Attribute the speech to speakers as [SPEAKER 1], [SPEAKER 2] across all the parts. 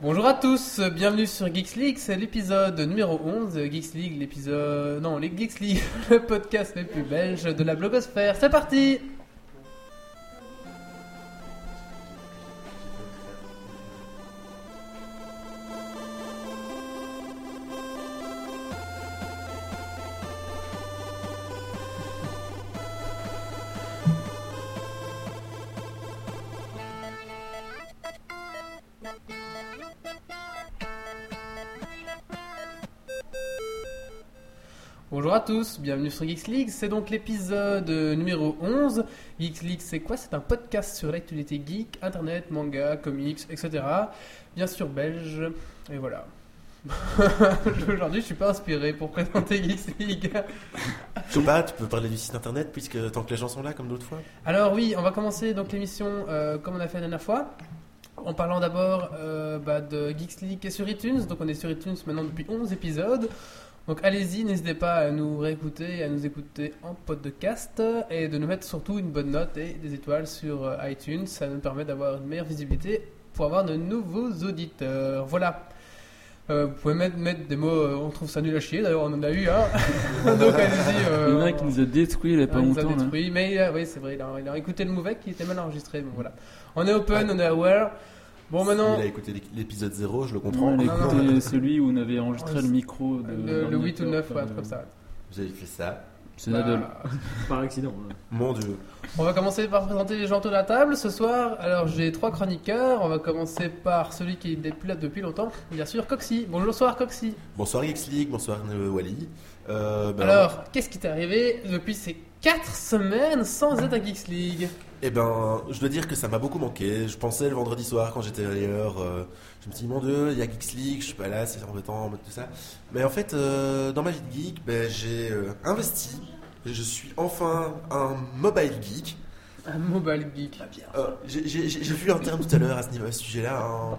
[SPEAKER 1] Bonjour à tous, bienvenue sur Geeks League, c'est l'épisode numéro 11, Geeks League, l'épisode... Non, les Geeks League, le podcast le plus belge de la blogosphère, c'est parti Bonjour à tous, bienvenue sur Geeks League, c'est donc l'épisode numéro 11. Geeks League c'est quoi C'est un podcast sur l'actualité geek, internet, manga, comics, etc. Bien sûr belge, et voilà. Aujourd'hui je suis pas inspiré pour présenter Geeks League.
[SPEAKER 2] Je sais pas, tu peux parler du site internet puisque tant que les gens sont là comme l'autre fois.
[SPEAKER 1] Alors oui, on va commencer donc l'émission euh, comme on a fait la dernière fois. En parlant d'abord euh, bah, de Geeks League et sur iTunes, donc on est sur iTunes maintenant depuis 11 épisodes. Donc allez-y, n'hésitez pas à nous réécouter, et à nous écouter en podcast et de nous mettre surtout une bonne note et des étoiles sur euh, iTunes. Ça nous permet d'avoir une meilleure visibilité pour avoir de nouveaux auditeurs. Voilà. Euh, vous pouvez mettre, mettre des mots, euh, on trouve ça nul à chier, d'ailleurs on en a eu, hein. Donc allez-y.
[SPEAKER 3] Il y
[SPEAKER 1] euh,
[SPEAKER 3] en a un qui nous a détruit il y a pas
[SPEAKER 1] il nous a
[SPEAKER 3] longtemps. là.
[SPEAKER 1] détruit, mais il a- oui, c'est vrai, il a, il a écouté le mauvais qui était mal enregistré. Bon, voilà. On est open, on est aware. Bon, maintenant,
[SPEAKER 2] Il a écouté l'é- l'épisode 0, je le
[SPEAKER 3] Non,
[SPEAKER 2] comprends.
[SPEAKER 1] Non,
[SPEAKER 3] elle
[SPEAKER 1] non,
[SPEAKER 3] écoutait celui où on avait enregistré
[SPEAKER 1] Ouais,
[SPEAKER 3] le micro de
[SPEAKER 1] le, le 8 ou le 9, ouais, un
[SPEAKER 3] l'ordinateur,
[SPEAKER 1] truc comme ça.
[SPEAKER 2] Vous avez fait ça.
[SPEAKER 3] C'est
[SPEAKER 1] Bah,
[SPEAKER 3] Nadal.
[SPEAKER 4] Par accident. hein.
[SPEAKER 2] Mon dieu.
[SPEAKER 1] on va commencer par présenter les gens autour de la table ce soir. Alors, j'ai trois chroniqueurs. On va commencer par celui qui est plus là depuis longtemps, bien sûr, Coxy. Bonjour, soir, Coxy.
[SPEAKER 2] Bonsoir Geeks League, bonsoir euh, Wally. Euh, ben,
[SPEAKER 1] Alors, qu'est-ce qui t'est arrivé depuis ces 4 semaines sans être à Geeks League
[SPEAKER 2] Eh ben, je dois dire que ça m'a beaucoup manqué. Je pensais le vendredi soir quand j'étais ailleurs, euh, je me suis dit mon dieu, il y a Geeks League, je suis pas là, c'est embêtant, tout ça. Mais en fait, euh, dans ma vie de geek, ben, j'ai euh, investi. Je suis enfin un mobile geek.
[SPEAKER 1] Un mobile geek.
[SPEAKER 2] Euh, j'ai- J'ai j'ai- j'ai vu un terme tout à l'heure à ce, niveau- à ce sujet-là, un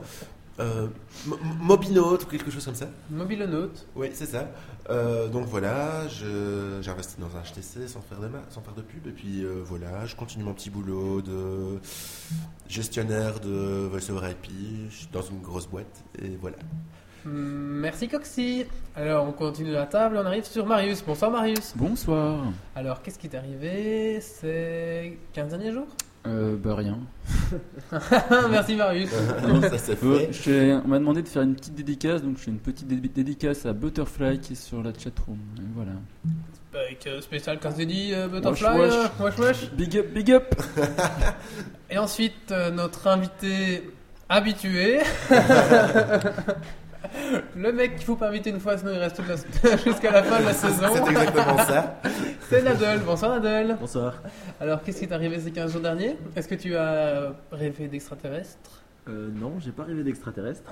[SPEAKER 2] euh, mo- mo- mobinote ou quelque chose comme ça.
[SPEAKER 1] Mobile note.
[SPEAKER 2] Oui, c'est ça. Euh, donc voilà, je- j'ai investi dans un HTC sans faire de, ma- sans faire de pub. Et puis euh, voilà, je continue mon petit boulot de gestionnaire de VoiceOver IP. Je suis dans une grosse boîte. Et voilà.
[SPEAKER 1] Hmm, Merci Coxy. Alors on continue la table, on arrive sur Marius. Bonsoir Marius.
[SPEAKER 3] Bonsoir.
[SPEAKER 1] Alors qu'est-ce qui t'est arrivé ces 15 derniers jours
[SPEAKER 3] Euh, bah rien.
[SPEAKER 1] Merci Marius.
[SPEAKER 2] ça c'est
[SPEAKER 3] Euh,
[SPEAKER 2] fait.
[SPEAKER 3] je fais- on m'a demandé de faire une petite dédicace, donc je fais une petite dé- dédicace à Butterfly qui est sur la chatroom. Et voilà.
[SPEAKER 1] Avec euh, spécial 15 dit euh, Butterfly.
[SPEAKER 3] Wesh,
[SPEAKER 1] euh, wesh, wesh.
[SPEAKER 3] Big up, big up
[SPEAKER 1] Et ensuite euh, notre invité habitué. Le mec qu'il faut pas inviter une fois, sinon il reste toute la- jusqu'à la fin de la saison.
[SPEAKER 2] C'est exactement ça.
[SPEAKER 1] C'est Nadal. Bonsoir Nadal.
[SPEAKER 4] Bonsoir.
[SPEAKER 1] Alors qu'est-ce qui t'est arrivé ces 15 jours derniers Est-ce que tu as rêvé d'extraterrestres
[SPEAKER 4] Euh, non, j'ai pas rêvé d'extraterrestre,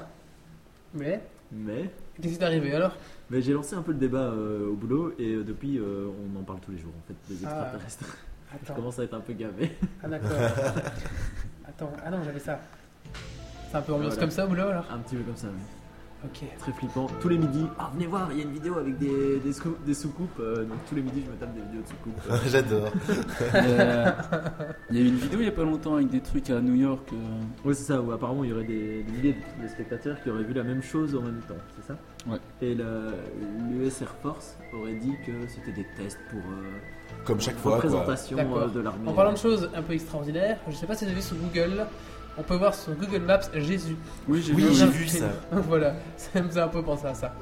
[SPEAKER 1] Mais
[SPEAKER 4] mais,
[SPEAKER 1] qu'est-ce qui t'est arrivé alors
[SPEAKER 4] mais j'ai lancé un peu le débat euh, au boulot et euh, depuis euh, on en parle tous les jours en fait des
[SPEAKER 1] Ah.
[SPEAKER 4] extraterrestres. Je
[SPEAKER 1] Attends.
[SPEAKER 4] commence à être un peu gavé.
[SPEAKER 1] Ah d'accord. Attends, ah non, j'avais ça. C'est un peu ambiance
[SPEAKER 4] Voilà.
[SPEAKER 1] comme ça au boulot alors
[SPEAKER 4] un petit peu comme ça, ouais.
[SPEAKER 1] Ok.
[SPEAKER 4] très flippant. Tous les midis, ah venez voir, il y a une vidéo avec des, des, scou- des sous-coupes. euh, donc tous les midis je me tape des vidéos de sous-coupes. euh.
[SPEAKER 2] J'adore.
[SPEAKER 3] Il y a Euh, il y a eu une vidéo il y a pas longtemps avec des trucs à New York. euh,
[SPEAKER 4] Ouais, c'est ça, où apparemment il y aurait des, des milliers de- de spectateurs qui auraient vu la même chose en même temps, c'est ça
[SPEAKER 3] Ouais.
[SPEAKER 4] Et la- l'US Air Force aurait dit que c'était des tests pour euh,
[SPEAKER 2] Comme chaque fois. Quoi.
[SPEAKER 4] représentation
[SPEAKER 1] D'accord.
[SPEAKER 4] euh, de l'armée.
[SPEAKER 1] En parlant de choses un peu extraordinaires, je sais pas si vous avez vu sur Google, on peut voir sur Google Maps Jésus.
[SPEAKER 3] Oui, j'ai
[SPEAKER 2] Oui,
[SPEAKER 3] vu.
[SPEAKER 2] j'ai vu ça.
[SPEAKER 1] voilà, ça me faisait un peu penser à ça.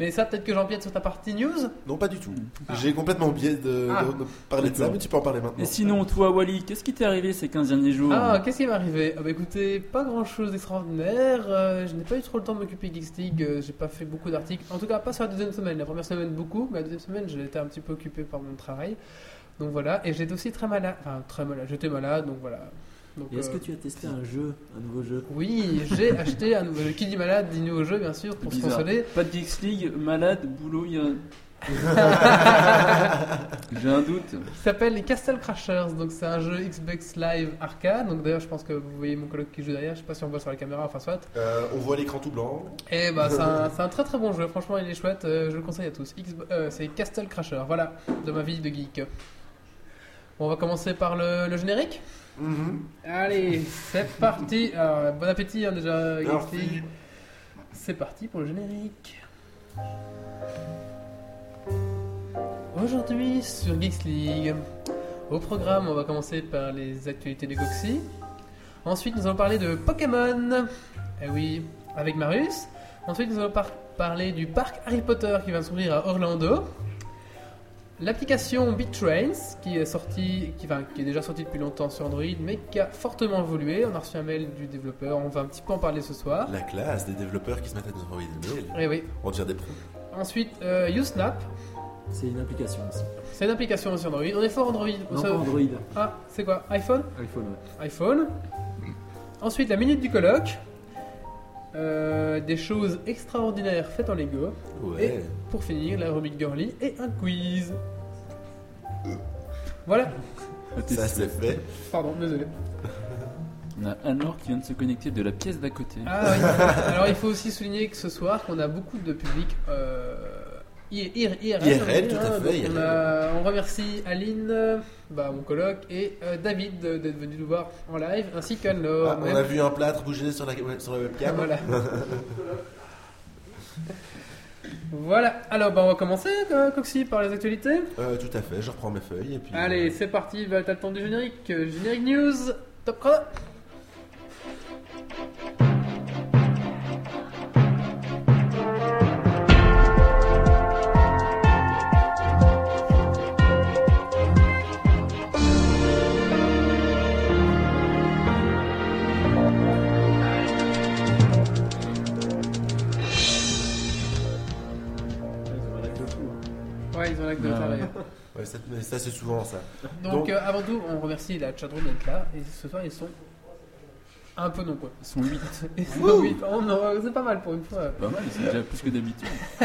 [SPEAKER 1] Mais ça, peut-être que j'empiète sur ta partie news
[SPEAKER 2] Non, pas du tout. J'ai complètement oublié de,
[SPEAKER 1] Ah.
[SPEAKER 2] de- de parler de ça,
[SPEAKER 3] D'accord.
[SPEAKER 2] mais tu peux en parler maintenant.
[SPEAKER 3] Et sinon, toi, Wally, qu'est-ce qui t'est arrivé ces 15 derniers jours
[SPEAKER 4] Hmm.
[SPEAKER 1] Ah, qu'est-ce qui m'est arrivé Ah Bah écoutez, pas grand-chose d'extraordinaire. euh, je n'ai pas eu trop le temps de m'occuper Geeks League. euh, j'ai pas fait beaucoup d'articles. En tout cas, pas sur la deuxième semaine. La première semaine, beaucoup. Mais la deuxième semaine, j'ai été un petit peu occupé par mon travail. Donc voilà. Et j'étais aussi très malade. Enfin, très malade. J'étais malade, donc voilà. Donc,
[SPEAKER 4] Et est-ce
[SPEAKER 1] euh,
[SPEAKER 4] que tu as testé un jeu, un nouveau jeu
[SPEAKER 1] Oui, j'ai acheté un nouveau jeu. Qui dit malade dit nouveau jeu, bien sûr, pour se
[SPEAKER 3] Bizarre.
[SPEAKER 1] consoler.
[SPEAKER 3] Pas de Geeks League, malade, boulot, il y a. J'ai un doute.
[SPEAKER 1] qui s'appelle les Castle Crashers. Donc c'est un jeu Xbox Live Arcade. Donc d'ailleurs, je pense que vous voyez mon coloc qui joue derrière. Je sais pas si on voit sur la caméra, enfin soit.
[SPEAKER 2] Euh, on voit l'écran tout blanc.
[SPEAKER 1] Et bah c'est un, c'est un très très bon jeu, franchement il est chouette, euh, je le conseille à tous. Xbo- euh, c'est Castle Crasher, voilà, de ma vie de geek. On va commencer par le, le générique. Mm-hmm.
[SPEAKER 2] Mhm.
[SPEAKER 1] Allez, c'est parti. Alors, bon appétit hein, déjà,
[SPEAKER 2] Merci.
[SPEAKER 1] Geekly. C'est parti pour le générique. Aujourd'hui sur Geeks League, au programme, on va commencer par les actualités des Goxy. Ensuite, nous allons parler de Pokémon. Eh oui, avec Marius. Ensuite, nous allons par- parler du parc Harry Potter qui va s'ouvrir à Orlando. L'application BitTrains qui est sortie, qui, enfin, qui est déjà sortie depuis longtemps sur Android, mais qui a fortement évolué. On a reçu un mail du développeur. On va un petit peu en parler ce soir.
[SPEAKER 2] La classe des développeurs qui se mettent à nous envoyer des mails.
[SPEAKER 1] Eh oui.
[SPEAKER 2] On devient des pros.
[SPEAKER 1] Ensuite, euh, Usnap,
[SPEAKER 4] C'est une application aussi.
[SPEAKER 1] c'est une application sur Android. On est fort Android. On
[SPEAKER 4] Non,
[SPEAKER 1] se-
[SPEAKER 4] pas Android,
[SPEAKER 1] Ah, c'est quoi iPhone
[SPEAKER 4] iPhone, ouais.
[SPEAKER 1] iPhone. Ensuite, la minute du colloque. Euh, des choses extraordinaires faites en Lego.
[SPEAKER 2] Ouais.
[SPEAKER 1] Pour finir, la rubrique girly et un quiz. Voilà.
[SPEAKER 3] Ah, t'es
[SPEAKER 2] Ça
[SPEAKER 3] sûr.
[SPEAKER 2] c'est fait.
[SPEAKER 1] Pardon, désolé.
[SPEAKER 3] On a Anne-Laure qui vient de se connecter de la pièce d'à côté.
[SPEAKER 1] Ah oui. Alors, il faut aussi souligner que ce soir, qu'on a beaucoup de public. Euh... I- I- IRL,
[SPEAKER 2] IRL,
[SPEAKER 1] on dit,
[SPEAKER 2] tout à
[SPEAKER 1] hein,
[SPEAKER 2] fait,
[SPEAKER 1] donc on,
[SPEAKER 2] IRL.
[SPEAKER 1] a- on remercie Aline, euh, bah, mon coloc, et euh, David euh, d'être venu nous voir en live, ainsi qu'Anne-Laure.
[SPEAKER 2] Ah, on a vu un plâtre bouger sur la, ouais, sur la webcam.
[SPEAKER 1] Voilà. voilà. Alors, bah, on va commencer, euh, Coxy, par les actualités.
[SPEAKER 2] Euh, tout à fait, je reprends mes feuilles et puis.
[SPEAKER 1] Allez, c'est parti. Bah, T'as le temps du générique. Euh, Générique news. Top chrono.
[SPEAKER 4] Ah,
[SPEAKER 1] Ouais, ils ont l'acte de le
[SPEAKER 3] Ah
[SPEAKER 1] faire,
[SPEAKER 3] ouais.
[SPEAKER 1] d'ailleurs.
[SPEAKER 2] Ouais, ça, mais ça, c'est souvent ça.
[SPEAKER 1] Donc,
[SPEAKER 2] Donc-
[SPEAKER 1] euh, avant tout, on remercie la chatroom d'être là. Et ce soir, ils sont un peu nombreux.
[SPEAKER 3] Ils sont 8.
[SPEAKER 1] Et c'est pas- oui, oh non, c'est pas mal pour une fois.
[SPEAKER 3] Pas mal, c'est déjà plus que d'habitude.
[SPEAKER 1] Oh,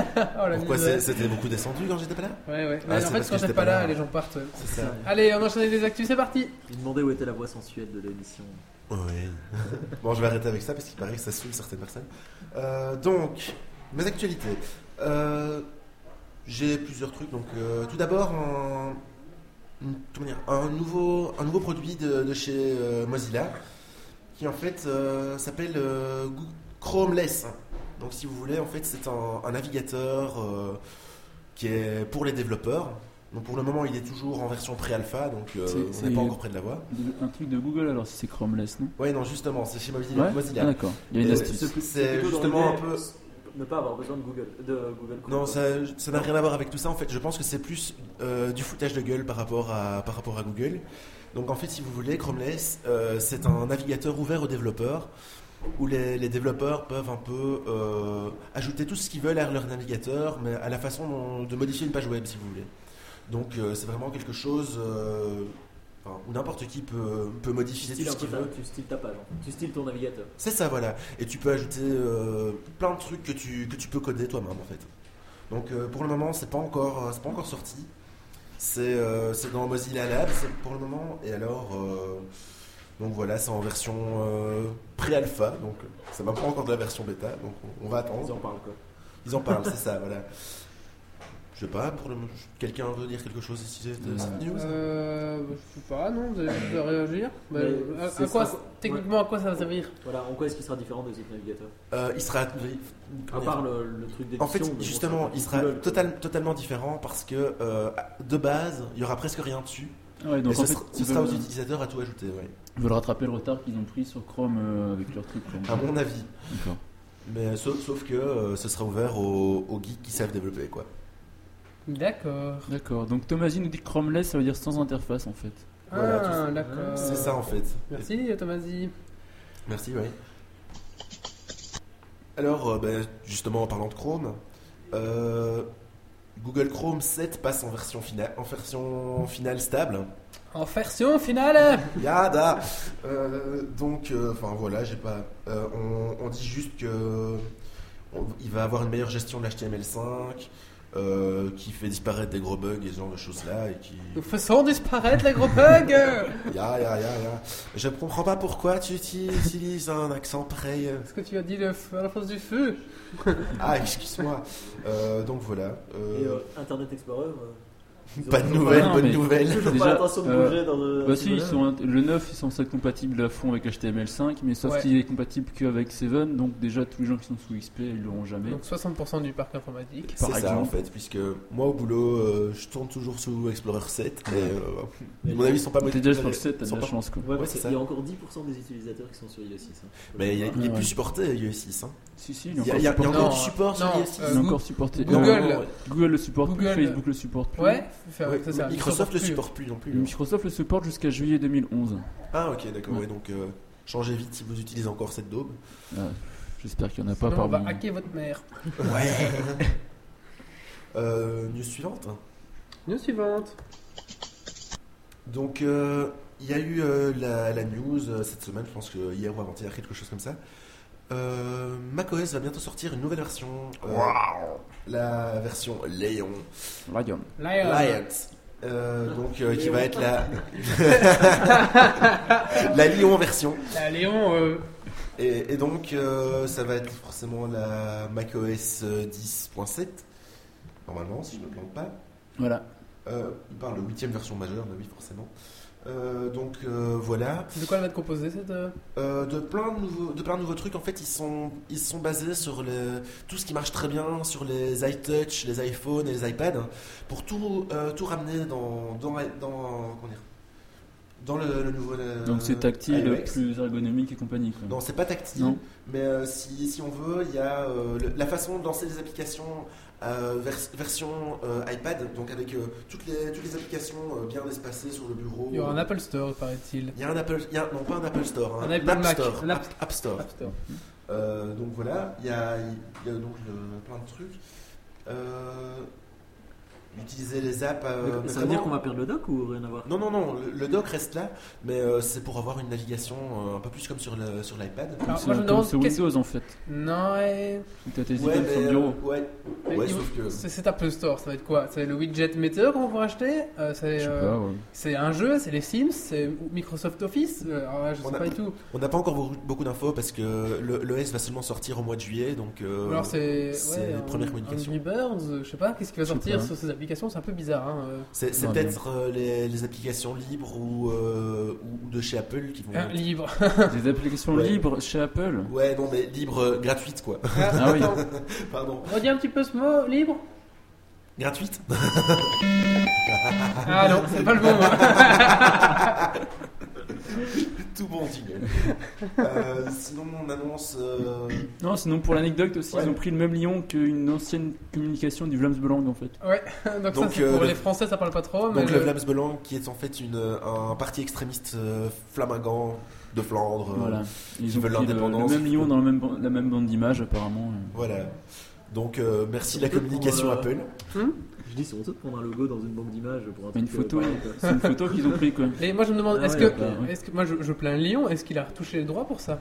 [SPEAKER 1] la
[SPEAKER 2] Pourquoi
[SPEAKER 1] misère.
[SPEAKER 2] c'est- c'était beaucoup descendu quand j'étais pas là
[SPEAKER 1] Ouais, ouais.
[SPEAKER 2] Ah,
[SPEAKER 1] Mais
[SPEAKER 2] c'est
[SPEAKER 1] en fait,
[SPEAKER 2] parce
[SPEAKER 1] quand
[SPEAKER 2] que
[SPEAKER 1] t'es
[SPEAKER 2] j'étais
[SPEAKER 1] pas
[SPEAKER 2] pas
[SPEAKER 1] là,
[SPEAKER 2] là.
[SPEAKER 1] les gens partent.
[SPEAKER 2] C'est ça.
[SPEAKER 1] Allez, on enchaîne avec les actus. C'est parti.
[SPEAKER 4] Il demandait où était la voix sensuelle de l'émission.
[SPEAKER 2] Oui. bon, je vais arrêter avec ça parce qu'il paraît que ça saoule certaines personnes. Euh, donc, mes actualités. Euh, J'ai plusieurs trucs. Donc, euh, tout d'abord, un, une- comment dire, un nouveau, un nouveau produit de, de chez euh, Mozilla qui en fait euh, s'appelle euh, Goo- Chromeless. Donc, si vous voulez, en fait, c'est un, un navigateur euh, qui est pour les développeurs. Donc, pour le moment, il est toujours en version pré-alpha, donc euh,
[SPEAKER 3] C'est-
[SPEAKER 2] on
[SPEAKER 3] c'est-
[SPEAKER 2] n'est pas encore près de la voix.
[SPEAKER 3] De- Un truc de Google alors si c'est Chromeless, non
[SPEAKER 2] Ouais, non, justement, c'est chez Mozilla.
[SPEAKER 3] Ouais,
[SPEAKER 2] Mozilla.
[SPEAKER 3] ah, d'accord. Il y
[SPEAKER 4] Euh,
[SPEAKER 3] a une
[SPEAKER 2] Et-
[SPEAKER 3] astuce.
[SPEAKER 2] C'est
[SPEAKER 4] plutôt dans
[SPEAKER 2] justement
[SPEAKER 4] l'idée
[SPEAKER 2] un peu-
[SPEAKER 4] de Ne pas avoir besoin de Google. De Google Chrome,
[SPEAKER 2] Non,
[SPEAKER 4] quoi.
[SPEAKER 2] ça ça n'a rien à voir avec tout ça. En fait, je pense que c'est plus euh, du foutage de gueule par rapport à, par rapport à Google. Donc, en fait, si vous voulez, Chromeless, euh, c'est un navigateur ouvert aux développeurs où les, les développeurs peuvent un peu euh, ajouter tout ce qu'ils veulent à leur navigateur, mais à la façon dont- de modifier une page web, si vous voulez. Donc, euh, c'est vraiment quelque chose euh, enfin, où n'importe qui peut, peut
[SPEAKER 4] Tu
[SPEAKER 2] modifier
[SPEAKER 4] styles
[SPEAKER 2] tout
[SPEAKER 4] un
[SPEAKER 2] ce qu'il
[SPEAKER 4] peu ta-
[SPEAKER 2] veut.
[SPEAKER 4] tu styles ta page, en fait. tu styles ton navigateur.
[SPEAKER 2] C'est ça, voilà. Et tu peux ajouter euh, plein de trucs que tu, que tu peux coder toi-même, en fait. Donc, euh, pour le moment, c'est pas encore, euh, c'est pas encore sorti. C'est euh, c'est dans Mozilla Labs pour le moment. Et alors, euh, donc voilà, c'est en version euh, pré-alpha. Donc, euh, ça va pas encore de la version bêta. Donc, on, on va
[SPEAKER 4] Ils
[SPEAKER 2] attendre.
[SPEAKER 4] en parlent quoi.
[SPEAKER 2] Ils en parlent, c'est ça, voilà. Je sais pas, pour le quelqu'un veut dire quelque chose ici de cette news
[SPEAKER 1] Euh, bah, je sais pas, non, vous allez vous allez réagir. Bah,
[SPEAKER 4] Mais
[SPEAKER 1] à- à,
[SPEAKER 4] c'est
[SPEAKER 1] quoi,
[SPEAKER 4] ça.
[SPEAKER 1] techniquement, à quoi ça va servir
[SPEAKER 4] Voilà, en quoi est-ce qu'il sera différent des autres navigateurs
[SPEAKER 2] Euh, Il sera.
[SPEAKER 4] À part le, le truc d'édition.
[SPEAKER 2] En fait,
[SPEAKER 4] mais bon,
[SPEAKER 2] justement,
[SPEAKER 4] c'est
[SPEAKER 2] il sera
[SPEAKER 4] Google, quoi.
[SPEAKER 2] total- totalement différent parce que euh, de base, il y aura presque rien dessus.
[SPEAKER 3] Ouais, donc
[SPEAKER 2] et
[SPEAKER 3] en
[SPEAKER 2] ce,
[SPEAKER 3] fait, euh,
[SPEAKER 2] sera, ce
[SPEAKER 3] ils
[SPEAKER 2] sera aux
[SPEAKER 3] veulent,
[SPEAKER 2] utilisateurs à tout ajouter, ouais.
[SPEAKER 3] ils veulent rattraper le retard qu'ils ont pris sur Chrome euh, avec leur truc.
[SPEAKER 2] à
[SPEAKER 3] quoi.
[SPEAKER 2] mon avis.
[SPEAKER 3] D'accord.
[SPEAKER 2] Mais sauf, sauf que euh, ce sera ouvert aux, aux geeks qui savent développer, quoi.
[SPEAKER 1] D'accord.
[SPEAKER 3] D'accord. Donc Thomasine nous dit que Chromeless, ça veut dire sans interface en fait.
[SPEAKER 2] Voilà, tout
[SPEAKER 1] ah,
[SPEAKER 2] ça.
[SPEAKER 1] d'accord.
[SPEAKER 2] C'est ça en fait.
[SPEAKER 1] Merci, Tomasi.
[SPEAKER 2] Merci, oui. Alors, euh, ben, justement, en parlant de Chrome, euh, Google Chrome 7 passe en version finale, en version finale stable.
[SPEAKER 1] En version finale
[SPEAKER 2] Yada Euh, Donc, euh, enfin voilà, j'ai pas. euh, on, on dit juste que on- il va avoir une meilleure gestion de l'HTML5, euh, qui fait disparaître des gros bugs et ce genre de choses là, et qui.
[SPEAKER 1] Nous faisons disparaître les gros bugs
[SPEAKER 2] Ya ya ya ya. Je comprends pas pourquoi tu uti- utilises un accent pareil.
[SPEAKER 1] Est-ce que tu as dit le feu à la force du feu
[SPEAKER 2] Ah, excuse-moi. Euh, donc voilà.
[SPEAKER 4] Et
[SPEAKER 2] Euh,
[SPEAKER 4] euh, Internet Explorer, euh, Ils ont
[SPEAKER 2] Pas de
[SPEAKER 4] toujours
[SPEAKER 2] nouvelles,
[SPEAKER 3] non,
[SPEAKER 2] bonne
[SPEAKER 3] mais-
[SPEAKER 2] nouvelle.
[SPEAKER 4] Toujours
[SPEAKER 3] Déjà,
[SPEAKER 4] pas l'intention de
[SPEAKER 3] euh,
[SPEAKER 4] bouger dans le.
[SPEAKER 3] Bah si, ils sont int- le 9, ils sont censés être compatibles à fond avec HTML5, mais sauf
[SPEAKER 1] Ouais.
[SPEAKER 3] qu'il est compatible qu'avec 7, donc déjà tous les gens qui sont sous XP, ils l'auront jamais.
[SPEAKER 1] Donc 60% du parc informatique.
[SPEAKER 3] Par
[SPEAKER 2] C'est ça
[SPEAKER 3] exemple.
[SPEAKER 2] en fait, puisque moi au boulot, euh, je tourne toujours sous Explorer 7. Et, euh, à mon avis, ils sont pas
[SPEAKER 3] T'es
[SPEAKER 2] motivés.
[SPEAKER 3] déjà sur le 7, t'as
[SPEAKER 2] Ils
[SPEAKER 3] de
[SPEAKER 2] sont
[SPEAKER 3] la
[SPEAKER 2] pas-
[SPEAKER 3] chance quoi.
[SPEAKER 4] Ouais,
[SPEAKER 2] Ouais,
[SPEAKER 4] parce
[SPEAKER 2] c'est
[SPEAKER 4] qu'il
[SPEAKER 2] ça.
[SPEAKER 4] y a encore 10% des utilisateurs qui sont sur IE6. hein.
[SPEAKER 2] Mais il, y a- il est
[SPEAKER 3] Ouais.
[SPEAKER 2] plus supporté IE 6. Hein.
[SPEAKER 3] Si, si, il
[SPEAKER 2] Il y a,
[SPEAKER 3] est encore
[SPEAKER 2] il y a- il y a
[SPEAKER 3] supporté.
[SPEAKER 2] encore
[SPEAKER 1] Non,
[SPEAKER 2] du support sur
[SPEAKER 1] non,
[SPEAKER 2] IE 6.
[SPEAKER 1] euh,
[SPEAKER 3] Il est encore supporté.
[SPEAKER 1] Google.
[SPEAKER 3] Non, Google le supporte
[SPEAKER 1] Google.
[SPEAKER 3] plus, Facebook le supporte plus.
[SPEAKER 1] Ouais, enfin,
[SPEAKER 2] Ouais,
[SPEAKER 1] c'est ça,
[SPEAKER 2] Microsoft le
[SPEAKER 1] plus.
[SPEAKER 2] supporte plus non plus. hein.
[SPEAKER 3] Microsoft le supporte jusqu'à juillet 2011.
[SPEAKER 2] Ah ok d'accord
[SPEAKER 3] Ouais.
[SPEAKER 2] ouais, donc euh, changez vite si vous utilisez encore cette daube.
[SPEAKER 3] Ah, J'espère qu'il n'y en a pas
[SPEAKER 1] Sinon, on va
[SPEAKER 3] parmi.
[SPEAKER 1] hacker votre mère.
[SPEAKER 2] Ouais. euh, news suivante.
[SPEAKER 1] News suivante.
[SPEAKER 2] Donc euh, il y a eu euh, la, la news euh, cette semaine, je pense que hier ou avant-hier quelque chose comme ça. Euh, macOS va bientôt sortir une nouvelle version. euh, La version Léon.
[SPEAKER 3] Lion.
[SPEAKER 1] Lion.
[SPEAKER 2] Lions. Euh, donc euh, qui
[SPEAKER 4] Léon.
[SPEAKER 2] va être la la Lyon version
[SPEAKER 1] La Léon, euh,
[SPEAKER 2] et, et donc euh, ça va être forcément la macOS euh, 10.7 normalement si je ne me plante pas
[SPEAKER 3] Voilà.
[SPEAKER 2] euh, il parle de huitième version majeure bah oui forcément Euh, donc euh, voilà
[SPEAKER 1] de quoi elle va être composée cette. euh,
[SPEAKER 2] Euh, de plein de nouveaux de plein de nouveaux trucs en fait ils sont ils sont basés sur le tout ce qui marche très bien sur les iTouch les iPhones et les iPads hein, pour tout euh, tout ramener dans dans dans comment dire, dans le, le nouveau le-
[SPEAKER 3] Donc c'est tactile,
[SPEAKER 2] iOS.
[SPEAKER 3] plus ergonomique et compagnie. quoi.
[SPEAKER 2] non c'est pas tactile
[SPEAKER 3] Non.
[SPEAKER 2] mais euh, si, si on veut il y a euh, le- la façon de lancer les applications euh, vers- version euh, iPad donc avec euh, toutes les toutes les applications euh, bien espacées sur le bureau
[SPEAKER 1] Il y aura un Apple Store, paraît-il.
[SPEAKER 2] il y a un Apple il y a- non pas un Apple Store hein,
[SPEAKER 1] Un
[SPEAKER 2] un,
[SPEAKER 1] iPad
[SPEAKER 2] App
[SPEAKER 1] Mac,
[SPEAKER 2] Store
[SPEAKER 1] un App-
[SPEAKER 2] App- App Store
[SPEAKER 1] App Store.
[SPEAKER 2] euh, donc voilà, il y a, il y a donc le- plein de trucs. Euh, utiliser les apps. euh, mais
[SPEAKER 4] ça veut dire
[SPEAKER 2] vraiment-
[SPEAKER 4] qu'on va perdre le doc ou rien à voir
[SPEAKER 2] Non, non, non, le, le doc reste là, mais euh, c'est pour avoir une navigation euh, un peu plus comme sur le- sur l'iPad.
[SPEAKER 1] Alors,
[SPEAKER 3] C'est
[SPEAKER 1] Ah, moi, je me
[SPEAKER 3] comme
[SPEAKER 1] demande
[SPEAKER 3] sur
[SPEAKER 1] qu'est-ce-
[SPEAKER 3] Windows en fait.
[SPEAKER 1] Non, ouais.
[SPEAKER 3] Où T'as tes
[SPEAKER 2] Ouais,
[SPEAKER 3] items sur le
[SPEAKER 2] mais,
[SPEAKER 3] bureau.
[SPEAKER 2] euh, ouais. Ouais,
[SPEAKER 1] Il-
[SPEAKER 2] sauf que-
[SPEAKER 1] C'est cet Apple Store, ça va être quoi C'est le widget Meteor qu'on va acheter Euh,
[SPEAKER 3] Je
[SPEAKER 1] C'est
[SPEAKER 3] sais
[SPEAKER 1] euh,
[SPEAKER 3] pas, ouais.
[SPEAKER 1] c'est un jeu, c'est les Sims, c'est Microsoft Office Euh, alors là, Je
[SPEAKER 2] On
[SPEAKER 1] sais
[SPEAKER 2] a-
[SPEAKER 1] pas du tout.
[SPEAKER 2] On n'a pas encore beaucoup, beaucoup d'infos parce que le- l'OS va seulement sortir au mois de juillet, donc. euh,
[SPEAKER 1] Ou alors c'est
[SPEAKER 2] c'est
[SPEAKER 1] ouais,
[SPEAKER 2] les
[SPEAKER 1] un-
[SPEAKER 2] premières communications.
[SPEAKER 1] Angry Birds, euh, je sais pas, qu'est-ce qui va
[SPEAKER 3] Je sais
[SPEAKER 1] sortir
[SPEAKER 3] pas.
[SPEAKER 1] sur ces applications C'est un peu bizarre. Hein. euh.
[SPEAKER 2] c'est c'est
[SPEAKER 3] Ouais,
[SPEAKER 2] peut-être euh, les, les applications libres ou, euh, ou de chez Apple qui vont.
[SPEAKER 1] Un livre.
[SPEAKER 3] Des applications
[SPEAKER 2] Ouais.
[SPEAKER 3] libres chez Apple.
[SPEAKER 2] Ouais, non, mais libres, euh, gratuites quoi.
[SPEAKER 3] Ah oui.
[SPEAKER 1] Attends,
[SPEAKER 2] Pardon.
[SPEAKER 1] redis un petit peu ce mot, libre
[SPEAKER 2] Gratuites
[SPEAKER 1] Ah non, c'est pas le bon mot.
[SPEAKER 2] Tout bon jingle. Euh, sinon, on annonce. euh,
[SPEAKER 3] Non, sinon pour l'anecdote aussi,
[SPEAKER 2] Ouais.
[SPEAKER 3] ils ont pris le même lion qu'une ancienne communication du Vlaams Belang en fait.
[SPEAKER 1] Ouais, donc, ça
[SPEAKER 2] Donc,
[SPEAKER 1] c'est
[SPEAKER 2] euh,
[SPEAKER 1] pour
[SPEAKER 2] le-
[SPEAKER 1] les Français, ça parle pas trop. Mais euh,
[SPEAKER 2] donc, le
[SPEAKER 1] le-
[SPEAKER 2] Vlaams Belang, qui est en fait une, un parti extrémiste euh, flamingant de Flandre. euh,
[SPEAKER 3] Voilà. Ils
[SPEAKER 2] qui
[SPEAKER 3] ont
[SPEAKER 2] veulent
[SPEAKER 3] pris le, le
[SPEAKER 2] l'indépendance.
[SPEAKER 3] même lion dans la même, ban- la même bande d'images apparemment.
[SPEAKER 2] voilà. Donc, euh, merci la
[SPEAKER 4] Peut-être
[SPEAKER 2] communication
[SPEAKER 4] pour, euh,
[SPEAKER 2] Apple.
[SPEAKER 4] Je dis, c'est honteux de prendre un logo dans une banque d'images pour un
[SPEAKER 3] Mais
[SPEAKER 4] truc.
[SPEAKER 3] une photo,
[SPEAKER 4] euh, pareil, quoi.
[SPEAKER 3] c'est une photo qu'ils ont pris quoi.
[SPEAKER 1] Et moi je me demande,
[SPEAKER 4] Ah
[SPEAKER 1] est-ce
[SPEAKER 4] ouais,
[SPEAKER 1] que,
[SPEAKER 3] d'accord, ouais.
[SPEAKER 1] est-ce que. Moi je, je plains Lyon, est-ce qu'il a retouché les droits pour ça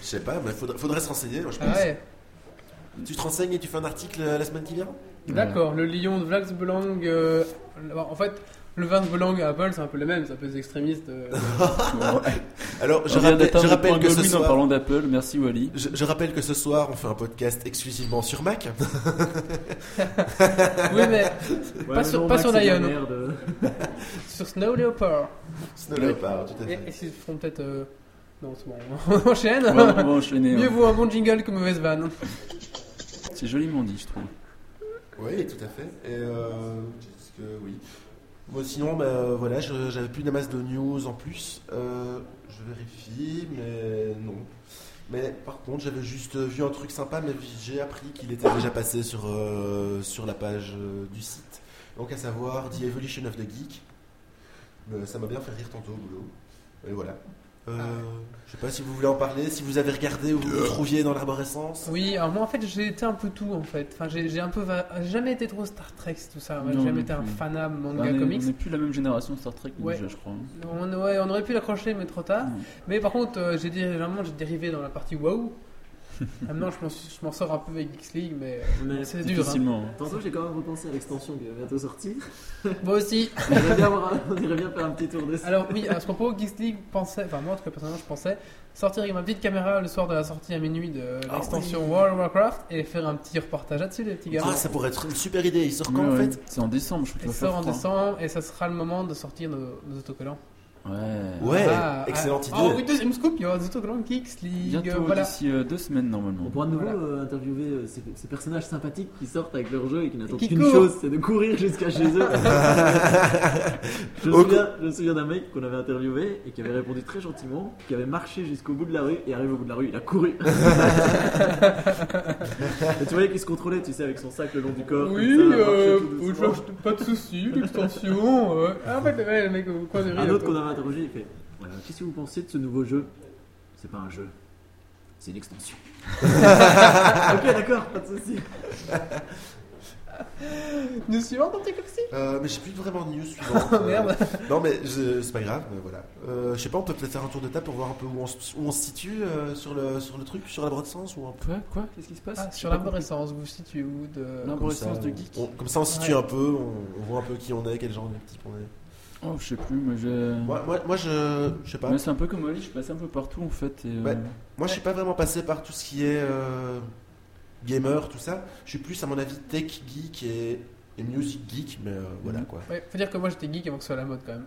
[SPEAKER 2] Je sais pas, mais faudrait, faudrait se renseigner, moi, je pense.
[SPEAKER 1] Ah ouais,
[SPEAKER 2] Tu te renseignes et tu fais un article euh, la semaine qui vient
[SPEAKER 1] d'accord, le Lyon de Vlax Belang. euh, bon, en fait, le Vlax Belang et Apple c'est un peu les mêmes, c'est un peu les extrémistes. euh.
[SPEAKER 2] Alors, je
[SPEAKER 3] On vient
[SPEAKER 2] rappelle,
[SPEAKER 3] d'atteindre
[SPEAKER 2] je
[SPEAKER 3] le
[SPEAKER 2] rappelle
[SPEAKER 3] point
[SPEAKER 2] que ce
[SPEAKER 3] Godwin en
[SPEAKER 2] soir.
[SPEAKER 3] parlant d'Apple, merci Wally.
[SPEAKER 2] Je, je rappelle que ce soir, on fait un podcast exclusivement sur Mac.
[SPEAKER 1] oui, mais
[SPEAKER 4] Ouais,
[SPEAKER 1] Pas
[SPEAKER 4] mais
[SPEAKER 1] sur-
[SPEAKER 4] non,
[SPEAKER 1] pas sur
[SPEAKER 4] Max, c'est de la
[SPEAKER 1] Lion.
[SPEAKER 4] merde.
[SPEAKER 1] sur Snow Leopard.
[SPEAKER 2] Snow Leopard, tout à
[SPEAKER 1] Et,
[SPEAKER 2] fait.
[SPEAKER 1] et s'ils font peut-être. euh, Non, c'est bon, on enchaîne.
[SPEAKER 3] On va, on va enchaîner.
[SPEAKER 1] Mieux
[SPEAKER 3] hein.
[SPEAKER 1] vaut un bon jingle que mauvaise vanne.
[SPEAKER 3] C'est joliment dit, je trouve.
[SPEAKER 2] Oui, tout à fait. Et euh, qu'est-ce que oui. Bon, sinon, bah, euh, voilà, je- j'avais plus de masse de news en plus. Euh, je vérifie, mais non. Mais par contre, j'avais juste vu un truc sympa, mais j'ai appris qu'il était déjà passé sur, euh, sur la page euh, du site. Donc, à savoir The Evolution of the Geek. Euh, ça m'a bien fait rire tantôt au boulot. Et voilà. Euh,
[SPEAKER 1] Ah ouais.
[SPEAKER 2] Je sais pas si vous voulez en parler, si vous avez regardé ou vous vous trouviez dans l'arborescence.
[SPEAKER 1] Oui, alors moi en fait j'ai été un peu tout en fait. Enfin, j'ai j'ai un peu. va- j'ai jamais été trop Star Trek, tout ça. Moi, J'ai
[SPEAKER 3] Non,
[SPEAKER 1] jamais
[SPEAKER 3] non
[SPEAKER 1] été un
[SPEAKER 3] plus. Bah,
[SPEAKER 1] fanab manga
[SPEAKER 3] On est,
[SPEAKER 1] comics.
[SPEAKER 3] on est plus la même génération Star Trek
[SPEAKER 1] Ouais.
[SPEAKER 3] déjà, je crois. hein.
[SPEAKER 1] On, ouais, on aurait pu l'accrocher, mais trop tard.
[SPEAKER 3] Mm.
[SPEAKER 1] Mais par contre, euh, j'ai dit j'ai dérivé dans la partie waouh. Maintenant, je m'en suis- je m'en sors un peu avec Geeks League, mais euh,
[SPEAKER 4] Mais
[SPEAKER 1] c'est dur. hein.
[SPEAKER 3] Difficilement. hein.
[SPEAKER 4] Tantôt, j'ai quand même repensé à l'extension qui va bientôt sortir.
[SPEAKER 1] Moi aussi.
[SPEAKER 4] On irait bien, voir- on irait bien faire un petit tour dessus.
[SPEAKER 1] Alors oui, à ce propos, Geeks League pensait, enfin moi en tout cas personnellement je pensais, sortir avec ma petite caméra le soir de la sortie à minuit de
[SPEAKER 2] Ah
[SPEAKER 1] l'extension World of Warcraft et faire un petit reportage là-dessus les petits gars.
[SPEAKER 2] Ah, ça pourrait être une super idée. Il sort
[SPEAKER 3] Mais
[SPEAKER 2] quand en
[SPEAKER 3] ouais,
[SPEAKER 2] fait
[SPEAKER 3] C'est en décembre, je crois qu'il
[SPEAKER 1] Il
[SPEAKER 3] va faire
[SPEAKER 1] sort en
[SPEAKER 3] froid.
[SPEAKER 1] décembre et ça sera le moment de sortir nos, nos autocollants.
[SPEAKER 3] Ouais.
[SPEAKER 2] Ouais,
[SPEAKER 1] Ah,
[SPEAKER 2] excellente
[SPEAKER 1] ah, Oh
[SPEAKER 2] idée.
[SPEAKER 1] oui, deuxième scoop, il y aura des autocollants Geeks League. euh,
[SPEAKER 3] Bientôt,
[SPEAKER 1] voilà.
[SPEAKER 3] d'ici euh, deux semaines normalement.
[SPEAKER 4] On pourra de nouveau
[SPEAKER 1] Voilà.
[SPEAKER 4] euh, interviewer euh, ces, ces personnages sympathiques qui sortent avec leur jeu et qui n'attendent
[SPEAKER 1] qui
[SPEAKER 4] qu'une
[SPEAKER 1] courent.
[SPEAKER 4] chose, c'est de courir jusqu'à chez eux. je, me
[SPEAKER 2] Au
[SPEAKER 4] souviens, je me souviens d'un mec qu'on avait interviewé et qui avait répondu très gentiment, qui avait marché jusqu'au bout de la rue et arrive au bout de la rue, il a couru. et tu voyais qu'il se contrôlait, tu sais, avec son sac le long du corps.
[SPEAKER 1] Oui,
[SPEAKER 4] comme ça, marchait
[SPEAKER 1] euh,
[SPEAKER 4] tout
[SPEAKER 1] je-
[SPEAKER 4] doucement.
[SPEAKER 1] je- pas de soucis, l'extension. euh, Ah, en fait, ouais, le mec au coin de rue, là,
[SPEAKER 4] Un autre
[SPEAKER 1] quoi.
[SPEAKER 4] qu'on avait interrogé, il fait Euh, Qu'est-ce que vous pensez de ce nouveau jeu C'est pas un jeu, c'est une extension. ok, d'accord, pas de soucis.
[SPEAKER 1] Nous suivons dans tes coxis.
[SPEAKER 2] Euh, mais j'ai plus vraiment de news suivante. Euh,
[SPEAKER 1] Merde.
[SPEAKER 2] Non, mais je- c'est pas grave, mais voilà. Euh, je sais pas, on peut peut-être faire un tour de table pour voir un peu où on, se- où on se situe euh, sur, le, sur le truc, sur la broad sens ou un peu.
[SPEAKER 3] Quoi Quoi Qu'est-ce qui se passe
[SPEAKER 1] Ah, sur l'arborescence, vous vous situez où de...
[SPEAKER 3] Non.
[SPEAKER 2] Comme ça,
[SPEAKER 3] Arborescence de
[SPEAKER 2] on-
[SPEAKER 3] geek.
[SPEAKER 2] on- comme ça, on se situe
[SPEAKER 1] Ouais.
[SPEAKER 2] un peu, on, on voit un peu qui on est, quel genre de type on est.
[SPEAKER 3] Oh, je sais plus, moi j'ai.
[SPEAKER 2] Moi, moi, moi, je, je sais pas.
[SPEAKER 3] Mais c'est un peu comme Oli, je passe un peu partout en fait. Et, euh,
[SPEAKER 2] Ouais. Moi, je suis pas vraiment passé par tout ce qui est euh, gamer, tout ça. Je suis plus, à mon avis, tech geek et, et music geek, mais euh, voilà
[SPEAKER 4] Mhm.
[SPEAKER 2] quoi.
[SPEAKER 1] Ouais, faut dire que moi j'étais geek avant que ce soit la mode quand même.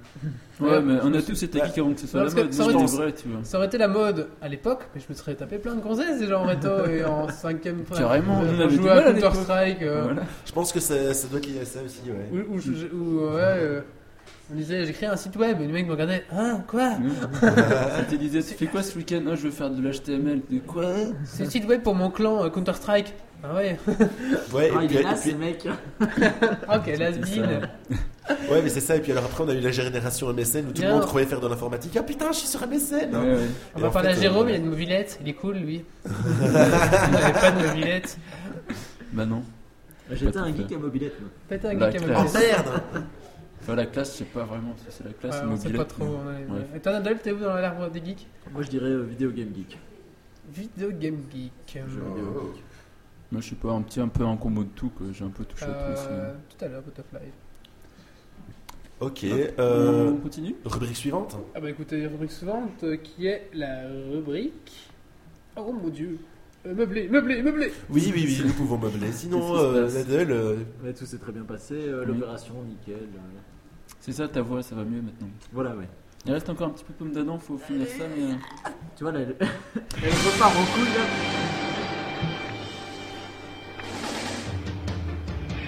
[SPEAKER 3] ouais,
[SPEAKER 1] Ouais,
[SPEAKER 3] mais
[SPEAKER 1] je
[SPEAKER 3] on
[SPEAKER 1] me
[SPEAKER 3] a
[SPEAKER 1] suis-
[SPEAKER 3] tous été geeks avant que ce soit
[SPEAKER 1] Non,
[SPEAKER 3] la
[SPEAKER 1] parce que
[SPEAKER 3] mode.
[SPEAKER 1] ça
[SPEAKER 3] mais
[SPEAKER 1] aurait
[SPEAKER 3] en
[SPEAKER 1] été-
[SPEAKER 3] vrai, tu vois.
[SPEAKER 1] Ça aurait été la mode à l'époque, mais je me serais tapé plein de gonzesses déjà en réto et en 5ème
[SPEAKER 3] Carrément, on
[SPEAKER 1] on
[SPEAKER 3] avait du
[SPEAKER 1] jouait à
[SPEAKER 3] mal à l'époque.
[SPEAKER 1] Counter-Strike. euh,
[SPEAKER 3] Voilà.
[SPEAKER 2] Je pense que ça, ça doit être lié à ça aussi, ouais.
[SPEAKER 1] Ou, ou je- je- ou, euh, ouais, euh, on disait j'ai créé un site web et le mec me regardait Hein, quoi
[SPEAKER 3] Si tu disais, tu fais quoi ce week-end Ah, je veux faire de l'HTML. De quoi
[SPEAKER 1] C'est le site web pour mon clan euh, Counter-Strike. Ah ouais,
[SPEAKER 2] Ouais,
[SPEAKER 4] Ah,
[SPEAKER 2] et
[SPEAKER 4] il
[SPEAKER 2] puis,
[SPEAKER 4] est
[SPEAKER 2] et
[SPEAKER 4] là,
[SPEAKER 2] puis-
[SPEAKER 4] ce mec.
[SPEAKER 1] Ah, ok,
[SPEAKER 3] ça.
[SPEAKER 1] lesbienne.
[SPEAKER 2] ouais, mais c'est ça. Et puis alors après, on a eu la génération MSN où tout
[SPEAKER 1] Bien.
[SPEAKER 2] le monde croyait faire de l'informatique. Ah putain, je suis sur MSN.
[SPEAKER 3] Ouais, ouais.
[SPEAKER 1] On
[SPEAKER 2] Et
[SPEAKER 1] va
[SPEAKER 2] en
[SPEAKER 1] parler à
[SPEAKER 2] fait,
[SPEAKER 1] Jérôme,
[SPEAKER 2] euh,
[SPEAKER 1] il a une mobilette, il est cool lui. il avait pas de mobilette.
[SPEAKER 3] Bah non.
[SPEAKER 4] J'étais
[SPEAKER 3] Pas tout
[SPEAKER 4] un
[SPEAKER 3] fait.
[SPEAKER 4] geek à mobilette. moi.
[SPEAKER 1] Pète un
[SPEAKER 3] La
[SPEAKER 1] geek à
[SPEAKER 3] classe.
[SPEAKER 2] Oh
[SPEAKER 1] mobilette.
[SPEAKER 2] merde
[SPEAKER 3] Enfin, la classe, je sais pas vraiment si c'est la classe
[SPEAKER 1] Ouais,
[SPEAKER 3] ou
[SPEAKER 1] on sait
[SPEAKER 3] mobilette,
[SPEAKER 1] pas trop.
[SPEAKER 3] mais-
[SPEAKER 1] on est-
[SPEAKER 3] Bref.
[SPEAKER 1] Et toi, Nadal, t'es où dans l'arbre des geeks
[SPEAKER 4] Moi, je dirais euh, vidéo game geek.
[SPEAKER 1] Video Game Geek.
[SPEAKER 4] Jeux
[SPEAKER 2] Oh.
[SPEAKER 4] vidéo geek.
[SPEAKER 3] Moi, je suis pas un petit un peu un combo de tout, quoi. J'ai un peu touché à tout aussi.
[SPEAKER 1] Euh, tout à l'heure, Out of Life.
[SPEAKER 2] Ok. euh,
[SPEAKER 3] On continue
[SPEAKER 2] rubrique suivante.
[SPEAKER 1] Ah bah écoutez, rubrique suivante euh, qui est la rubrique. Oh mon dieu Euh, Meublé, meublé, meublé
[SPEAKER 2] Oui, oui, oui. Nous pouvons meubler. Sinon,
[SPEAKER 4] Qu'est-ce qui se
[SPEAKER 2] euh,
[SPEAKER 4] passe
[SPEAKER 2] Nadel, euh,
[SPEAKER 4] Ouais, tout s'est très bien passé. euh,
[SPEAKER 3] Oui.
[SPEAKER 4] L'opération, nickel. euh,
[SPEAKER 3] C'est ça, ta voix, ça va mieux maintenant.
[SPEAKER 4] Voilà, ouais.
[SPEAKER 3] Il reste encore un petit peu de pomme d'Adam, faut finir ça, mais. euh,
[SPEAKER 4] Tu vois, là, Bah, elle, elle repart en couille, là.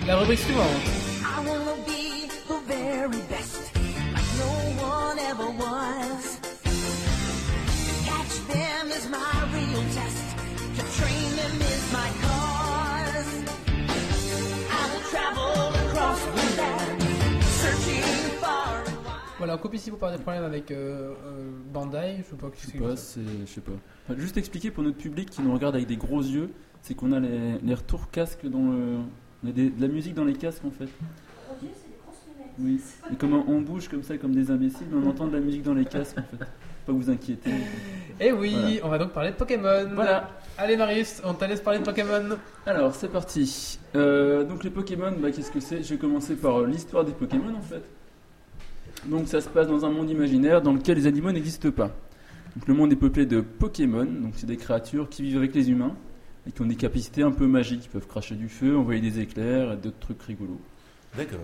[SPEAKER 1] La rubrique suivante
[SPEAKER 5] I wanna be the very best, like no one ever was. To catch them is my real test, to train them is my cause. I will travel across the land, searching far and wide.
[SPEAKER 1] Voilà, on coupe ici pour parler des problèmes avec euh, euh, Bandai, je sais pas
[SPEAKER 3] Je
[SPEAKER 1] qui
[SPEAKER 3] sais
[SPEAKER 1] c'est.
[SPEAKER 3] pas, c'est. Je sais pas. Enfin, juste expliquer pour notre public qui nous regarde avec des gros yeux, c'est qu'on a les, les retours casques dans le. On a des- de la musique dans les casques en fait. Oui, et comme on- on bouge comme ça, comme des imbéciles, on entend de la musique dans les casques en fait. Pas vous inquiéter.
[SPEAKER 1] Et Eh oui,
[SPEAKER 3] Voilà.
[SPEAKER 1] on va donc parler de Pokémon
[SPEAKER 3] Voilà,
[SPEAKER 1] Allez Marius, on te laisse parler de Pokémon
[SPEAKER 3] alors c'est parti. Euh, donc les Pokémon, bah, qu'est-ce que c'est Je vais commencer par euh, l'histoire des Pokémon en fait. Donc ça se passe dans un monde imaginaire dans lequel les animaux n'existent pas. Donc le monde est peuplé de Pokémon, donc c'est des créatures qui vivent avec les humains et qui ont des capacités un peu magiques. Ils peuvent cracher du feu, envoyer des éclairs et d'autres trucs rigolos.
[SPEAKER 2] D'accord.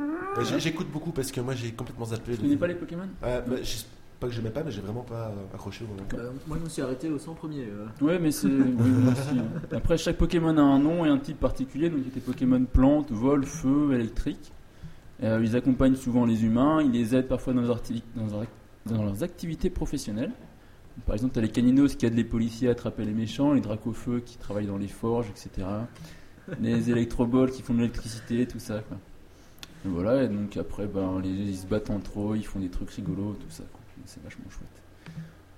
[SPEAKER 2] Euh, j'ai- J'écoute beaucoup parce que moi j'ai complètement zappé.
[SPEAKER 3] Tu connais pas les Pokémon
[SPEAKER 2] Ah, bah, je- pas que j'aimais pas, mais j'ai vraiment pas euh, accroché au moment.
[SPEAKER 4] Euh, moi, je me suis arrêté au 100 premier. euh.
[SPEAKER 3] Ouais, mais c'est. oui, moi aussi, hein. Après, chaque Pokémon a un nom et un type particulier. Donc, il y a des Pokémon plantes, vol, feu, électrique. Euh, ils accompagnent souvent les humains. Ils les aident parfois dans leurs, activi- dans leurs ac- dans leurs activités professionnelles. Donc, par exemple, tu as les Caninos qui aident les policiers à attraper les méchants, les Dracofeu qui travaillent dans les forges, etc. Les Electrobols qui font de l'électricité, tout ça. quoi. Et voilà, et donc après, ben, les- ils se battent entre eux, ils font des trucs rigolos, tout ça. quoi. C'est vachement chouette.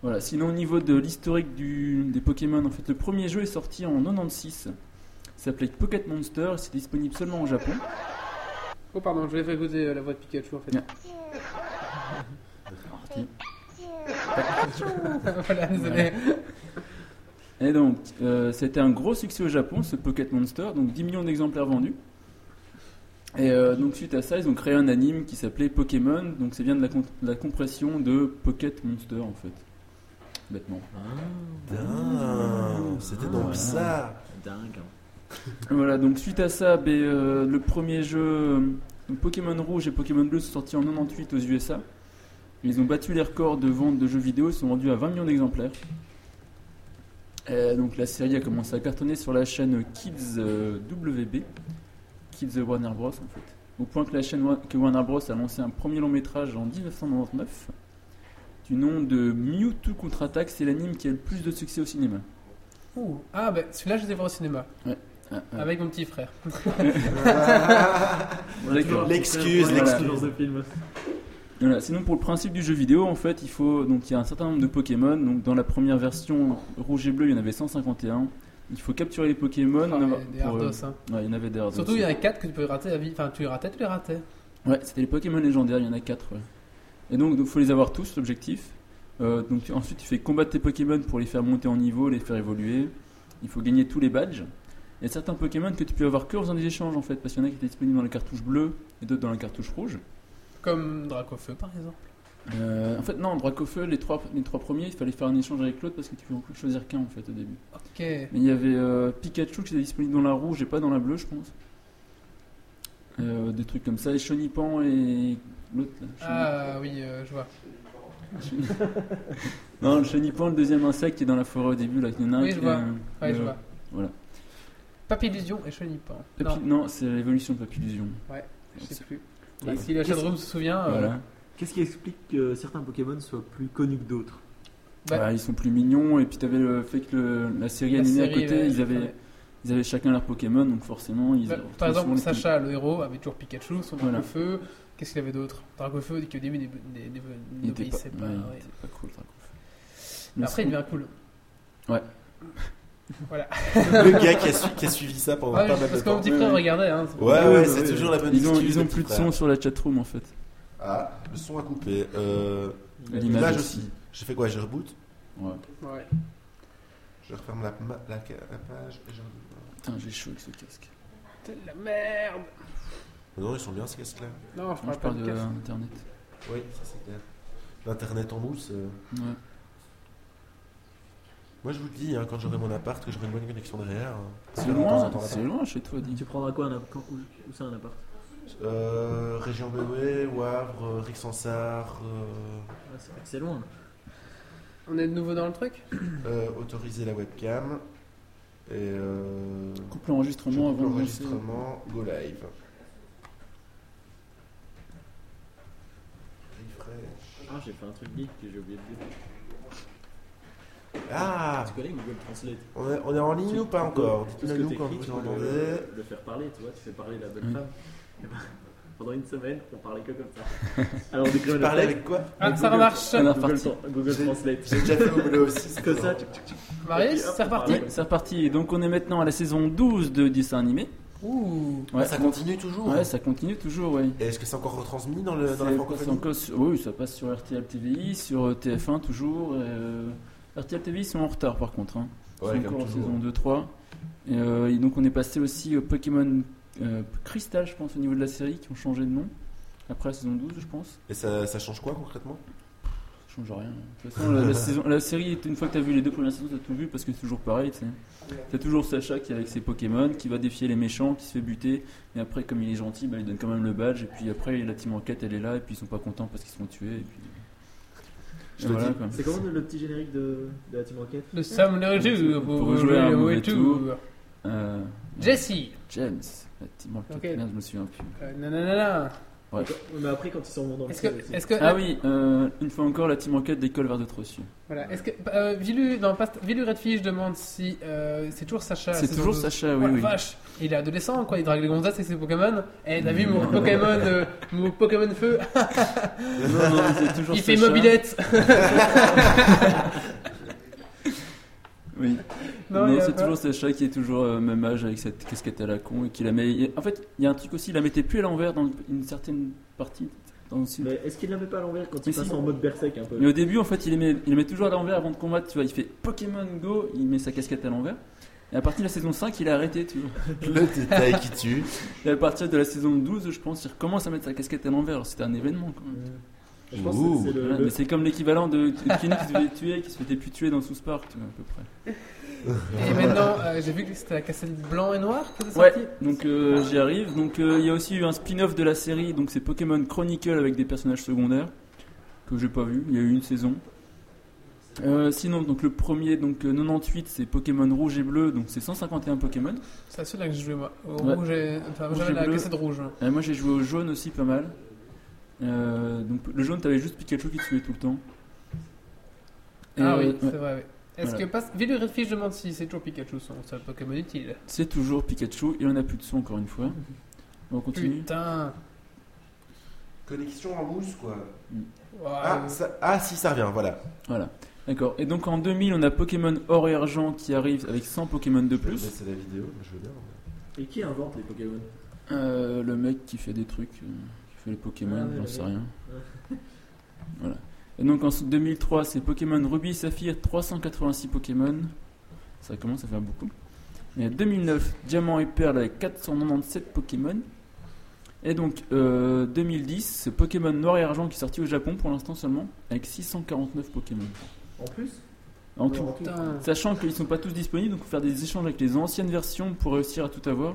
[SPEAKER 3] Voilà, sinon au niveau de l'historique du- des Pokémon, en fait, le premier jeu est sorti en 96. Il s'appelait Pocket Monster, et c'est disponible seulement au Japon.
[SPEAKER 1] Oh pardon, je voulais faire écouter euh, la voix de Pikachu en fait.
[SPEAKER 3] Bien.
[SPEAKER 1] voilà, désolé.
[SPEAKER 3] Et donc, euh, c'était un gros succès au Japon, ce Pocket Monster, donc 10 millions d'exemplaires vendus. Et euh, donc, suite à ça, ils ont créé un anime qui s'appelait Pokémon, donc ça vient de la, con- de la compression de Pocket Monster en fait. Bêtement.
[SPEAKER 2] Putain, C'était donc
[SPEAKER 4] Ah.
[SPEAKER 2] ça.
[SPEAKER 4] Dingue. hein.
[SPEAKER 3] Voilà, donc suite à ça, ben, euh, le premier jeu euh, donc Pokémon Rouge et Pokémon Bleu sont sortis en 98 aux USA. Ils ont battu les records de vente de jeux vidéo, ils sont vendus à 20 millions d'exemplaires. Euh, donc la série a commencé à cartonner sur la chaîne Kids euh, WB, Kids Warner Bros en fait. Au point que la chaîne Wa- que Warner Bros a lancé un premier long métrage en 1999 du nom de Mewtwo contre-attaque, c'est l'anime qui a le plus de succès au cinéma.
[SPEAKER 1] Ouh. Ah, bah celui-là, je l'ai vu au cinéma
[SPEAKER 3] Ah, ah,
[SPEAKER 1] avec mon petit frère.
[SPEAKER 4] On a toujours-
[SPEAKER 2] L'excuse,
[SPEAKER 4] on a
[SPEAKER 3] l'excuse.
[SPEAKER 4] toujours ce film.
[SPEAKER 3] Voilà, sinon pour le principe du jeu vidéo, en fait, il faut donc il y a un certain nombre de Pokémon. Donc dans la première version rouge et bleu, il y en avait 151. Il faut capturer les Pokémon.
[SPEAKER 1] Enfin,
[SPEAKER 3] en avoir-
[SPEAKER 1] des- des
[SPEAKER 3] pour, euh,
[SPEAKER 1] hardos, hein.
[SPEAKER 3] ouais, il y en avait des hardos.
[SPEAKER 1] Surtout, il y en a 4 que tu peux rater à vie. Enfin, tu les ratais, tu les ratais.
[SPEAKER 3] Ouais, c'était les Pokémon légendaires, il y en a 4. Et donc, il faut les avoir tous, l'objectif. Euh, donc, tu- ensuite, tu fais combattre tes Pokémon pour les faire monter en niveau, les faire évoluer. Il faut gagner tous les badges. Il y a certains Pokémon que tu peux avoir que en faisant des échanges, en fait, parce qu'il y en a qui étaient disponibles dans la cartouche bleue et d'autres dans la cartouche rouge.
[SPEAKER 1] Comme Dracofeu, par exemple.
[SPEAKER 3] Euh, en fait, non, droit au feu, les trois, les trois premiers, il fallait faire un échange avec l'autre parce que tu pouvais en choisir qu'un en fait au début.
[SPEAKER 1] Ok.
[SPEAKER 3] Mais il y avait euh, Pikachu qui était disponible dans la rouge et pas dans la bleue, je pense. Euh, des trucs comme ça, et Chonipan et l'autre là.
[SPEAKER 1] Ah, oui, euh, je vois.
[SPEAKER 3] Chonipan. Non, le Chonipan, le deuxième insecte qui est dans la forêt au début, là, il y en a un
[SPEAKER 1] Oui,
[SPEAKER 3] qui
[SPEAKER 1] je
[SPEAKER 3] est,
[SPEAKER 1] vois.
[SPEAKER 3] euh,
[SPEAKER 1] Ouais, je
[SPEAKER 3] euh,
[SPEAKER 1] vois.
[SPEAKER 3] voilà.
[SPEAKER 1] Papillusion et Chenipan.
[SPEAKER 3] Papi-
[SPEAKER 1] Non,
[SPEAKER 3] Non, c'est l'évolution de Papillusion.
[SPEAKER 1] je sais plus.
[SPEAKER 4] Et-
[SPEAKER 1] si la chatroom se souvient, euh,
[SPEAKER 3] Voilà.
[SPEAKER 4] Qu'est-ce qui explique que certains Pokémon soient plus connus que d'autres
[SPEAKER 1] Ouais.
[SPEAKER 3] Ouais, Bah, ils sont plus mignons, et puis t'avais le fait que le- la série
[SPEAKER 1] la
[SPEAKER 3] animée
[SPEAKER 1] série,
[SPEAKER 3] à côté,
[SPEAKER 1] ouais,
[SPEAKER 3] ils,
[SPEAKER 1] ouais.
[SPEAKER 3] avaient, ils avaient chacun leur Pokémon, donc forcément, ils.
[SPEAKER 1] Bah,
[SPEAKER 3] retrouvent
[SPEAKER 1] par exemple,
[SPEAKER 3] souvent les-
[SPEAKER 1] Sacha, le héros, avait toujours Pikachu, son
[SPEAKER 3] Voilà.
[SPEAKER 1] Dracofeu. Qu'est-ce qu'il avait d'autre Dracofeu, qui au début n'éb- n'é- n'éb-
[SPEAKER 3] Il était pas,
[SPEAKER 1] n'obéissait pas.
[SPEAKER 3] ouais, il
[SPEAKER 1] ouais.
[SPEAKER 3] était pas cool, Dracouf.
[SPEAKER 1] Mais Après, il devient cool.
[SPEAKER 2] Le gars qui a, su- qui a suivi ça pendant
[SPEAKER 1] Ouais,
[SPEAKER 2] pas mal de
[SPEAKER 1] parce que mon
[SPEAKER 2] temps.
[SPEAKER 1] petit
[SPEAKER 3] ouais,
[SPEAKER 1] frère
[SPEAKER 3] ouais.
[SPEAKER 1] regardait. Hein, c'est-
[SPEAKER 2] Ouais,
[SPEAKER 4] Ouais,
[SPEAKER 2] ouais,
[SPEAKER 4] ouais,
[SPEAKER 2] c'est
[SPEAKER 4] ouais.
[SPEAKER 2] toujours la bonne
[SPEAKER 3] ils ont,
[SPEAKER 2] excuse,
[SPEAKER 3] ils ont
[SPEAKER 2] le
[SPEAKER 3] plus de
[SPEAKER 2] petit
[SPEAKER 3] son
[SPEAKER 2] frère.
[SPEAKER 3] sur la chatroom en fait.
[SPEAKER 2] Ah, le son a coupé. Euh,
[SPEAKER 3] L'image
[SPEAKER 2] L'image
[SPEAKER 3] aussi.
[SPEAKER 2] aussi. J'ai fait quoi Je reboot
[SPEAKER 3] Ouais.
[SPEAKER 1] Ouais.
[SPEAKER 2] Je referme la, ma- la ca- la page. et je reboot.
[SPEAKER 3] Putain, j'ai chaud avec ce casque.
[SPEAKER 1] C'est de la merde
[SPEAKER 2] Non, ils sont bien ces casques-là.
[SPEAKER 1] Non, je parle
[SPEAKER 3] Non,
[SPEAKER 1] pas
[SPEAKER 3] je parle
[SPEAKER 1] de
[SPEAKER 3] de
[SPEAKER 1] casse.
[SPEAKER 3] euh, internet.
[SPEAKER 2] Oui, ça c'est clair. L'internet en mousse. euh,
[SPEAKER 3] Ouais.
[SPEAKER 2] Moi je vous le dis, hein, quand j'aurai mon appart, que j'aurai une bonne connexion derrière. hein.
[SPEAKER 3] C'est
[SPEAKER 2] De temps en
[SPEAKER 3] loin,
[SPEAKER 2] temps,
[SPEAKER 3] c'est loin chez toi, dis.
[SPEAKER 4] Tu prendras quoi un app- quand- où, où c'est un appart
[SPEAKER 2] Euh, Région Béoué, Wavre, euh, Rixensart, euh,
[SPEAKER 4] Ah, C'est c'est loin.
[SPEAKER 1] On est de nouveau dans le truc
[SPEAKER 2] euh, autoriser la webcam. Et euh,
[SPEAKER 3] Coupe
[SPEAKER 2] je
[SPEAKER 3] l'enregistrement
[SPEAKER 2] coupe
[SPEAKER 3] avant de lancer.
[SPEAKER 2] l'enregistrement, go live. Refresh.
[SPEAKER 4] Ah, j'ai fait un truc geek que j'ai oublié de dire.
[SPEAKER 2] Ah
[SPEAKER 4] Tu connais Google Translate
[SPEAKER 2] On est, on est en ligne ou pas encore
[SPEAKER 4] Tout ce
[SPEAKER 2] Dites-le
[SPEAKER 4] que
[SPEAKER 2] nous quand
[SPEAKER 4] t'écris,
[SPEAKER 2] vous
[SPEAKER 4] tu
[SPEAKER 2] nous
[SPEAKER 4] peux
[SPEAKER 2] entendez.
[SPEAKER 4] le, le faire parler, tu vois, tu fais parler la belle
[SPEAKER 3] Mm.
[SPEAKER 4] femme. Et ben, pendant une semaine, on parlait que comme ça. Alors on décrivait
[SPEAKER 2] Tu
[SPEAKER 4] le
[SPEAKER 2] parlais
[SPEAKER 4] texte,
[SPEAKER 2] avec quoi
[SPEAKER 1] Ah, ça
[SPEAKER 4] Google-
[SPEAKER 1] remarche
[SPEAKER 3] Ah, non.
[SPEAKER 4] Google,
[SPEAKER 3] parti.
[SPEAKER 4] Tran- Google Translate.
[SPEAKER 2] J'ai déjà fait au boulot aussi, c'est
[SPEAKER 4] Comme ça,
[SPEAKER 2] drôle.
[SPEAKER 4] tu- tu- tu-
[SPEAKER 1] Marius,
[SPEAKER 4] Hop,
[SPEAKER 1] c'est
[SPEAKER 4] on
[SPEAKER 1] reparti
[SPEAKER 3] Ouais, c'est reparti. Donc on est maintenant à la saison 12 de dessin animé.
[SPEAKER 1] Ouh
[SPEAKER 2] Ah, ça continue toujours
[SPEAKER 3] Ouais, ça continue toujours, ouais.
[SPEAKER 2] Et Est-ce que c'est encore retransmis dans, le, Euh, dans la
[SPEAKER 3] C'est- c'est
[SPEAKER 2] francophonie
[SPEAKER 3] encore sur- Oui, ça passe sur RTL TVI, sur euh, TF1 toujours. et, euh, RTL TVI sont en retard par contre. hein.
[SPEAKER 2] Ouais,
[SPEAKER 3] Ils sont
[SPEAKER 2] comme
[SPEAKER 3] encore en
[SPEAKER 2] toujours.
[SPEAKER 3] saison 2-3. Et, euh, et donc on est passé aussi au Pokémon euh, Crystal, je pense, au niveau de la série, qui ont changé de nom. Après la saison 12, je pense.
[SPEAKER 2] Et ça, ça change quoi concrètement
[SPEAKER 3] Ça change rien. De toute façon, la, la saison- la série, une fois que t'as vu les deux premières saisons, t'as tout vu parce que c'est toujours pareil. tu sais. T'as toujours Sacha qui est avec ses Pokémon, qui va défier les méchants, qui se fait buter. Et après, comme il est gentil, bah, il donne quand même le badge. Et puis après, la team enquête, elle est là. Et puis ils sont pas contents parce qu'ils sont tués. Et puis...
[SPEAKER 2] Je
[SPEAKER 3] Et
[SPEAKER 2] te
[SPEAKER 3] voilà,
[SPEAKER 2] dis,
[SPEAKER 3] quoi.
[SPEAKER 4] C'est comment le petit générique de, de la team enquête
[SPEAKER 1] Nous sommes le jour
[SPEAKER 3] Pour
[SPEAKER 1] pour
[SPEAKER 3] jouer
[SPEAKER 1] jouer
[SPEAKER 3] à un
[SPEAKER 1] au
[SPEAKER 3] mauvais
[SPEAKER 1] tour.
[SPEAKER 3] Euh,
[SPEAKER 1] Jesse
[SPEAKER 3] James, la team enquête.
[SPEAKER 1] Ok.
[SPEAKER 3] Merde, je me souviens plus.
[SPEAKER 1] Euh, Nanana
[SPEAKER 3] Ouais.
[SPEAKER 4] Ouais, Mais après, quand ils sont dans le
[SPEAKER 1] Est-ce que,
[SPEAKER 4] ciel, c'est-
[SPEAKER 1] est-ce que,
[SPEAKER 3] Ah oui, euh, une fois encore, la team enquête décolle vers d'autres cieux.
[SPEAKER 1] voilà, est-ce que, euh, Vilu, dans Past- Vilu Redfish demande si euh, c'est toujours Sacha. la
[SPEAKER 3] C'est
[SPEAKER 1] saison
[SPEAKER 3] toujours
[SPEAKER 1] 12.
[SPEAKER 3] Sacha,
[SPEAKER 1] Oh
[SPEAKER 3] oui,
[SPEAKER 1] la
[SPEAKER 3] oui.
[SPEAKER 1] vache, il est adolescent quoi, il drague les gonzesses avec ses Pokémon. Eh, t'as vu mon
[SPEAKER 3] Mm.
[SPEAKER 1] Pokémon, euh, mon Pokémon feu,
[SPEAKER 3] Non, non, c'est toujours
[SPEAKER 1] il fait
[SPEAKER 3] Sacha.
[SPEAKER 1] mobilette.
[SPEAKER 3] Oui.
[SPEAKER 1] Non,
[SPEAKER 3] Non,
[SPEAKER 1] il y a
[SPEAKER 3] c'est
[SPEAKER 1] pas.
[SPEAKER 3] toujours Sacha qui est toujours euh, même âge avec cette casquette à la con et qui la met. En fait, il y a un truc aussi, il la mettait plus à l'envers dans une certaine partie. dans le film.
[SPEAKER 4] Mais est-ce qu'il l'avait pas à l'envers quand
[SPEAKER 3] Mais
[SPEAKER 4] il
[SPEAKER 3] si.
[SPEAKER 4] passe en mode berserk un peu
[SPEAKER 3] Mais au début, en fait, il aimait, il aimait toujours à l'envers avant de combattre. Tu vois, il fait Pokémon Go, il met sa casquette à l'envers. Et à partir de la saison 5, il a arrêté, tu vois.
[SPEAKER 2] Le détail qui tue.
[SPEAKER 3] Et à partir de la saison 12, je pense, il recommence à mettre sa casquette à l'envers. Alors, C'était un événement, quand même.
[SPEAKER 4] Je pense que c'est- c'est le-
[SPEAKER 3] Voilà,
[SPEAKER 4] le-
[SPEAKER 3] mais c'est comme l'équivalent de Kenny qui se faisait tuer, qui se faisait plus tuer dans South Park, tu vois, à peu près.
[SPEAKER 1] Et maintenant, euh, j'ai vu que c'était la cassette blanc et noir qui était
[SPEAKER 3] Ouais,
[SPEAKER 1] sortie.
[SPEAKER 3] donc euh, j'y arrive. Donc euh, il y a aussi eu un spin-off de la série, donc c'est Pokémon Chronicle avec des personnages secondaires que j'ai pas vu. Il y a eu une saison. Euh, sinon, donc le premier, donc euh, 98, c'est Pokémon Rouge et Bleu, donc c'est 151 Pokémon.
[SPEAKER 1] C'est la seule que je jouais moi. Au
[SPEAKER 3] Ouais.
[SPEAKER 1] rouge et- enfin,
[SPEAKER 3] Rouge
[SPEAKER 1] j'avais
[SPEAKER 3] et
[SPEAKER 1] la
[SPEAKER 3] bleu.
[SPEAKER 1] cassette rouge. hein.
[SPEAKER 3] Euh, moi j'ai joué au jaune aussi pas mal. Euh, donc le jaune, t'avais juste Pikachu qui te tuait tout le temps. Et,
[SPEAKER 1] Ah oui,
[SPEAKER 3] euh,
[SPEAKER 1] c'est
[SPEAKER 3] ouais,
[SPEAKER 1] vrai. oui. Est-ce
[SPEAKER 3] Voilà.
[SPEAKER 1] que passe... Villurifi, je demande si c'est toujours Pikachu son seul Pokémon utile.
[SPEAKER 3] c'est toujours Pikachu. Il y en a plus de son encore une fois. On continue.
[SPEAKER 1] Putain.
[SPEAKER 2] Connexion en mousse, quoi.
[SPEAKER 1] Waouh.
[SPEAKER 2] Ah, ça- ah, si, ça revient, voilà.
[SPEAKER 3] Voilà. D'accord. Et donc en 2000, on a Pokémon Or et Argent qui arrive avec 100 Pokémon de plus.
[SPEAKER 2] C'est la vidéo, je veux bien.
[SPEAKER 4] Et qui invente les Pokémon
[SPEAKER 3] Euh, le mec qui fait des trucs, euh, qui fait les Pokémon,
[SPEAKER 4] Ah ouais,
[SPEAKER 3] j'en
[SPEAKER 4] le
[SPEAKER 3] sais
[SPEAKER 4] mec.
[SPEAKER 3] rien. voilà. Et donc en 2003, c'est Pokémon Ruby, Saphir, 386 Pokémon. Ça commence à faire beaucoup. Et 2009, Diamant et Perle avec 497 Pokémon. Et donc euh, 2010, c'est Pokémon Noir et Argent qui est sorti au Japon pour l'instant seulement, avec 649 Pokémon.
[SPEAKER 4] En plus
[SPEAKER 3] En
[SPEAKER 4] Ouais,
[SPEAKER 3] tout.
[SPEAKER 4] en tout.
[SPEAKER 1] Putain.
[SPEAKER 3] Sachant qu'ils sont pas tous disponibles, donc faut faire des échanges avec les anciennes versions pour réussir à tout avoir.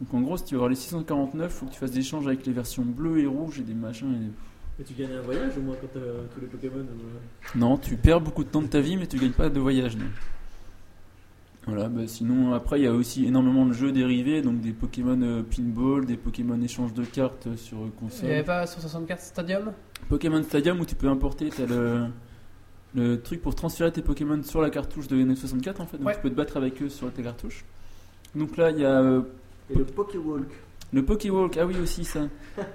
[SPEAKER 3] Donc en gros, si tu veux avoir les 649, faut que tu fasses des échanges avec les versions bleues et rouges et des machins. et-
[SPEAKER 4] Mais tu gagnes un voyage au moins quand t'as tous les Pokémon euh,
[SPEAKER 3] Non, tu perds beaucoup de temps de ta vie, mais tu gagnes pas de voyage. non. Voilà, bah sinon après il y a aussi énormément de jeux dérivés, donc des Pokémon euh, pinball, des Pokémon échange de cartes euh, sur euh,
[SPEAKER 1] Il n'y avait
[SPEAKER 3] console.
[SPEAKER 1] pas sur 64 Stadium
[SPEAKER 3] Pokémon Stadium où tu peux importer, t'as le, le truc pour transférer tes Pokémon sur la cartouche de N64 en fait, donc
[SPEAKER 1] Ouais.
[SPEAKER 3] tu peux te battre avec eux sur tes cartouches. Donc là il y a euh,
[SPEAKER 4] Et le Pokéwalk.
[SPEAKER 3] Le Pokéwalk, ah oui aussi ça.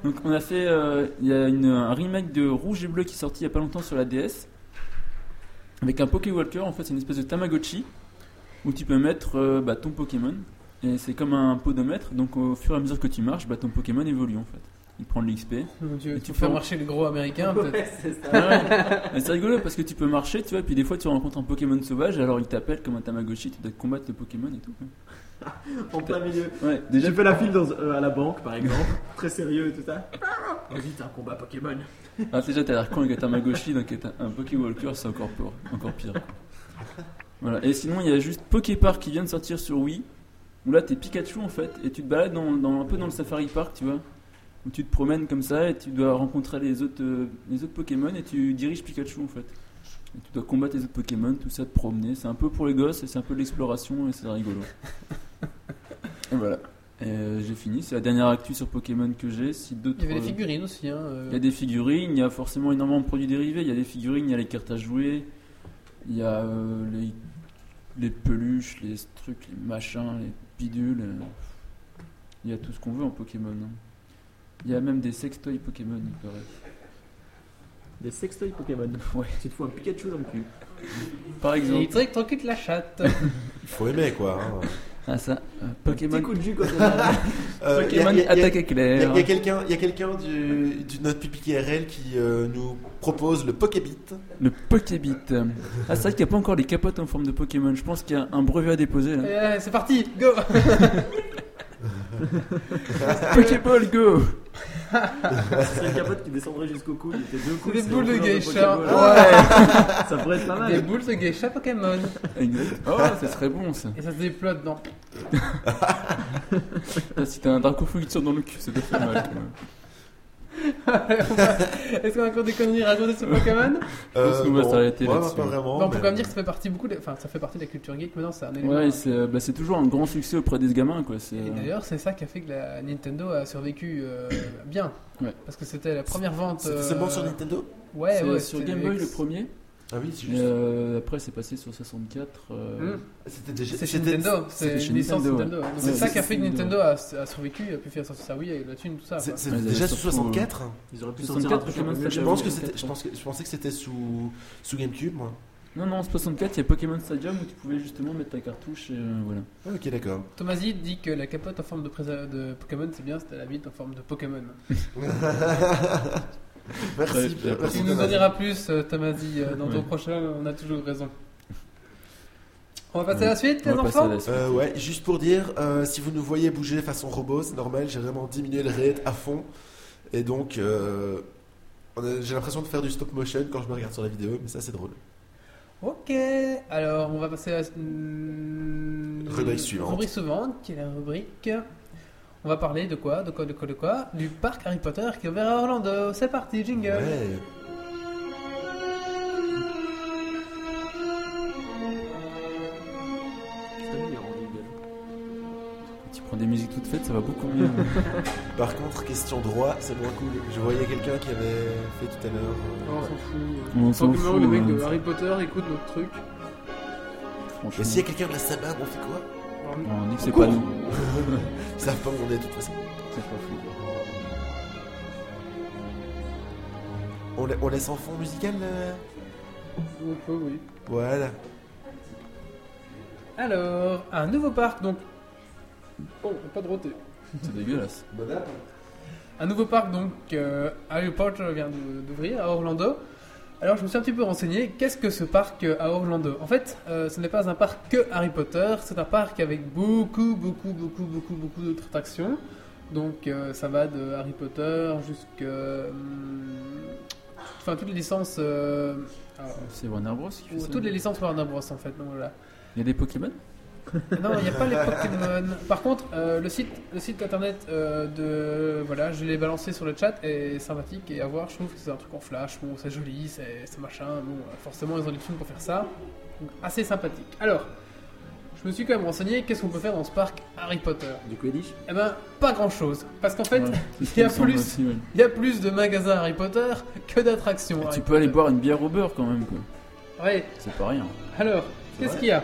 [SPEAKER 3] Donc on a fait, euh, il y a une- un remake de Rouge et Bleu qui est sorti il y a pas longtemps sur la DS. Avec un Pokéwalker, en fait c'est une espèce de Tamagotchi où tu peux mettre euh, bah, ton Pokémon. Et c'est comme un podomètre, donc au fur et à mesure que tu marches, bah, ton Pokémon évolue en fait. Il prend de l'XP.
[SPEAKER 1] Mon Dieu,
[SPEAKER 3] Et
[SPEAKER 1] tu
[SPEAKER 3] tu
[SPEAKER 1] fais
[SPEAKER 3] peux-
[SPEAKER 1] marcher les gros américains peut-être.
[SPEAKER 4] Ouais, c'est ça.
[SPEAKER 3] Ah ouais. Mais c'est rigolo parce que tu peux marcher, tu vois, et puis des fois tu rencontres un Pokémon sauvage, alors il t'appelle comme un Tamagotchi, tu dois combattre le Pokémon et tout.
[SPEAKER 4] En plein milieu.
[SPEAKER 3] Ouais, déjà
[SPEAKER 4] J'ai fait la file dans- euh, à la banque par exemple, très sérieux et tout ça. Ah, Vas-y, t'as un combat Pokémon.
[SPEAKER 3] Ah, déjà, t'as l'air con avec un Tamagotchi, donc être un, un Pokéwalker, c'est encore, pire- encore pire. quoi. Voilà. Et sinon, il y a juste Poképark qui vient de sortir sur Wii, où là, t'es Pikachu en fait, et tu te balades dans, dans- un peu dans le Safari Park, tu vois, où tu te promènes comme ça, et tu dois rencontrer les autres, euh, les autres Pokémon, et tu diriges Pikachu en fait. Et tu dois combattre les autres Pokémon, tout ça, te promener. C'est un peu pour les gosses, et c'est un peu de l'exploration, et c'est rigolo. et voilà. Euh, j'ai fini, c'est la dernière actu sur Pokémon que j'ai. Si deux,
[SPEAKER 1] Il y avait
[SPEAKER 3] trois-
[SPEAKER 1] des figurines aussi. Hein. euh.
[SPEAKER 3] il y a des figurines, il y a forcément énormément de produits dérivés. Il y a des figurines, il y a les cartes à jouer, il y a euh, les, les peluches, les trucs, les machins, les bidules. euh, Il y a tout ce qu'on veut en Pokémon. hein. Il y a même des sextoys Pokémon, il paraît.
[SPEAKER 4] Des sextoys Pokémon.
[SPEAKER 3] Ouais.
[SPEAKER 4] Tu te fous un Pikachu dans le cul.
[SPEAKER 3] Par
[SPEAKER 1] Et il
[SPEAKER 3] exemple,
[SPEAKER 1] trick tranquille la chatte.
[SPEAKER 2] Il faut aimer, quoi. hein.
[SPEAKER 3] ah ça, euh,
[SPEAKER 4] Petit
[SPEAKER 3] Pokémon,
[SPEAKER 4] coup de jus quand t'es là.
[SPEAKER 2] Euh, y a-
[SPEAKER 3] Pokémon
[SPEAKER 2] y a- y a-
[SPEAKER 3] attaque
[SPEAKER 2] Il y a,
[SPEAKER 3] éclair.
[SPEAKER 2] il y a quelqu'un, il y a quelqu'un du, du notre public IRL qui euh, nous propose le Pokébit.
[SPEAKER 3] Le Pokébit. Ah, c'est vrai qu'il n'y a pas encore les capotes en forme de Pokémon. Je pense qu'il y a un brevet à déposer là.
[SPEAKER 1] Et, euh, c'est parti, go
[SPEAKER 3] Pokéball Go
[SPEAKER 4] C'est une capote qui descendrait jusqu'au cou. Il était deux coups.
[SPEAKER 1] Des
[SPEAKER 4] c'est
[SPEAKER 1] boules
[SPEAKER 4] en
[SPEAKER 1] de
[SPEAKER 4] couleur
[SPEAKER 1] geisha.
[SPEAKER 4] Pokémon.
[SPEAKER 1] Ouais.
[SPEAKER 4] Ça pourrait être pas
[SPEAKER 1] Des
[SPEAKER 4] mal.
[SPEAKER 1] boules de geisha Pokémon.
[SPEAKER 3] Exact. Oh, ça serait bon ça.
[SPEAKER 1] Et ça se déplote dans.
[SPEAKER 3] Ah, si t'as un Darko qui tire dans le cul, ça doit faire mal. quand même.
[SPEAKER 1] Est-ce qu'on a encore des conneries racontées sur Pokémon
[SPEAKER 3] pense qu'on va
[SPEAKER 2] Euh, bon,
[SPEAKER 3] s'arrêter
[SPEAKER 2] moi,
[SPEAKER 3] là-dessus.
[SPEAKER 2] pas vraiment.
[SPEAKER 1] Bon, on peut
[SPEAKER 2] Oh, mais-
[SPEAKER 1] quand même dire que ça fait partie beaucoup. de- Enfin, ça fait partie de la culture geek maintenant, c'est un élément.
[SPEAKER 3] Ouais, c'est euh, bah, c'est toujours un grand succès auprès des gamins, quoi. C'est euh,
[SPEAKER 1] Et d'ailleurs, c'est ça qui a fait que la Nintendo a survécu euh, bien.
[SPEAKER 3] Ouais.
[SPEAKER 1] Parce que c'était la première vente.
[SPEAKER 2] C'était
[SPEAKER 1] euh,
[SPEAKER 2] seulement sur Nintendo
[SPEAKER 1] Ouais,
[SPEAKER 3] c'est
[SPEAKER 1] ouais.
[SPEAKER 3] sur
[SPEAKER 1] c'était-
[SPEAKER 3] Game Boy le premier.
[SPEAKER 2] Ah oui, c'est
[SPEAKER 3] Et,
[SPEAKER 2] juste.
[SPEAKER 3] euh, après, c'est passé sur 64. euh,
[SPEAKER 1] Hmm.
[SPEAKER 2] C'était déjà.
[SPEAKER 1] C'est chez
[SPEAKER 2] c'était-
[SPEAKER 1] Nintendo,
[SPEAKER 3] c'était
[SPEAKER 1] c'est
[SPEAKER 3] chez
[SPEAKER 1] une licence
[SPEAKER 3] Nintendo,
[SPEAKER 1] Nintendo. Donc
[SPEAKER 3] Ouais,
[SPEAKER 1] C'est ça
[SPEAKER 3] c'est
[SPEAKER 1] qui a fait que
[SPEAKER 3] Nintendo.
[SPEAKER 1] Nintendo a, a survécu, a pu faire sortir sa Wii et la thune, tout ça.
[SPEAKER 2] c'est-
[SPEAKER 1] quoi.
[SPEAKER 2] c'est
[SPEAKER 3] Ouais, ils
[SPEAKER 2] déjà
[SPEAKER 3] avaient
[SPEAKER 2] sous
[SPEAKER 3] surtout, hein.
[SPEAKER 2] 64
[SPEAKER 4] Ils auraient pu
[SPEAKER 3] 64
[SPEAKER 4] sortir un truc un peu
[SPEAKER 3] Pokémon
[SPEAKER 4] mieux.
[SPEAKER 2] Je
[SPEAKER 3] Station.
[SPEAKER 4] j'avoue.
[SPEAKER 2] pense que
[SPEAKER 3] j'avoue,
[SPEAKER 2] c'était. Je pense que je pensais que c'était sous sous GameCube, moi.
[SPEAKER 3] Non, non, en 64, il y a Pokémon Stadium où tu pouvais justement mettre ta cartouche et euh, voilà.
[SPEAKER 2] Ah, Ok, d'accord.
[SPEAKER 1] Tomasi dit que la capote en forme de, présa- de Pokémon, c'est bien, c'était la bite en forme de Pokémon.
[SPEAKER 3] Ouais,
[SPEAKER 2] merci.
[SPEAKER 3] puis après,
[SPEAKER 2] merci,
[SPEAKER 1] Tu nous en
[SPEAKER 2] Thomas.
[SPEAKER 1] diras plus, euh, Tomasi, euh, dans ton
[SPEAKER 3] Ouais.
[SPEAKER 1] prochain, on a toujours raison. On va passer à
[SPEAKER 3] Ouais.
[SPEAKER 1] la suite,
[SPEAKER 3] On
[SPEAKER 1] les
[SPEAKER 3] va passer à
[SPEAKER 1] enfants
[SPEAKER 3] la suite.
[SPEAKER 2] Euh, ouais, juste pour dire, euh, si vous nous voyez bouger façon robot, c'est normal, j'ai vraiment diminué le rate à fond. Et donc, euh, on a- j'ai l'impression de faire du stop motion quand je me regarde sur la vidéo, mais ça c'est drôle.
[SPEAKER 1] Ok, alors on va passer à la hmm,
[SPEAKER 2] Rubrique suivante.
[SPEAKER 1] rubrique suivante, qui est la rubrique. On va parler de quoi De quoi De quoi De quoi Du parc Harry Potter qui est ouvert à Orlando. C'est parti, jingle
[SPEAKER 2] Ouais.
[SPEAKER 3] Tu prends des musiques toutes faites, ça va beaucoup mieux. hein,
[SPEAKER 2] Par contre, question droit, c'est moins cool. Je voyais quelqu'un qui avait fait tout à l'heure. euh,
[SPEAKER 1] Oh.
[SPEAKER 4] on s'en fout.
[SPEAKER 3] On
[SPEAKER 4] Tant
[SPEAKER 3] s'en
[SPEAKER 4] que le
[SPEAKER 3] fout.
[SPEAKER 4] le mec
[SPEAKER 3] hein,
[SPEAKER 4] de Harry Potter écoute notre truc.
[SPEAKER 2] Mais
[SPEAKER 3] franchement.
[SPEAKER 2] s'il y a quelqu'un de la sabab, on fait quoi
[SPEAKER 3] On dit que c'est pas nous.
[SPEAKER 2] Ils savent pas où on est de toute façon.
[SPEAKER 3] C'est pas fou.
[SPEAKER 2] On, la- on laisse en fond musical euh
[SPEAKER 4] On peut, oui.
[SPEAKER 2] Voilà.
[SPEAKER 1] Alors, un nouveau parc, donc
[SPEAKER 4] Oh, pas de roté.
[SPEAKER 3] C'est dégueulasse.
[SPEAKER 1] hein. Un nouveau parc donc euh, Harry Potter vient de- d'ouvrir à Orlando. Alors je me suis un petit peu renseigné, qu'est-ce que ce parc euh, à Orlando En fait, euh, ce n'est pas un parc que Harry Potter, c'est un parc avec beaucoup, beaucoup, beaucoup, beaucoup, beaucoup d'autres attractions. Donc euh, ça va de Harry Potter jusqu'à... hum, Enfin, toutes les licences... euh, alors,
[SPEAKER 3] C'est Warner Bros. qui fait ça.
[SPEAKER 1] toutes les licences Warner Bros en fait, donc voilà.
[SPEAKER 3] Il y a des Pokémon
[SPEAKER 1] Non, il n'y a pas les Pokémon. Par contre, euh, le, site, le site internet euh, de. Voilà, je l'ai balancé sur le chat et sympathique. Et à voir, je trouve que c'est un truc en flash. Bon, c'est joli, c'est c'est machin. Bon, euh, forcément, ils ont des films pour faire ça. Donc, assez sympathique. Alors, je me suis quand même renseigné qu'est-ce qu'on peut faire dans ce parc Harry Potter
[SPEAKER 4] Du Quidditch
[SPEAKER 1] Eh ben, pas grand chose. Parce qu'en fait,
[SPEAKER 3] Ouais, c'est ce
[SPEAKER 1] il y a
[SPEAKER 3] qui me semble
[SPEAKER 1] plus.
[SPEAKER 3] aussi, ouais.
[SPEAKER 1] il y a plus de magasins Harry Potter que d'attractions.
[SPEAKER 3] Et
[SPEAKER 1] Harry
[SPEAKER 3] tu peux aller
[SPEAKER 1] Potter.
[SPEAKER 3] boire une bière au beurre quand même, quoi.
[SPEAKER 1] Ouais,
[SPEAKER 3] C'est pas rien.
[SPEAKER 1] alors,
[SPEAKER 2] C'est
[SPEAKER 1] qu'est-ce
[SPEAKER 2] vrai
[SPEAKER 1] qu'il y a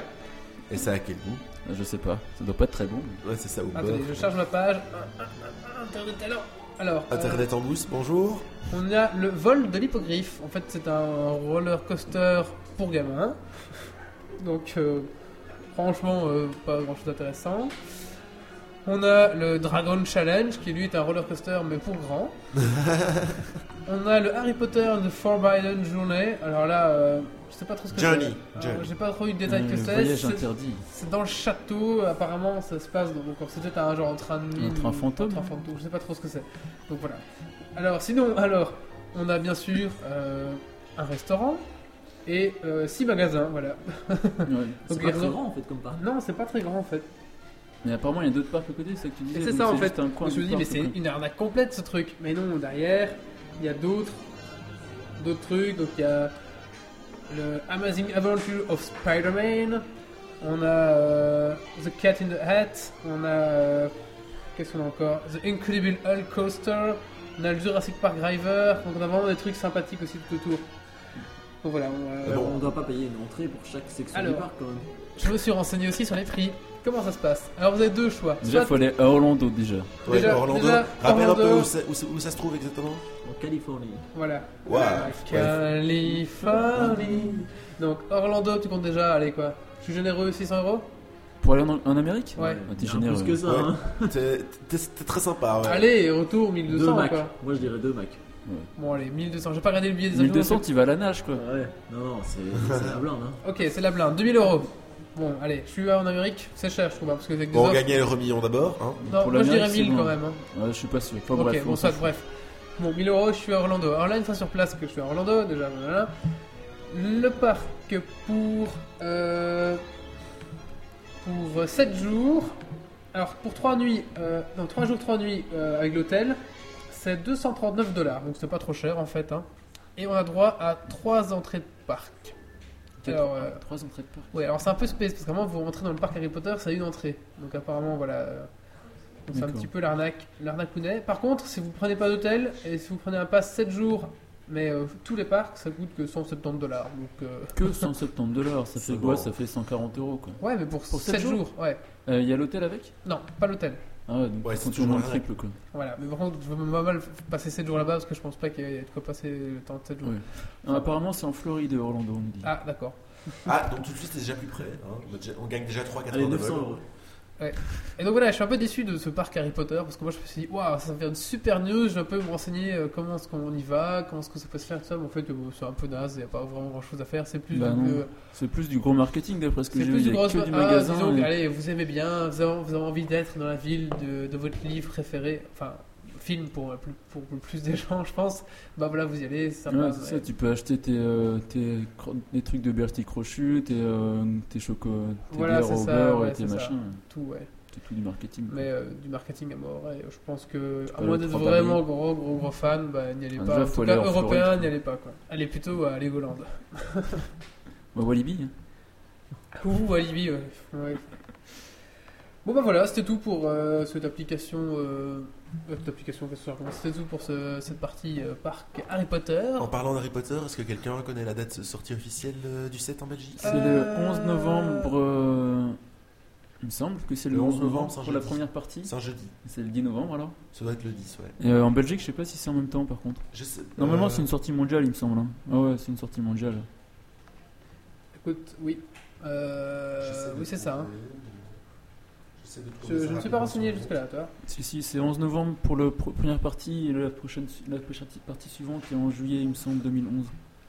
[SPEAKER 2] Et ça a quel goût
[SPEAKER 3] Je sais pas, ça doit pas être très bon.
[SPEAKER 2] Ouais, c'est ça au
[SPEAKER 1] Attendez,
[SPEAKER 2] beurre.
[SPEAKER 1] Ah, je charge ma page. Un, un, un, un, Internet talent. Alors, euh,
[SPEAKER 2] Internet en mousse, bonjour.
[SPEAKER 1] On a le vol de l'hippogriffe. En fait, c'est un roller coaster pour gamins. Donc, euh, franchement, euh, pas grand chose d'intéressant. On a le Dragon Challenge, qui lui est un roller coaster mais pour grand. on a le Harry Potter and the Forbidden Journey. Alors là, euh, je sais pas trop ce que
[SPEAKER 2] Journey,
[SPEAKER 1] c'est. Alors,
[SPEAKER 2] Journey.
[SPEAKER 1] J'ai pas trop eu de détails
[SPEAKER 3] Mmh, Le
[SPEAKER 1] que c'est.
[SPEAKER 3] voyage
[SPEAKER 1] C'est-
[SPEAKER 3] interdit.
[SPEAKER 1] C'est dans le château, apparemment ça se passe, dans- donc c'est peut-être un genre en train de mine.
[SPEAKER 3] Un train fantôme.
[SPEAKER 1] un train fantôme, je sais pas trop ce que c'est. Donc voilà. Alors sinon, alors, on a bien sûr euh, un restaurant et euh, six magasins, voilà.
[SPEAKER 3] Ouais.
[SPEAKER 1] Donc, les
[SPEAKER 4] C'est pas très
[SPEAKER 1] restaurants-
[SPEAKER 4] grand en fait comme parc.
[SPEAKER 1] Non, c'est pas très grand en fait.
[SPEAKER 3] Mais apparemment, il y a d'autres parcs à côté, c'est ça que tu disais.
[SPEAKER 1] Et c'est
[SPEAKER 3] donc
[SPEAKER 1] ça en
[SPEAKER 3] juste
[SPEAKER 1] fait.
[SPEAKER 3] un coin
[SPEAKER 1] je me
[SPEAKER 3] du
[SPEAKER 1] dis, mais
[SPEAKER 3] parc,
[SPEAKER 1] c'est
[SPEAKER 3] quoi.
[SPEAKER 1] une arnaque complète ce truc. Mais non, derrière, il y a d'autres, d'autres trucs. Donc il y a le Amazing Adventure of Spider-Man. On a euh, The Cat in the Hat. On a euh, qu'est-ce qu'on a encore The Incredible Hulk Coaster. On a le Jurassic Park Driver. Donc on a vraiment des trucs sympathiques aussi tout autour. Donc voilà. on, euh,
[SPEAKER 2] bon.
[SPEAKER 4] Alors, on doit pas payer une entrée pour chaque section
[SPEAKER 1] Alors.
[SPEAKER 4] du parc quand même.
[SPEAKER 1] Je me suis renseigné aussi sur les prix. Comment ça se passe Alors vous avez deux choix.
[SPEAKER 3] Déjà,
[SPEAKER 1] Soit-
[SPEAKER 3] faut aller à Orlando déjà.
[SPEAKER 2] Ouais,
[SPEAKER 1] Déjà-
[SPEAKER 2] Orlando.
[SPEAKER 1] déjà,
[SPEAKER 2] Rappelle un peu
[SPEAKER 1] Orlando.
[SPEAKER 2] où ça, où ça- où ça se trouve exactement
[SPEAKER 4] En Californie.
[SPEAKER 1] Voilà.
[SPEAKER 2] Wow.
[SPEAKER 1] La Californie. Donc Orlando, tu comptes déjà, allez quoi. Je suis généreux, 600 euros
[SPEAKER 3] Pour aller en, en Amérique
[SPEAKER 1] Ouais.
[SPEAKER 3] Ah, T'es
[SPEAKER 4] Un
[SPEAKER 3] généreux.
[SPEAKER 4] Plus que ça,
[SPEAKER 2] Ouais.
[SPEAKER 4] hein.
[SPEAKER 2] T'es t'es- t'es très sympa, ouais.
[SPEAKER 1] Allez, retour
[SPEAKER 4] Deux
[SPEAKER 1] 1200
[SPEAKER 4] Mac.
[SPEAKER 1] quoi.
[SPEAKER 4] Moi je dirais deux Mac.
[SPEAKER 1] Bon allez, 1200, j'ai pas regardé le billet des avions.
[SPEAKER 3] 1200, tu vas à la nage quoi.
[SPEAKER 4] Ouais. Non, non, c'est c'est la blinde. Hein.
[SPEAKER 1] Ok, c'est la blinde, 2000 euros. Bon allez, je suis en Amérique, c'est cher je trouve, hein, parce que avec des
[SPEAKER 2] Bon, on
[SPEAKER 1] offres-
[SPEAKER 2] gagnait le remillon d'abord, hein.
[SPEAKER 1] Non,
[SPEAKER 3] Pour
[SPEAKER 1] moi je dirais
[SPEAKER 3] l'Amérique, c'est
[SPEAKER 1] 1000 quand
[SPEAKER 3] loin.
[SPEAKER 1] même. hein.
[SPEAKER 3] Ouais, je suis pas sûr. Enfin,
[SPEAKER 1] ok,
[SPEAKER 3] bref,
[SPEAKER 1] bon,
[SPEAKER 3] on
[SPEAKER 1] soit,
[SPEAKER 3] s'en fout.
[SPEAKER 1] bref. Bon, 1000 euros, je suis à Orlando. Alors là, une fois sur place que je suis à Orlando, déjà, voilà. Le parc pour. euh, pour 7 jours. Alors, pour 3 nuits, euh, non, 3 jours, 3 nuits euh, avec l'hôtel, c'est 239 dollars. Donc, c'est pas trop cher en fait. hein. Et on a droit à 3 entrées de parc.
[SPEAKER 3] Quatre-
[SPEAKER 1] Alors, euh,
[SPEAKER 3] Trois entrées de parc.
[SPEAKER 1] Ouais, alors c'est un peu space parce que vraiment vous rentrez dans le parc Harry Potter, c'est une entrée. Donc apparemment voilà, euh, donc c'est un
[SPEAKER 3] D'accord.
[SPEAKER 1] petit peu l'arnaque, l'arnaque Hounet. Par contre, si vous prenez pas d'hôtel et si vous prenez un pass 7 jours, mais euh, tous les parcs, ça coûte que 170 dollars. Donc euh,
[SPEAKER 3] Que 170 dollars, ça
[SPEAKER 2] C'est
[SPEAKER 3] fait quoi
[SPEAKER 2] bon.
[SPEAKER 3] Ça fait 140 euros quoi.
[SPEAKER 1] ouais, mais pour,
[SPEAKER 3] Pour
[SPEAKER 1] 7,
[SPEAKER 3] sept
[SPEAKER 1] jours, ouais.
[SPEAKER 3] Il y a l'hôtel avec
[SPEAKER 1] Non, pas l'hôtel.
[SPEAKER 3] Ah ouais, donc
[SPEAKER 2] Ouais,
[SPEAKER 3] ouais,
[SPEAKER 2] c'est
[SPEAKER 3] c'est
[SPEAKER 2] toujours
[SPEAKER 3] moins le
[SPEAKER 2] un
[SPEAKER 3] triple quoi.
[SPEAKER 1] Voilà, mais par contre, je veux pas mal passer 7 jours là-bas parce que je pense pas qu'il y ait de quoi passer le temps de 7 jours.
[SPEAKER 3] Ouais. Ah, apparemment, c'est en Floride, Orlando, on me dit.
[SPEAKER 1] Ah, d'accord.
[SPEAKER 2] Ah, donc tout de suite, c'est déjà plus près. hein. On a déjà- On gagne déjà 3-4
[SPEAKER 4] Allez,
[SPEAKER 2] heures de
[SPEAKER 4] 900
[SPEAKER 2] vol.
[SPEAKER 4] euros.
[SPEAKER 1] Et donc voilà, je suis un peu déçu de ce parc Harry Potter parce que moi je me suis dit, waouh, ça va faire une super news, je vais un peu me renseigner euh, comment est-ce qu'on y va, comment est-ce que ça peut se faire, tout ça. Mais en fait, bon, c'est un peu naze, il n'y a pas vraiment grand chose à faire, c'est plus
[SPEAKER 3] Bah
[SPEAKER 1] du-
[SPEAKER 3] non.
[SPEAKER 1] euh,
[SPEAKER 3] C'est plus du gros marketing d'après ce que
[SPEAKER 1] C'est
[SPEAKER 3] j'ai vu.
[SPEAKER 1] plus
[SPEAKER 3] il
[SPEAKER 1] du
[SPEAKER 3] y a
[SPEAKER 1] gros
[SPEAKER 3] que du
[SPEAKER 1] ah,
[SPEAKER 3] magasin.
[SPEAKER 1] disons que,
[SPEAKER 3] et-
[SPEAKER 1] allez, vous aimez bien, vous avez, vous avez envie d'être dans la ville de, de votre livre préféré, enfin, film pour, euh, plus- pour, le plus des gens, je pense. Bah voilà, vous y allez, c'est sympa.
[SPEAKER 3] Ouais, c'est ça, tu peux acheter tes, euh, tes, cro- des trucs de Bertie Crochu, tes, euh, tes chocolats, tes
[SPEAKER 1] Voilà,
[SPEAKER 3] bières
[SPEAKER 1] c'est
[SPEAKER 3] au
[SPEAKER 1] ça,
[SPEAKER 3] beurre
[SPEAKER 1] ouais,
[SPEAKER 3] et tes
[SPEAKER 1] c'est ça.
[SPEAKER 3] machins.
[SPEAKER 1] Tout, ouais.
[SPEAKER 3] C'est tout du marketing.
[SPEAKER 1] Mais euh, du marketing à mort, et je pense que, à
[SPEAKER 3] peux
[SPEAKER 1] moins
[SPEAKER 3] le
[SPEAKER 1] d'être
[SPEAKER 3] prendre à
[SPEAKER 1] vraiment gros, gros, gros fan, bah n'y allez
[SPEAKER 3] Ah,
[SPEAKER 1] pas.
[SPEAKER 3] déjà,
[SPEAKER 1] En
[SPEAKER 3] faut
[SPEAKER 1] tout
[SPEAKER 3] aller
[SPEAKER 1] cas,
[SPEAKER 3] en
[SPEAKER 1] européen,
[SPEAKER 3] Floride.
[SPEAKER 1] n'y allez pas, quoi. Allez plutôt à Legoland.
[SPEAKER 3] Bah, Walibi. hein.
[SPEAKER 1] Ouh, Alibi, ouais. Ouais. Bon bah voilà, c'était tout pour euh, cette application. Euh, euh, cette application, qu'est-ce que je raconte C'était tout pour ce- cette partie euh, parc Harry Potter.
[SPEAKER 2] En parlant d'Harry Potter, est-ce que quelqu'un connaît la date de sortie officielle euh, du 7 en Belgique
[SPEAKER 1] Ah.
[SPEAKER 3] C'est
[SPEAKER 1] Euh,
[SPEAKER 3] le 11 novembre. euh, Il me semble que c'est le, 11 novembre
[SPEAKER 2] c'est un
[SPEAKER 3] pour la
[SPEAKER 2] jeudi.
[SPEAKER 3] première partie.
[SPEAKER 2] C'est un jeudi.
[SPEAKER 3] C'est le 10 novembre alors.
[SPEAKER 2] Ça doit être le 10, ouais.
[SPEAKER 3] Et, euh, en Belgique, je sais pas si c'est en même temps par contre.
[SPEAKER 2] Je sais-
[SPEAKER 3] Normalement,
[SPEAKER 2] euh,
[SPEAKER 3] c'est une sortie mondiale, il me semble. hein. Ah ouais, c'est une sortie mondiale.
[SPEAKER 1] Écoute, oui. Euh,
[SPEAKER 2] j'essaie de
[SPEAKER 1] oui, c'est ça. hein.
[SPEAKER 2] trouver, j'essaie de trouver
[SPEAKER 1] Je,
[SPEAKER 2] ça
[SPEAKER 1] je ne suis pas
[SPEAKER 2] rapidement
[SPEAKER 1] renseigné
[SPEAKER 2] sur le
[SPEAKER 1] jusque-là, toi.
[SPEAKER 3] Si, si, c'est 11 novembre pour la pro- première partie et la prochaine, la prochaine partie suivante qui est en juillet, il me semble, 2011.
[SPEAKER 2] net.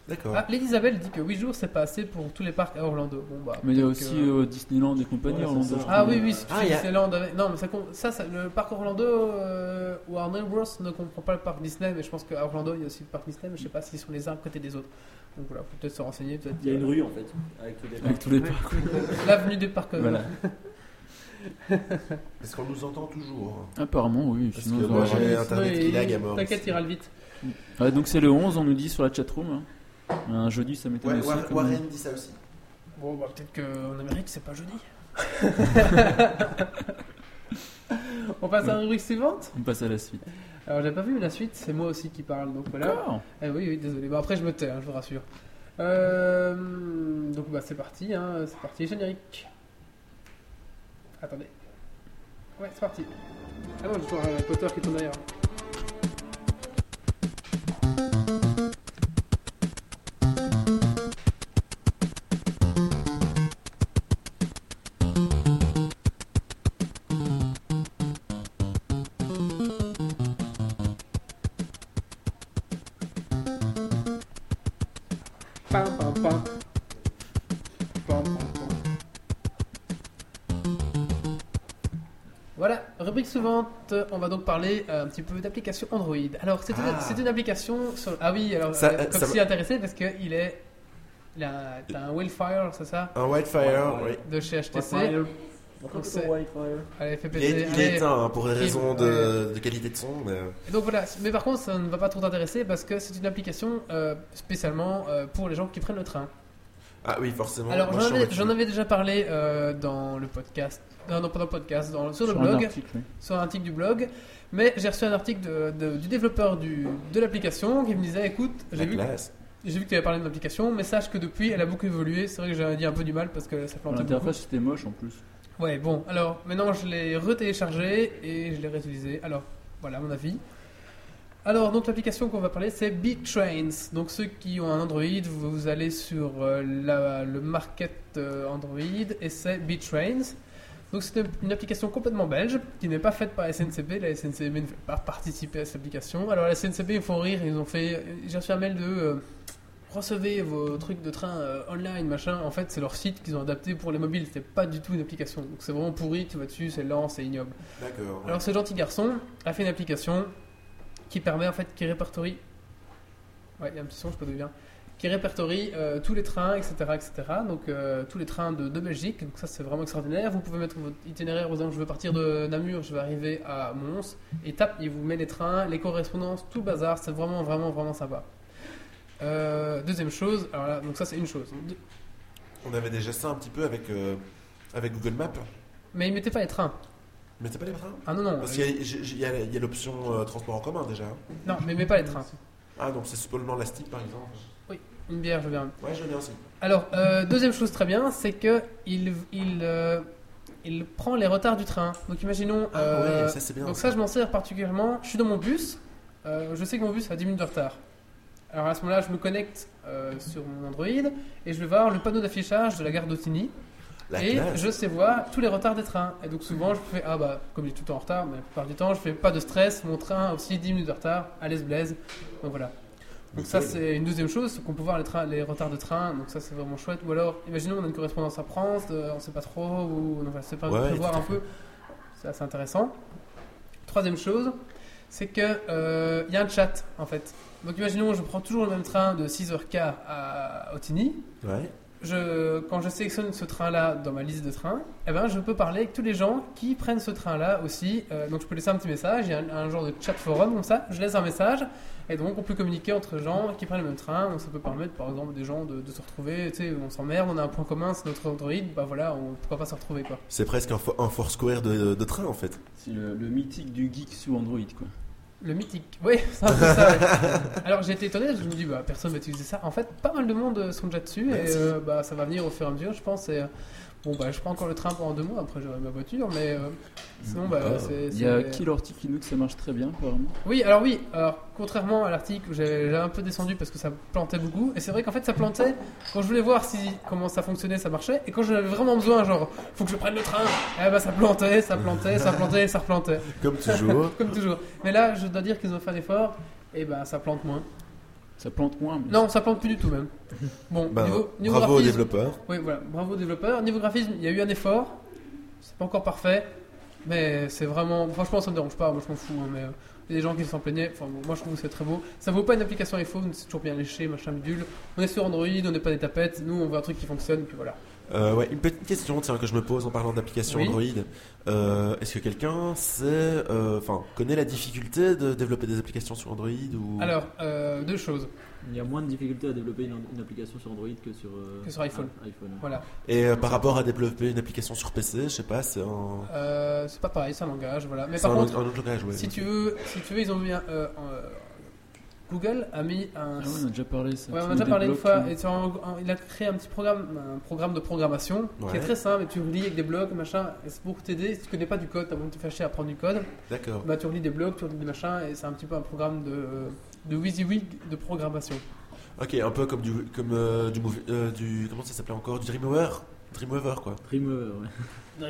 [SPEAKER 2] D'accord.
[SPEAKER 1] Ah, l'Elisabeth dit que 8 jours c'est pas assez pour tous les parcs à Orlando. Bon bah.
[SPEAKER 3] Mais il y a
[SPEAKER 1] peut-être
[SPEAKER 3] aussi
[SPEAKER 1] que-
[SPEAKER 3] euh, Disneyland et compagnie.
[SPEAKER 4] Ouais,
[SPEAKER 3] Orlando,
[SPEAKER 4] c'est ça.
[SPEAKER 3] je crois.
[SPEAKER 1] Ah oui, oui, si tu
[SPEAKER 2] Ah,
[SPEAKER 1] fais
[SPEAKER 2] il y a-
[SPEAKER 1] Disneyland avec- Non, mais ça, compte- ça, ça- le parc Orlando, euh, Warner Bros. ne comprend pas le parc Disney, mais je pense qu'à Orlando, il y a aussi le parc Disney, mais je sais pas s'ils sont les uns à côté des autres. Donc voilà, faut peut-être se renseigner. Peut-être, euh,
[SPEAKER 4] Il y a une rue en fait, avec tous les
[SPEAKER 3] Avec tous les parcs.
[SPEAKER 1] L'avenue des parcs. euh,
[SPEAKER 3] Voilà.
[SPEAKER 2] Est-ce qu'on nous entend toujours hein?
[SPEAKER 3] Apparemment, oui.
[SPEAKER 2] Parce
[SPEAKER 3] sinon,
[SPEAKER 2] que
[SPEAKER 3] ça
[SPEAKER 2] moi,
[SPEAKER 3] va.
[SPEAKER 2] j'ai-
[SPEAKER 1] sinon,
[SPEAKER 2] Internet
[SPEAKER 1] il-
[SPEAKER 2] qui lag à mort
[SPEAKER 1] T'inquiète,
[SPEAKER 2] aussi.
[SPEAKER 1] il râle vite.
[SPEAKER 3] Ouais, donc c'est le 11, on nous dit sur la chatroom. hein. Un jeudi, ça m'étonne
[SPEAKER 2] Ouais,
[SPEAKER 3] aussi.
[SPEAKER 2] War-
[SPEAKER 3] comme-
[SPEAKER 2] Warren dit ça aussi.
[SPEAKER 1] Bon, bah peut-être qu'en Amérique, c'est pas joli. On passe à la rubrique suivante.
[SPEAKER 3] On passe à la suite.
[SPEAKER 1] Alors, j'ai pas vu, mais la suite, c'est moi aussi qui parle, donc voilà.
[SPEAKER 3] D'accord.
[SPEAKER 1] Eh oui, oui, désolé. Bah, après, je me tais, hein, je vous rassure. Euh, donc, bah, c'est parti, hein, c'est parti, générique. Attendez. Ouais, c'est parti. Ah non, j'ai toujours un Potter qui tourne derrière. Pam, pam, pam. Pam, pam, pam. Voilà, rubrique suivante, on va donc parler euh, un petit peu d'application Android. Alors, c'est une,
[SPEAKER 2] Ah.
[SPEAKER 1] c'est une application sur. Ah oui, alors,
[SPEAKER 2] Ça,
[SPEAKER 1] euh,
[SPEAKER 2] euh,
[SPEAKER 1] comme
[SPEAKER 2] ça
[SPEAKER 1] s'y intéressé parce qu'il est. Il a, t'as un Wildfire, c'est ça
[SPEAKER 2] Un Wildfire,
[SPEAKER 4] Ouais,
[SPEAKER 2] oui.
[SPEAKER 4] ouais.
[SPEAKER 1] De chez HTC.
[SPEAKER 4] Wildfire.
[SPEAKER 1] On sait. Allez, fais
[SPEAKER 2] Il
[SPEAKER 1] plaisir.
[SPEAKER 2] est, il
[SPEAKER 1] allez.
[SPEAKER 2] est éteint hein, pour des
[SPEAKER 1] Ouais.
[SPEAKER 2] raisons de, de qualité de son. Mais... euh,
[SPEAKER 1] Et donc voilà, mais par contre, ça ne va pas trop t'intéresser parce que c'est une application euh, spécialement euh, pour les gens qui prennent le train.
[SPEAKER 2] Ah oui, forcément.
[SPEAKER 1] Alors
[SPEAKER 2] moi,
[SPEAKER 1] j'en
[SPEAKER 2] je suis en
[SPEAKER 1] avais,
[SPEAKER 2] voiture.
[SPEAKER 1] j'en avais déjà parlé euh, dans le podcast, non, non, pas dans le podcast, dans- sur le
[SPEAKER 3] Sur un
[SPEAKER 1] blog,
[SPEAKER 3] article, oui.
[SPEAKER 1] sur un article du blog, mais j'ai reçu un article de- de- du développeur du, de l'application qui me disait, écoute, j'ai
[SPEAKER 2] La
[SPEAKER 1] vu,
[SPEAKER 2] classe.
[SPEAKER 1] j'ai vu que tu avais parlé de l'application, mais sache que depuis, elle a beaucoup évolué, c'est vrai que j'avais dit un peu du mal parce que ça plantait beaucoup.
[SPEAKER 3] L'interface c'était moche en plus.
[SPEAKER 1] Ouais, bon, alors maintenant je l'ai retéléchargé et je l'ai réutilisé. Alors, voilà mon avis. Alors, donc l'application qu'on va parler, c'est B-Trains. Donc, ceux qui ont un Android, vous vous allez sur euh, la- le market euh, Android et c'est B-Trains. Donc, c'est une- une application complètement belge qui n'est pas faite par la SNCB. La SNCB ne fait pas participer à cette application. Alors, la SNCB, ils font rire. Ils ont fait. J'ai reçu un mail de. euh, recevez vos trucs de train euh, online, machin. En fait, c'est leur site qu'ils ont adapté pour les mobiles. C'était pas du tout une application. Donc, c'est vraiment pourri. Tu vas dessus, c'est lent, c'est ignoble.
[SPEAKER 2] D'accord. ouais.
[SPEAKER 1] Alors ce gentil garçon a fait une application qui permet en fait, qui répertorie... Ouais, il y a un petit son, je peux bien. Qui répertorie euh, tous les trains, etc. etc. Donc euh, tous les trains de, de Belgique. Donc ça c'est vraiment extraordinaire. Vous pouvez mettre votre itinéraire, par exemple je veux partir de Namur, je vais arriver à Mons. Et tape, il vous met les trains, les correspondances, tout le bazar. C'est vraiment, vraiment, vraiment sympa. Euh, deuxième chose, alors là, donc ça c'est une chose. De-
[SPEAKER 2] On avait déjà ça un petit peu avec, euh, avec Google Maps.
[SPEAKER 1] Mais il mettait pas les trains.
[SPEAKER 2] Mais t'as pas les trains
[SPEAKER 1] Ah non, non.
[SPEAKER 2] Parce
[SPEAKER 1] euh,
[SPEAKER 2] qu'il y a- j'ai- j'ai- il y a, il y a l'option euh, transport en commun déjà.
[SPEAKER 1] Non, mais il met pas les trains.
[SPEAKER 2] Ah donc c'est seulement la STIP par exemple.
[SPEAKER 1] Une bière, je viens.
[SPEAKER 2] Ouais, je l'ai aussi.
[SPEAKER 1] Alors, euh, deuxième chose très bien, c'est que il, il, euh, il prend les retards du train. Donc, imaginons.
[SPEAKER 2] Ah
[SPEAKER 1] euh,
[SPEAKER 2] ouais, ça c'est bien.
[SPEAKER 1] donc, ça, je m'en sers particulièrement. Je suis dans mon bus, euh, je sais que mon bus a 10 minutes de retard. Alors à ce moment-là, je me connecte euh, sur mon Android et je vais voir le panneau d'affichage de la gare d'Otigny.
[SPEAKER 2] La
[SPEAKER 1] et
[SPEAKER 2] classe.
[SPEAKER 1] je sais voir tous les retards des trains. Et donc souvent, je fais, ah bah, comme je suis tout le temps en retard, mais la plupart du temps, je fais pas de stress, mon train a aussi 10 minutes de retard, à l'aise blaise. Donc voilà. Donc ça, c'est une deuxième chose, c'est qu'on peut voir les, trains, les retards de train, donc ça, c'est vraiment chouette. Ou alors, imaginons, on a une correspondance à France, euh, on sait pas trop, ou on ne sait pas
[SPEAKER 2] Ouais,
[SPEAKER 1] prévoir
[SPEAKER 2] tout à
[SPEAKER 1] un peu. C'est assez intéressant. Troisième chose, c'est que euh, il y a un chat, en fait. Donc imaginons, je prends toujours le même train de 6h15 à Otigny,
[SPEAKER 2] Ouais.
[SPEAKER 1] je, quand je sélectionne ce train-là dans ma liste de trains, eh ben, je peux parler avec tous les gens qui prennent ce train-là aussi. Euh, donc je peux laisser un petit message, il y a un, un genre de chat forum comme ça, je laisse un message, et donc on peut communiquer entre gens qui prennent le même train, donc ça peut permettre par exemple des gens de, de se retrouver, tu sais, on s'emmerde, on a un point commun, c'est notre Android, bah voilà, on, pourquoi pas se retrouver quoi.
[SPEAKER 2] C'est presque un, fo- un Foursquare de, de train en fait.
[SPEAKER 3] C'est le, le mythique du geek sous Android, quoi.
[SPEAKER 1] Le mythique, oui, c'est un peu ça. ouais. Alors j'ai été étonné, je me dis, bah, personne va utiliser ça. En fait, pas mal de monde euh, sont déjà dessus, et
[SPEAKER 2] Merci.
[SPEAKER 1] euh, bah, ça va venir au fur et à mesure, je pense. Et, euh, bon, bah, je prends encore le train pendant deux mois, après j'aurai ma voiture, mais euh, sinon, bah,
[SPEAKER 2] Ah.
[SPEAKER 1] c'est.
[SPEAKER 3] Il y a
[SPEAKER 1] c'est-
[SPEAKER 3] Killer Tiki Nook, ça marche très bien, apparemment.
[SPEAKER 1] Oui, alors oui, alors contrairement à l'article où j'avais j'avais un peu descendu parce que ça plantait beaucoup, et c'est vrai qu'en fait ça plantait quand je voulais voir si comment ça fonctionnait, ça marchait, et quand j'en avais vraiment besoin, genre, faut que je prenne le train, eh bah, ça plantait, ça plantait, ça plantait, ça replantait.
[SPEAKER 2] Comme toujours.
[SPEAKER 1] Comme toujours. Mais là, je dois dire qu'ils ont fait un effort, et bah, ça plante moins.
[SPEAKER 3] Ça plante moins, mais
[SPEAKER 1] Non, ça plante plus du tout même. Bon,
[SPEAKER 2] Ben,
[SPEAKER 1] niveau, niveau
[SPEAKER 2] bravo aux
[SPEAKER 1] graphisme,
[SPEAKER 2] développeurs.
[SPEAKER 1] oui, voilà, bravo aux développeurs. Niveau graphisme, il y a eu un effort. C'est pas encore parfait, mais c'est vraiment. Franchement, ça me dérange pas. Moi, je m'en fous. hein, mais euh, il y a des gens qui s'en plaignaient. Enfin, bon, moi, je trouve que c'est très beau. Ça vaut pas une application iPhone. C'est toujours bien léché, machin bidule. On est sur Android, on n'est pas des tapettes. Nous, on veut un truc qui fonctionne. Puis voilà.
[SPEAKER 2] Euh, ouais, une petite question tiens, que je me pose en parlant d'application
[SPEAKER 1] Oui.
[SPEAKER 2] Android. Euh, Est-ce que quelqu'un sait, euh, enfin, connaît la difficulté de développer des applications sur Android ou
[SPEAKER 1] Alors, euh, deux choses.
[SPEAKER 4] Il y a moins de difficultés à développer une, une application sur Android que sur, euh,
[SPEAKER 1] Que sur iPhone.
[SPEAKER 4] ah, iPhone, ouais.
[SPEAKER 1] Voilà.
[SPEAKER 2] Et euh, par rapport à développer une application sur PC, je sais pas, c'est un,
[SPEAKER 1] Euh, c'est pas pareil, c'est un langage. Voilà. Mais
[SPEAKER 2] c'est
[SPEAKER 1] par
[SPEAKER 2] un,
[SPEAKER 1] contre,
[SPEAKER 2] un autre langage. Ouais.
[SPEAKER 1] si tu veux, si tu veux, ils ont mis un, euh, euh, Google a mis un
[SPEAKER 3] Ah ouais, on a déjà parlé ça.
[SPEAKER 1] Ouais,
[SPEAKER 3] Tu
[SPEAKER 1] on en a
[SPEAKER 3] nous
[SPEAKER 1] déjà parlé une
[SPEAKER 3] débloques,
[SPEAKER 1] fois.
[SPEAKER 3] hein.
[SPEAKER 1] Et sur un- un- il a créé un petit programme, un programme de programmation qui
[SPEAKER 2] Ouais.
[SPEAKER 1] est très simple. Et tu relis avec des blocs, machin. Et c'est pour t'aider. Si tu connais pas du code, t'as besoin de te fâcher à prendre du code.
[SPEAKER 2] D'accord.
[SPEAKER 1] Bah, tu relis des blocs, tu relis des machins. Et c'est un petit peu un programme de, de WYSIWYG de programmation.
[SPEAKER 2] Ok, un peu comme du, comme euh, du, movie- euh, du, comment ça s'appelait encore, du Dreamweaver, Dreamweaver quoi.
[SPEAKER 4] Dreamweaver, ouais.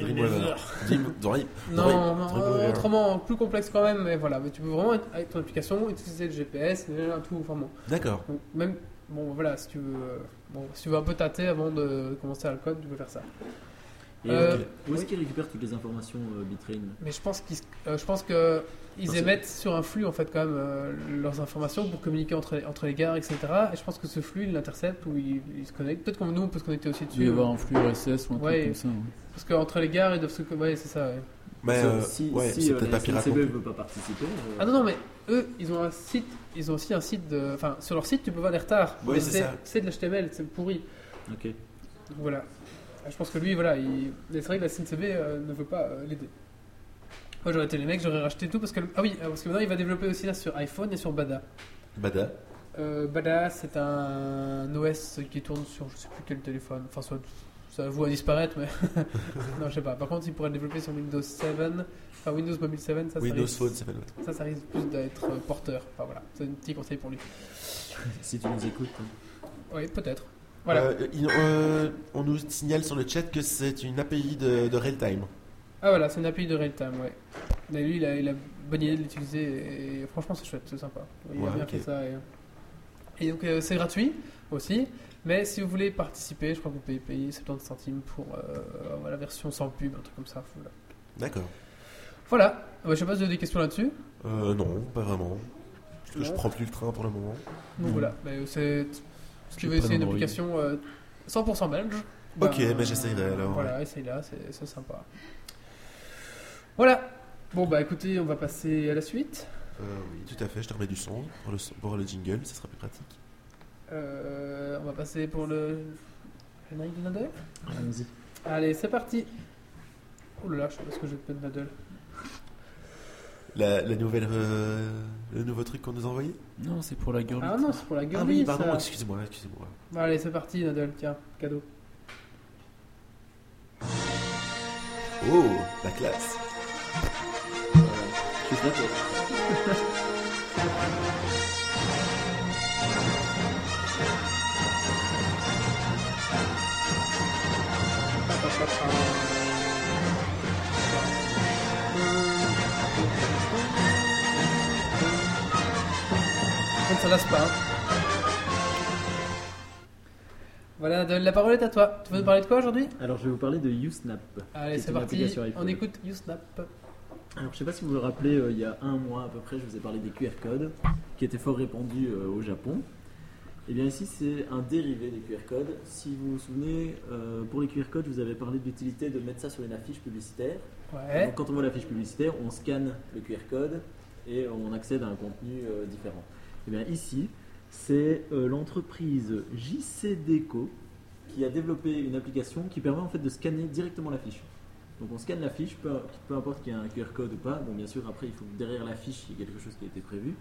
[SPEAKER 2] Dreamweaver. Dream, Dream,
[SPEAKER 1] Non, non,
[SPEAKER 2] Dreamweaver.
[SPEAKER 1] autrement plus complexe quand même. Mais voilà, mais tu peux vraiment avec ton application utiliser le GPS, un tout vraiment.
[SPEAKER 2] D'accord.
[SPEAKER 1] Donc, même bon, voilà, si tu veux, euh, bon, si tu veux un peu tâter avant de commencer à le code, tu peux faire ça.
[SPEAKER 4] Et
[SPEAKER 1] Euh,
[SPEAKER 4] euh, où est-ce qu'il récupère toutes les informations euh, Bitrain
[SPEAKER 1] Mais je pense qu'ils, euh, je pense que ils
[SPEAKER 4] Enfin, c'est-
[SPEAKER 1] émettent sur un flux en fait quand même euh, leurs informations pour communiquer entre les, entre les gares, etc. Et je pense que ce flux, ils l'interceptent ou ils, ils se connectent. Peut-être qu'on nous on peut se connecter aussi
[SPEAKER 3] Il doit y
[SPEAKER 1] dessus.
[SPEAKER 3] avoir un flux RSS ou un
[SPEAKER 1] Ouais.
[SPEAKER 3] truc comme ça. hein.
[SPEAKER 1] Parce qu'entre les gares, ils doivent se, co- ouais, c'est ça. ouais.
[SPEAKER 2] Mais
[SPEAKER 4] Sauf
[SPEAKER 2] euh,
[SPEAKER 4] si,
[SPEAKER 2] ouais,
[SPEAKER 4] si
[SPEAKER 2] c'est
[SPEAKER 4] euh,
[SPEAKER 2] peut-être
[SPEAKER 4] la
[SPEAKER 2] pas pirate. non
[SPEAKER 4] SNCB ne
[SPEAKER 2] plus.
[SPEAKER 4] peut pas participer. euh,
[SPEAKER 1] Ah non non mais eux, ils ont un site, ils ont aussi un site de, enfin sur leur site tu peux voir les retards.
[SPEAKER 2] Oui,
[SPEAKER 1] Mais
[SPEAKER 2] c'est ça.
[SPEAKER 1] C'est de l'HTML, c'est pourri.
[SPEAKER 4] Ok.
[SPEAKER 1] Donc, voilà. Ah, Je pense que lui, voilà, il... mais c'est vrai que la CNCB euh, ne veut pas euh, l'aider. Moi j'aurais été les mecs, j'aurais racheté tout parce que ah oui, euh, parce que maintenant il va développer aussi là sur iPhone et sur Bada.
[SPEAKER 2] Bada.
[SPEAKER 1] Euh, Bada, c'est un OS qui tourne sur je sais plus quel téléphone. Enfin, soit, ça voue à disparaître, mais. non, je sais pas. Par contre, il pourrait le développer sur Windows 7, enfin Windows Mobile 7, ça,
[SPEAKER 2] Windows
[SPEAKER 1] ça,
[SPEAKER 2] Phone,
[SPEAKER 1] risque,
[SPEAKER 2] ça s'appelle.
[SPEAKER 1] ça, ça risque plus d'être euh, porteur. Enfin voilà, c'est un petit conseil pour lui.
[SPEAKER 4] Si tu nous écoutes. hein.
[SPEAKER 1] Oui, peut-être. Voilà.
[SPEAKER 2] Euh, il- euh, on nous signale sur le chat que c'est une API de, de Realtime.
[SPEAKER 1] Ah voilà, c'est une API de Realtime, ouais. Mais lui, il a, il a bonne idée de l'utiliser et, franchement, c'est chouette, c'est sympa. Il
[SPEAKER 2] Ouais,
[SPEAKER 1] a bien
[SPEAKER 2] ok.
[SPEAKER 1] fait ça. Et, euh, et donc, euh, c'est gratuit aussi. Mais si vous voulez participer, je crois que vous pouvez payer 70 centimes pour euh, la version sans pub, un truc comme ça. Voilà.
[SPEAKER 2] D'accord.
[SPEAKER 1] Voilà. Euh, je sais pas si vous avez des questions là-dessus.
[SPEAKER 2] Euh, non, pas vraiment. Parce que je
[SPEAKER 1] Non.
[SPEAKER 2] prends plus le train pour le moment.
[SPEAKER 1] Donc
[SPEAKER 3] Mhm.
[SPEAKER 1] voilà. Mais euh, c'est. Si tu
[SPEAKER 3] J'ai
[SPEAKER 1] veux
[SPEAKER 3] pas
[SPEAKER 1] essayer une
[SPEAKER 3] d'Android.
[SPEAKER 1] application euh, 100% belge. bah,
[SPEAKER 2] Ok, bah, mais j'essayerai alors,
[SPEAKER 1] Voilà, essaye-la, c'est c'est sympa. Voilà. Bon, bah écoutez, on va passer à la suite.
[SPEAKER 2] Euh, oui, tout à fait. Je te remets du son pour le, pour le jingle, ça sera plus pratique.
[SPEAKER 1] Euh, on va passer pour le générique de Nadal.
[SPEAKER 4] Allons-y.
[SPEAKER 1] Allez, c'est parti. Oh là là, je sais pas ce que je vais te mettre Nadal.
[SPEAKER 2] La, la nouvelle, euh, le nouveau truc qu'on nous a envoyé.
[SPEAKER 3] Non, c'est pour la girl.
[SPEAKER 1] Ah non, c'est pour la gueule.
[SPEAKER 2] ah oui, pardon.
[SPEAKER 1] ça.
[SPEAKER 2] Excusez-moi, excusez-moi.
[SPEAKER 1] Bon, allez, c'est parti Nadal, tiens, cadeau.
[SPEAKER 2] Oh, la classe.
[SPEAKER 4] Je suis flatté.
[SPEAKER 1] On ne se lasse pas. hein. Voilà, de, la parole est à toi. Tu veux nous parler de quoi aujourd'hui
[SPEAKER 4] Alors, je vais vous parler de Usnap.
[SPEAKER 1] Allez,
[SPEAKER 4] qui est
[SPEAKER 1] c'est
[SPEAKER 4] une
[SPEAKER 1] parti.
[SPEAKER 4] application
[SPEAKER 1] On
[SPEAKER 4] iPhone.
[SPEAKER 1] écoute YouSnap.
[SPEAKER 4] Alors, je sais pas si vous vous rappelez, euh, il y a un mois à peu près, je vous ai parlé des QR codes qui étaient fort répandus euh, au Japon. Et bien ici, c'est un dérivé des QR codes. Si vous vous souvenez, euh, pour les QR codes, je vous avais parlé de l'utilité de mettre ça sur une affiche publicitaire.
[SPEAKER 1] Ouais.
[SPEAKER 4] Donc, quand on voit la fiche publicitaire, on scanne le QR code et on accède à un contenu euh, différent. Et bien ici, c'est euh, l'entreprise JC Déco qui a développé une application qui permet en fait de scanner directement la fiche. Donc on scanne la fiche, peu, peu importe qu'il y ait un QR code ou pas. Bon, bien sûr, après, il faut que derrière la fiche, il y ait quelque chose qui a été prévu.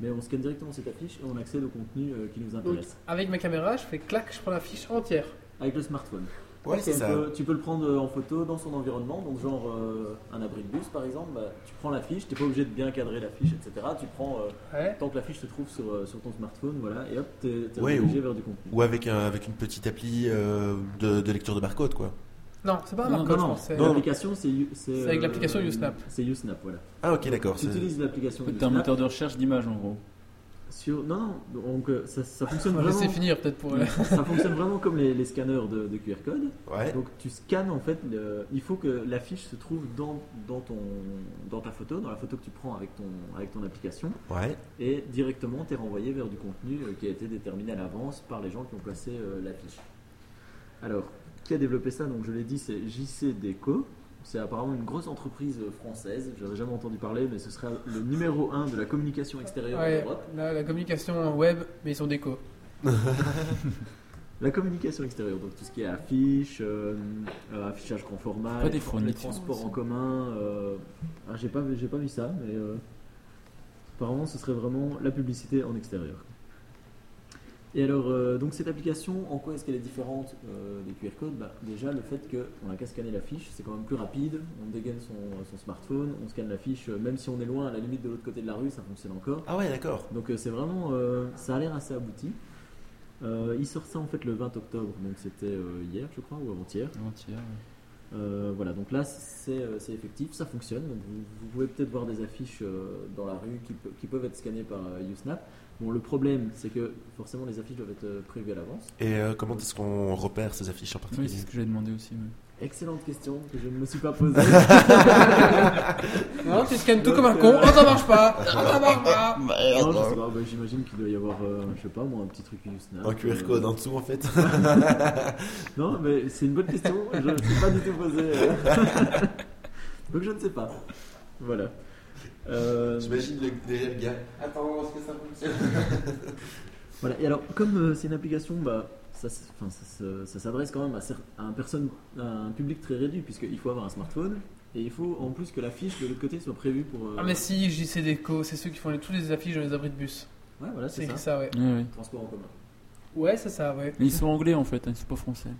[SPEAKER 4] Mais on scanne directement cette affiche et on accède au contenu euh, qui nous
[SPEAKER 1] Donc,
[SPEAKER 4] intéresse.
[SPEAKER 1] avec ma caméra, je fais clac, je prends la fiche entière.
[SPEAKER 4] Avec le smartphone.
[SPEAKER 2] Ouais,
[SPEAKER 4] Parce
[SPEAKER 2] c'est
[SPEAKER 4] qu'on
[SPEAKER 2] ça.
[SPEAKER 4] peut- tu peux le prendre euh, en photo dans son environnement, donc genre euh, un abri de bus par exemple, bah, tu prends la fiche, t'es pas obligé de bien cadrer la fiche, etc. Tu prends euh,
[SPEAKER 1] Ouais.
[SPEAKER 4] tant que la fiche se trouve sur, euh, sur ton smartphone, voilà, et hop, t'es t'es
[SPEAKER 2] Ouais,
[SPEAKER 4] redirigé
[SPEAKER 2] ou-
[SPEAKER 4] vers du contenu.
[SPEAKER 2] Ou avec, un- avec une petite appli euh, de, de lecture de barcode, quoi.
[SPEAKER 1] Ah, Non, c'est pas un
[SPEAKER 4] Non,
[SPEAKER 1] barcode,
[SPEAKER 4] non,
[SPEAKER 1] je
[SPEAKER 4] non,
[SPEAKER 1] pense, c'est-
[SPEAKER 2] Non,
[SPEAKER 4] L'application c'est U-
[SPEAKER 1] C'est avec l'application Usnap.
[SPEAKER 4] C'est Usnap, voilà.
[SPEAKER 2] Ah, ok, d'accord.
[SPEAKER 4] Tu
[SPEAKER 2] c'est-
[SPEAKER 4] utilises l'application
[SPEAKER 3] T'es
[SPEAKER 1] Ah.
[SPEAKER 3] un
[SPEAKER 4] Usnap
[SPEAKER 3] moteur de recherche d'image en gros.
[SPEAKER 4] sur. Non, non, donc euh, ça, ça fonctionne
[SPEAKER 1] Enfin, je
[SPEAKER 4] vraiment.
[SPEAKER 1] sais finir peut-être pour.
[SPEAKER 4] ça fonctionne vraiment comme les, les scanners de, de QR code.
[SPEAKER 2] Ouais.
[SPEAKER 4] Donc tu scannes en fait, le- il faut que l'affiche se trouve dans, dans, ton, dans ta photo, dans la photo que tu prends avec ton, avec ton application,
[SPEAKER 2] Ouais.
[SPEAKER 4] et directement tu es renvoyé vers du contenu euh, qui a été déterminé à l'avance par les gens qui ont placé euh, l'affiche. Alors, qui a développé ça Donc je l'ai dit, c'est JC Déco. C'est apparemment une grosse entreprise euh, française, j'avais jamais entendu parler, mais ce sera le numéro 1 de la communication extérieure en
[SPEAKER 1] euh, Ouais,
[SPEAKER 4] Europe.
[SPEAKER 1] là, la communication web, mais ils sont déco.
[SPEAKER 4] La communication extérieure, donc tout ce qui est affiches, euh, euh, affichage grand format,
[SPEAKER 3] Pas des
[SPEAKER 4] les
[SPEAKER 3] fournitures
[SPEAKER 4] transports en
[SPEAKER 3] aussi.
[SPEAKER 4] commun. euh, ah, j'ai pas, vu- j'ai pas vu ça, mais euh, apparemment ce serait vraiment la publicité en extérieur. Et alors, euh, donc cette application, en quoi est-ce qu'elle est différente euh, des QR codes Bah, Déjà, le fait qu'on n'a qu'à scanner la fiche, c'est quand même plus rapide. On dégaine son, son smartphone, on scanne la fiche, euh, même si on est loin, à la limite de l'autre côté de la rue, ça fonctionne encore.
[SPEAKER 2] Ah, ouais, d'accord.
[SPEAKER 4] Donc euh, c'est vraiment, euh, ça a l'air assez abouti. Euh, il sort ça en fait le 20 octobre, donc c'était euh, hier je crois ou avant-hier.
[SPEAKER 3] Avant-hier, ouais.
[SPEAKER 4] Euh, voilà, donc là c'est euh, c'est effectif, ça fonctionne. Donc, vous, vous pouvez peut-être voir des affiches euh, dans la rue qui, pe- qui peuvent être scannées par euh, Usnap. Bon, le problème c'est que forcément les affiches doivent être euh, prévues à l'avance.
[SPEAKER 2] Et euh, comment est-ce qu'on repère ces affiches en
[SPEAKER 3] Oui,
[SPEAKER 2] particulier
[SPEAKER 3] c'est ce que j'ai demandé aussi. mais-
[SPEAKER 4] Excellente question que je ne me suis pas posée.
[SPEAKER 1] Non, tu scannes tout
[SPEAKER 4] Donc,
[SPEAKER 1] comme un
[SPEAKER 4] euh,
[SPEAKER 1] con, oh ça marche pas, oh ça marche pas.
[SPEAKER 4] Non, je sais pas, bah, J'imagine qu'il doit y avoir, euh, je sais pas moi, un petit truc Usnap.
[SPEAKER 2] Un QR code
[SPEAKER 4] Euh,
[SPEAKER 2] en dessous, en fait.
[SPEAKER 4] Non, mais c'est une bonne question. Je ne suis pas du tout posée. Donc je ne sais pas. Voilà. Euh,
[SPEAKER 2] J'imagine le, déjà le gars. Attends, est-ce que ça fonctionne
[SPEAKER 4] voilà. Et alors, comme euh, c'est une application, bah, ça, s- enfin, ça se- ça s'adresse quand même à, cer- à un, personne, à un public très réduit, puisqu'il faut avoir un smartphone. Et il faut en plus que la fiche de l'autre côté soit prévue pour. euh,
[SPEAKER 1] Ah, mais si, JC Déco, c'est ceux qui font les- tous les affiches dans les abris de bus.
[SPEAKER 4] Ouais, voilà,
[SPEAKER 1] C'est
[SPEAKER 4] c'est ça.
[SPEAKER 1] écrit ça, ouais.
[SPEAKER 3] Ouais, ouais.
[SPEAKER 4] Transport en commun.
[SPEAKER 1] Ouais, c'est ça, ouais.
[SPEAKER 3] Mais ils sont anglais en fait, hein, ils sont pas français.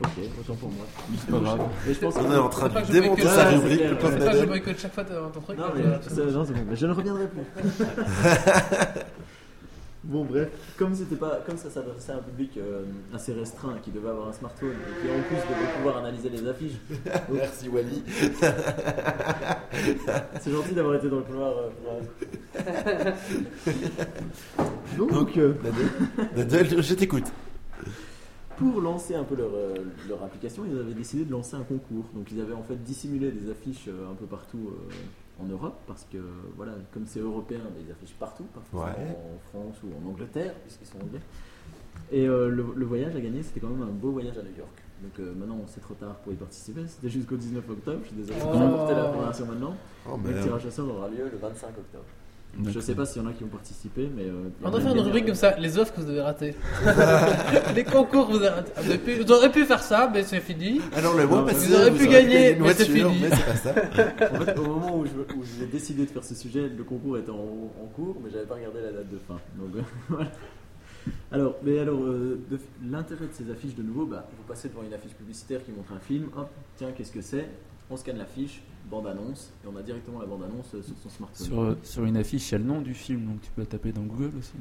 [SPEAKER 4] Ok, autant pour moi.
[SPEAKER 3] Mais c'est pas grave.
[SPEAKER 4] Et je pense que-
[SPEAKER 2] On est en train
[SPEAKER 1] C'est pas
[SPEAKER 2] de
[SPEAKER 1] que je
[SPEAKER 2] démonter
[SPEAKER 1] fais que
[SPEAKER 2] sa
[SPEAKER 4] ça,
[SPEAKER 2] rubrique,
[SPEAKER 4] c'est
[SPEAKER 2] le
[SPEAKER 4] clair,
[SPEAKER 2] pauvre
[SPEAKER 1] C'est pas que je
[SPEAKER 2] Nadel.
[SPEAKER 1] boycotte chaque fois ton ton truc. euh,
[SPEAKER 4] Non,
[SPEAKER 1] là,
[SPEAKER 4] mais, euh,
[SPEAKER 1] voilà.
[SPEAKER 4] ça, non, c'est bon, mais je ne reviendrai plus. bon, bref, comme, c'était pas, comme ça s'adressait à un public euh, assez restreint qui devait avoir un smartphone et qui en plus devait pouvoir analyser les affiches,
[SPEAKER 2] Merci Wally.
[SPEAKER 4] c'est gentil d'avoir été dans le couloir. euh, pour- Donc, euh,
[SPEAKER 2] Nadel, Nadel, je t'écoute.
[SPEAKER 4] pour lancer un peu leur, euh, leur application, ils avaient décidé de lancer un concours. Donc ils avaient en fait dissimulé des affiches euh, un peu partout euh, en Europe, parce que voilà, comme c'est européen, ben, ils affichent partout, pas forcément
[SPEAKER 2] Ouais.
[SPEAKER 4] en France ou en Angleterre, puisqu'ils sont anglais. Et euh, le, le voyage à gagner, c'était quand même un beau voyage à New York. Donc euh, maintenant, c'est trop tard pour y participer. C'était jusqu'au 19 octobre. Je suis désolé
[SPEAKER 1] Oh.
[SPEAKER 4] de vous apporter l'information maintenant.
[SPEAKER 2] Oh,
[SPEAKER 4] Mais le
[SPEAKER 2] merde.
[SPEAKER 4] tirage au sort aura lieu le 25 octobre. Je
[SPEAKER 3] D'accord.
[SPEAKER 4] sais pas s'il y en a qui ont participé, mais. euh, il y
[SPEAKER 1] On
[SPEAKER 4] en
[SPEAKER 1] devrait
[SPEAKER 4] a
[SPEAKER 1] faire une
[SPEAKER 4] qui
[SPEAKER 1] rubrique
[SPEAKER 4] ont-
[SPEAKER 1] comme ça, les offres que vous avez ratées. les concours que vous avez ratés. Ah, vous avez pu- Vous auriez pu faire ça, mais c'est fini.
[SPEAKER 2] Alors le mot
[SPEAKER 4] Non,
[SPEAKER 2] passé,
[SPEAKER 1] vous auriez pu gagner,
[SPEAKER 2] une
[SPEAKER 1] mais c'est
[SPEAKER 2] voiture,
[SPEAKER 1] fini.
[SPEAKER 2] mais c'est pas ça.
[SPEAKER 4] En fait, au moment où je- où j'ai décidé de faire ce sujet, le concours était en, en cours, mais j'avais pas regardé la date de fin. Donc euh, voilà. Alors, mais alors, euh, de- l'intérêt de ces affiches, de nouveau, bah, vous passez devant une affiche publicitaire qui montre un film. Hop, tiens, qu'est-ce que c'est On scanne l'affiche, bande annonce, et on a directement la bande annonce euh, sur son smartphone.
[SPEAKER 3] Sur, euh, sur une affiche, il y a le nom du film, donc tu peux la taper dans Google aussi.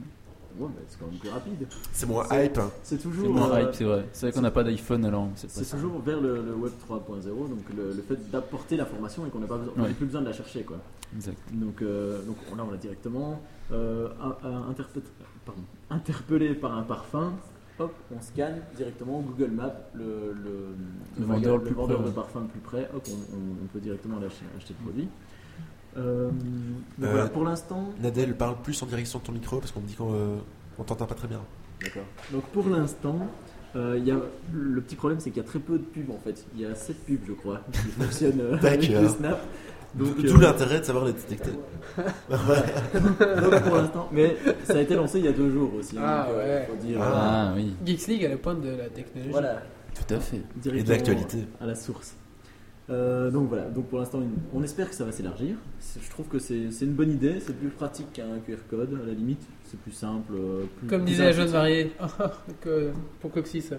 [SPEAKER 4] Ouais, mais bah, c'est quand même plus rapide.
[SPEAKER 2] C'est moins hype. hein.
[SPEAKER 4] C'est
[SPEAKER 3] C'est
[SPEAKER 4] toujours.
[SPEAKER 3] moins
[SPEAKER 4] euh,
[SPEAKER 3] hype, c'est vrai. C'est vrai qu'on n'a pas d'iPhone alors. C'est pas
[SPEAKER 4] C'est
[SPEAKER 3] ça.
[SPEAKER 4] toujours vers le, le web 3.0, donc le, le fait d'apporter l'information et qu'on n'a pas besoin- on n'a
[SPEAKER 3] Ouais.
[SPEAKER 4] plus besoin de la chercher. Quoi.
[SPEAKER 3] Exact.
[SPEAKER 4] Donc, euh, donc on- là, on l'a directement euh, un- un interpr- pardon, interpellé par un parfum. Hop, on scanne directement Google Maps le, le-
[SPEAKER 3] Le
[SPEAKER 4] maga-
[SPEAKER 3] vendeur le plus
[SPEAKER 4] vendeur
[SPEAKER 3] près,
[SPEAKER 4] de
[SPEAKER 3] ouais.
[SPEAKER 4] parfum le plus près. Hop, on, on- on peut directement l'acheter- acheter le produit. Euh, donc
[SPEAKER 2] Euh,
[SPEAKER 4] voilà, pour l'instant,
[SPEAKER 2] Nadel, parle plus en direction de ton micro parce qu'on me dit qu'on euh, on t'entend pas très bien.
[SPEAKER 4] D'accord. Donc pour l'instant, euh, il y a, le petit problème c'est qu'il y a très peu de pubs en fait. Il y a 7 pubs je crois qui fonctionnent euh, avec
[SPEAKER 2] D'accord.
[SPEAKER 4] le Snap. Donc,
[SPEAKER 2] D'où
[SPEAKER 4] euh,
[SPEAKER 2] l'intérêt de savoir les détecter.
[SPEAKER 4] donc pour l'instant, mais ça a été lancé il y a deux jours aussi. hein,
[SPEAKER 1] Ah,
[SPEAKER 4] donc, euh,
[SPEAKER 1] ouais.
[SPEAKER 4] faut dire, euh,
[SPEAKER 3] Ah oui,
[SPEAKER 1] Geeks League à la pointe de la technologie.
[SPEAKER 4] voilà,
[SPEAKER 3] tout à fait.
[SPEAKER 2] Et de
[SPEAKER 4] directement
[SPEAKER 2] l'actualité.
[SPEAKER 4] à la source. Euh, donc voilà, donc pour l'instant une- on espère que ça va s'élargir. C'est- Je trouve que c'est c'est une bonne idée, c'est plus pratique qu'un QR code à la limite, c'est plus simple. euh, plus-
[SPEAKER 1] Comme
[SPEAKER 4] plus
[SPEAKER 1] disait la
[SPEAKER 4] intuitif.
[SPEAKER 1] jeune mariée, que- pour Coxy ça.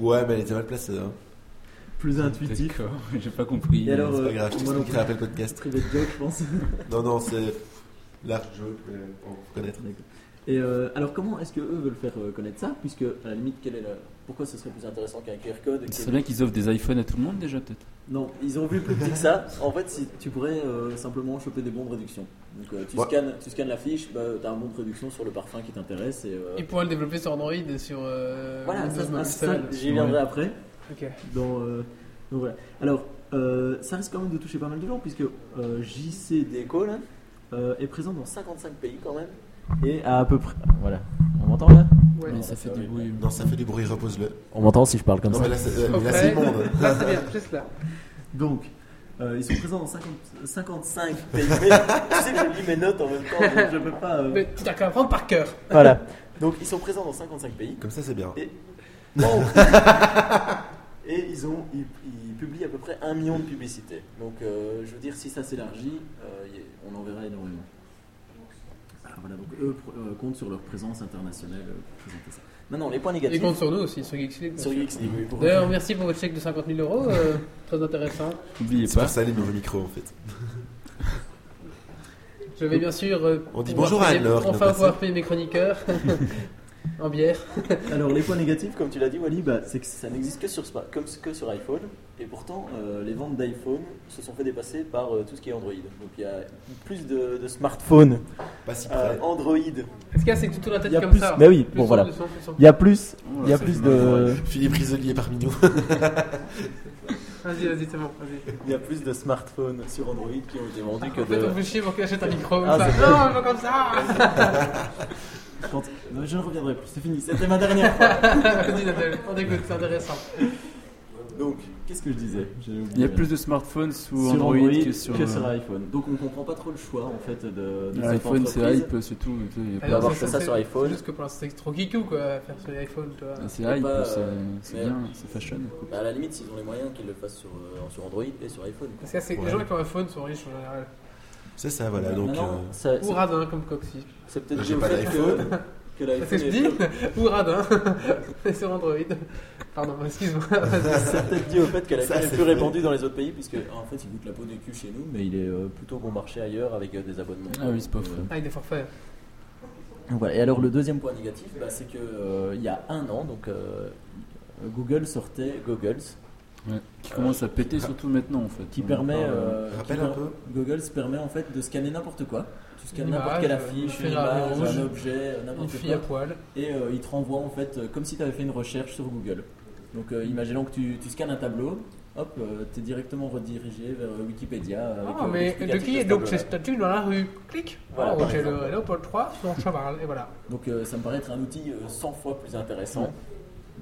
[SPEAKER 2] Ouais, mais elle était mal placée. hein.
[SPEAKER 4] Plus intuitif.
[SPEAKER 3] D'accord, j'ai pas compris.
[SPEAKER 4] Et alors,
[SPEAKER 2] C'est
[SPEAKER 4] euh,
[SPEAKER 2] pas grave, je
[SPEAKER 4] moi non
[SPEAKER 2] t'expliquerai après le podcast.
[SPEAKER 4] Privé de joke, je pense.
[SPEAKER 2] Non, non, c'est large jeu, mais on va reconnaître.
[SPEAKER 4] Et euh, alors comment est-ce que eux veulent faire euh, connaître ça Puisque à la limite, quelle est la... pourquoi ce serait plus intéressant qu'un QR code
[SPEAKER 3] Ce
[SPEAKER 4] quel-
[SPEAKER 3] serait bien qu'ils offrent des iPhones à tout le monde déjà peut-être.
[SPEAKER 4] Non, ils ont vu plus petit que ça. En fait, si tu pourrais euh, simplement choper des bons de réduction. Donc euh, tu,
[SPEAKER 2] Ouais.
[SPEAKER 4] scannes, tu scannes la fiche, bah, t'as un bon de réduction sur le parfum qui t'intéresse. Et, euh,
[SPEAKER 1] Ils pourraient le développer sur Android et sur euh,
[SPEAKER 4] voilà, ça,
[SPEAKER 1] Windows Mobile
[SPEAKER 4] ça, ça,
[SPEAKER 1] Seven.
[SPEAKER 4] j'y viendrai après.
[SPEAKER 1] Ok.
[SPEAKER 4] Dans, euh, donc voilà. Alors, euh, ça risque quand même de toucher pas mal de gens, puisque euh, JC Déco là, euh, est présent dans 55 pays quand même. Et à, à peu près. Voilà. On m'entend là
[SPEAKER 1] Ouais.
[SPEAKER 3] Mais ça
[SPEAKER 4] Ah,
[SPEAKER 3] fait du bruit.
[SPEAKER 2] Non, ça fait du bruit, repose-le.
[SPEAKER 4] On m'entend si je parle comme
[SPEAKER 2] Non,
[SPEAKER 4] ça.
[SPEAKER 2] mais là, c'est euh,
[SPEAKER 1] Au
[SPEAKER 2] mais là,
[SPEAKER 1] frais.
[SPEAKER 2] c'est immonde.
[SPEAKER 1] Là, c'est bien, juste là.
[SPEAKER 4] Donc, euh, ils sont présents dans 50 55 pays. Mais tu sais que je lis mes notes en même temps, donc je peux pas. euh,
[SPEAKER 1] Mais tu t'as qu'à apprendre par cœur.
[SPEAKER 4] Voilà. Donc, ils sont présents dans 55 pays.
[SPEAKER 2] Comme ça, c'est bien.
[SPEAKER 4] Et, Oh. et ils, ont, ils, ils publient à peu près un million de publicités. Donc, euh, je veux dire, si ça s'élargit, euh, y est- on en verra énormément. Alors, voilà, donc eux pr- euh, comptent sur leur présence internationale euh, pour présenter ça. Maintenant, les points
[SPEAKER 1] Ils
[SPEAKER 4] négatifs
[SPEAKER 1] comptent sur nous aussi, sur Geeks League. bien
[SPEAKER 4] sur
[SPEAKER 1] sûr.
[SPEAKER 4] UX. oui, pour-
[SPEAKER 1] D'ailleurs, merci pour votre chèque de 50 000 euros, euh, très intéressant.
[SPEAKER 3] N'oubliez
[SPEAKER 2] C'est
[SPEAKER 3] pas.
[SPEAKER 2] pour ça les nouveaux micros en fait.
[SPEAKER 1] Je vais bien sûr. euh,
[SPEAKER 2] On dit
[SPEAKER 1] pouvoir
[SPEAKER 2] bonjour à
[SPEAKER 1] payer-
[SPEAKER 2] Anne-Laure, qui
[SPEAKER 1] Enfin,
[SPEAKER 2] nous
[SPEAKER 1] pouvoir payer mes chroniqueurs en bière.
[SPEAKER 4] Alors les points négatifs, comme tu l'as dit Wally, bah, c'est que ça n'existe que sur, Spa- comme, que sur iPhone. Et pourtant, euh, les ventes d'iPhone se sont fait dépasser par euh, tout ce qui est Android. Donc il y a plus de, de smartphones
[SPEAKER 2] Pas si
[SPEAKER 4] euh,
[SPEAKER 2] près.
[SPEAKER 4] Android.
[SPEAKER 1] Ce qu'il y a, c'est que tout tourne la
[SPEAKER 4] Il y
[SPEAKER 1] tête
[SPEAKER 4] a
[SPEAKER 1] comme
[SPEAKER 4] plus-
[SPEAKER 1] ça.
[SPEAKER 4] mais oui,
[SPEAKER 1] Plus
[SPEAKER 4] bon,
[SPEAKER 1] on-
[SPEAKER 4] voilà.
[SPEAKER 1] plus on- plus on-
[SPEAKER 4] Il y a plus,
[SPEAKER 3] Oh là,
[SPEAKER 4] il y a
[SPEAKER 3] ça
[SPEAKER 4] plus
[SPEAKER 3] fait mal au
[SPEAKER 4] de,
[SPEAKER 3] bras.
[SPEAKER 2] Euh, Philippe Risolier parmi nous.
[SPEAKER 1] Vas-y, vas-y, c'est bon. Vas-y.
[SPEAKER 4] il y a plus de smartphones sur Android qui ont été vendus que
[SPEAKER 1] En fait,
[SPEAKER 4] de.
[SPEAKER 1] on vous chie pour que j'achète un micro. comme
[SPEAKER 4] euh, Ah,
[SPEAKER 1] ça.
[SPEAKER 4] c'est-
[SPEAKER 1] Non, pas comme ça
[SPEAKER 4] Quand- Non, je ne reviendrai plus. C'est fini. C'était ma dernière fois.
[SPEAKER 1] Vas-y, Nadal, on écoute, c'est intéressant.
[SPEAKER 4] Donc qu'est-ce que je disais J'ai oublié.
[SPEAKER 3] Il y a plus de smartphones sous
[SPEAKER 4] sur
[SPEAKER 3] Android, que sur, euh,
[SPEAKER 4] iPhone. Donc on comprend pas trop le choix en fait de. de cette
[SPEAKER 3] iPhone. C'est
[SPEAKER 4] entreprise.
[SPEAKER 3] hype, c'est tout. tu sais, il y a
[SPEAKER 1] Ah
[SPEAKER 3] pas-
[SPEAKER 1] non,
[SPEAKER 4] avoir
[SPEAKER 1] c'est-
[SPEAKER 4] fait ça
[SPEAKER 1] c'est-
[SPEAKER 4] sur iPhone.
[SPEAKER 1] C'est juste que pour l'instant, c'est trop geekou quoi, à faire sur l'iPhone, tu vois.
[SPEAKER 3] Ah, C'est
[SPEAKER 4] c'est
[SPEAKER 3] hype,
[SPEAKER 4] pas,
[SPEAKER 3] c'est-
[SPEAKER 4] euh,
[SPEAKER 3] c'est
[SPEAKER 4] mais-
[SPEAKER 3] bien, c'est fashion.
[SPEAKER 4] Bah, à la limite, s'ils ont les moyens, qu'ils le fassent sur, euh, sur Android et sur iPhone. quoi.
[SPEAKER 1] Parce que c'est- les
[SPEAKER 2] Ouais.
[SPEAKER 1] gens qui ont un iPhone sont riches en général.
[SPEAKER 2] C'est ça, voilà. Donc,
[SPEAKER 4] Maintenant,
[SPEAKER 2] euh,
[SPEAKER 4] ça-
[SPEAKER 1] Ou
[SPEAKER 4] c'est-
[SPEAKER 1] radin comme Coxy.
[SPEAKER 4] c'est peut-être
[SPEAKER 2] J'ai
[SPEAKER 4] dû au
[SPEAKER 2] pas
[SPEAKER 4] fait
[SPEAKER 2] d'iPhone.
[SPEAKER 4] que, que
[SPEAKER 1] C'est ce que
[SPEAKER 4] l'iPhone
[SPEAKER 1] je
[SPEAKER 4] est-
[SPEAKER 1] dis Ou radin. C'est sur Android. Pardon, excuse-moi.
[SPEAKER 4] c'est peut-être dû au fait que l'iPhone
[SPEAKER 2] Ça,
[SPEAKER 4] est
[SPEAKER 2] c'est
[SPEAKER 4] plus
[SPEAKER 2] vrai.
[SPEAKER 4] répandu dans les autres pays, puisque en fait, il goûte la peau de cul chez nous, mais il est euh, plutôt bon marché ailleurs avec euh, des abonnements.
[SPEAKER 3] Ah oui, c'est pas faux.
[SPEAKER 4] Euh,
[SPEAKER 1] Ah, il est forfait.
[SPEAKER 4] donc voilà. Et alors, le deuxième point négatif, bah, c'est que euh, il y a un an, donc euh, Google sortait Goggles,
[SPEAKER 3] Ouais. Qui commence à péter surtout maintenant en fait.
[SPEAKER 4] Ah. qui
[SPEAKER 3] On en
[SPEAKER 4] permet.
[SPEAKER 3] parle, euh,
[SPEAKER 4] euh, qui
[SPEAKER 2] rappelle
[SPEAKER 4] per-
[SPEAKER 2] un peu.
[SPEAKER 4] Goggles permet en fait de scanner n'importe quoi. Tu
[SPEAKER 3] Bah
[SPEAKER 4] scannes
[SPEAKER 1] Une
[SPEAKER 4] n'importe
[SPEAKER 1] image,
[SPEAKER 4] quelle
[SPEAKER 1] euh,
[SPEAKER 4] affiche,
[SPEAKER 1] une
[SPEAKER 4] une
[SPEAKER 1] feuille
[SPEAKER 4] image,
[SPEAKER 1] rouge,
[SPEAKER 4] un objet, euh,
[SPEAKER 1] Une
[SPEAKER 4] n'importe
[SPEAKER 1] fille à
[SPEAKER 4] quoi.
[SPEAKER 1] poil.
[SPEAKER 4] et euh, il te renvoie en fait euh, comme si tu avais fait une recherche sur Google. Donc euh, imaginons que tu, tu scannes un tableau, hop, tu es directement redirigé vers euh, Wikipédia. euh, avec,
[SPEAKER 1] Ah,
[SPEAKER 4] euh,
[SPEAKER 1] mais de
[SPEAKER 4] l'explicatif
[SPEAKER 1] qui
[SPEAKER 4] de
[SPEAKER 1] est
[SPEAKER 4] ce
[SPEAKER 1] donc
[SPEAKER 4] tableau-là.
[SPEAKER 1] cette statue dans la rue Clic
[SPEAKER 4] Voilà,
[SPEAKER 1] Voilà.
[SPEAKER 4] par
[SPEAKER 1] j'ai
[SPEAKER 4] exemple.
[SPEAKER 1] le Léopold 3 sur cheval, et voilà.
[SPEAKER 4] Donc euh, ça me paraît être un outil euh, 100 fois plus intéressant.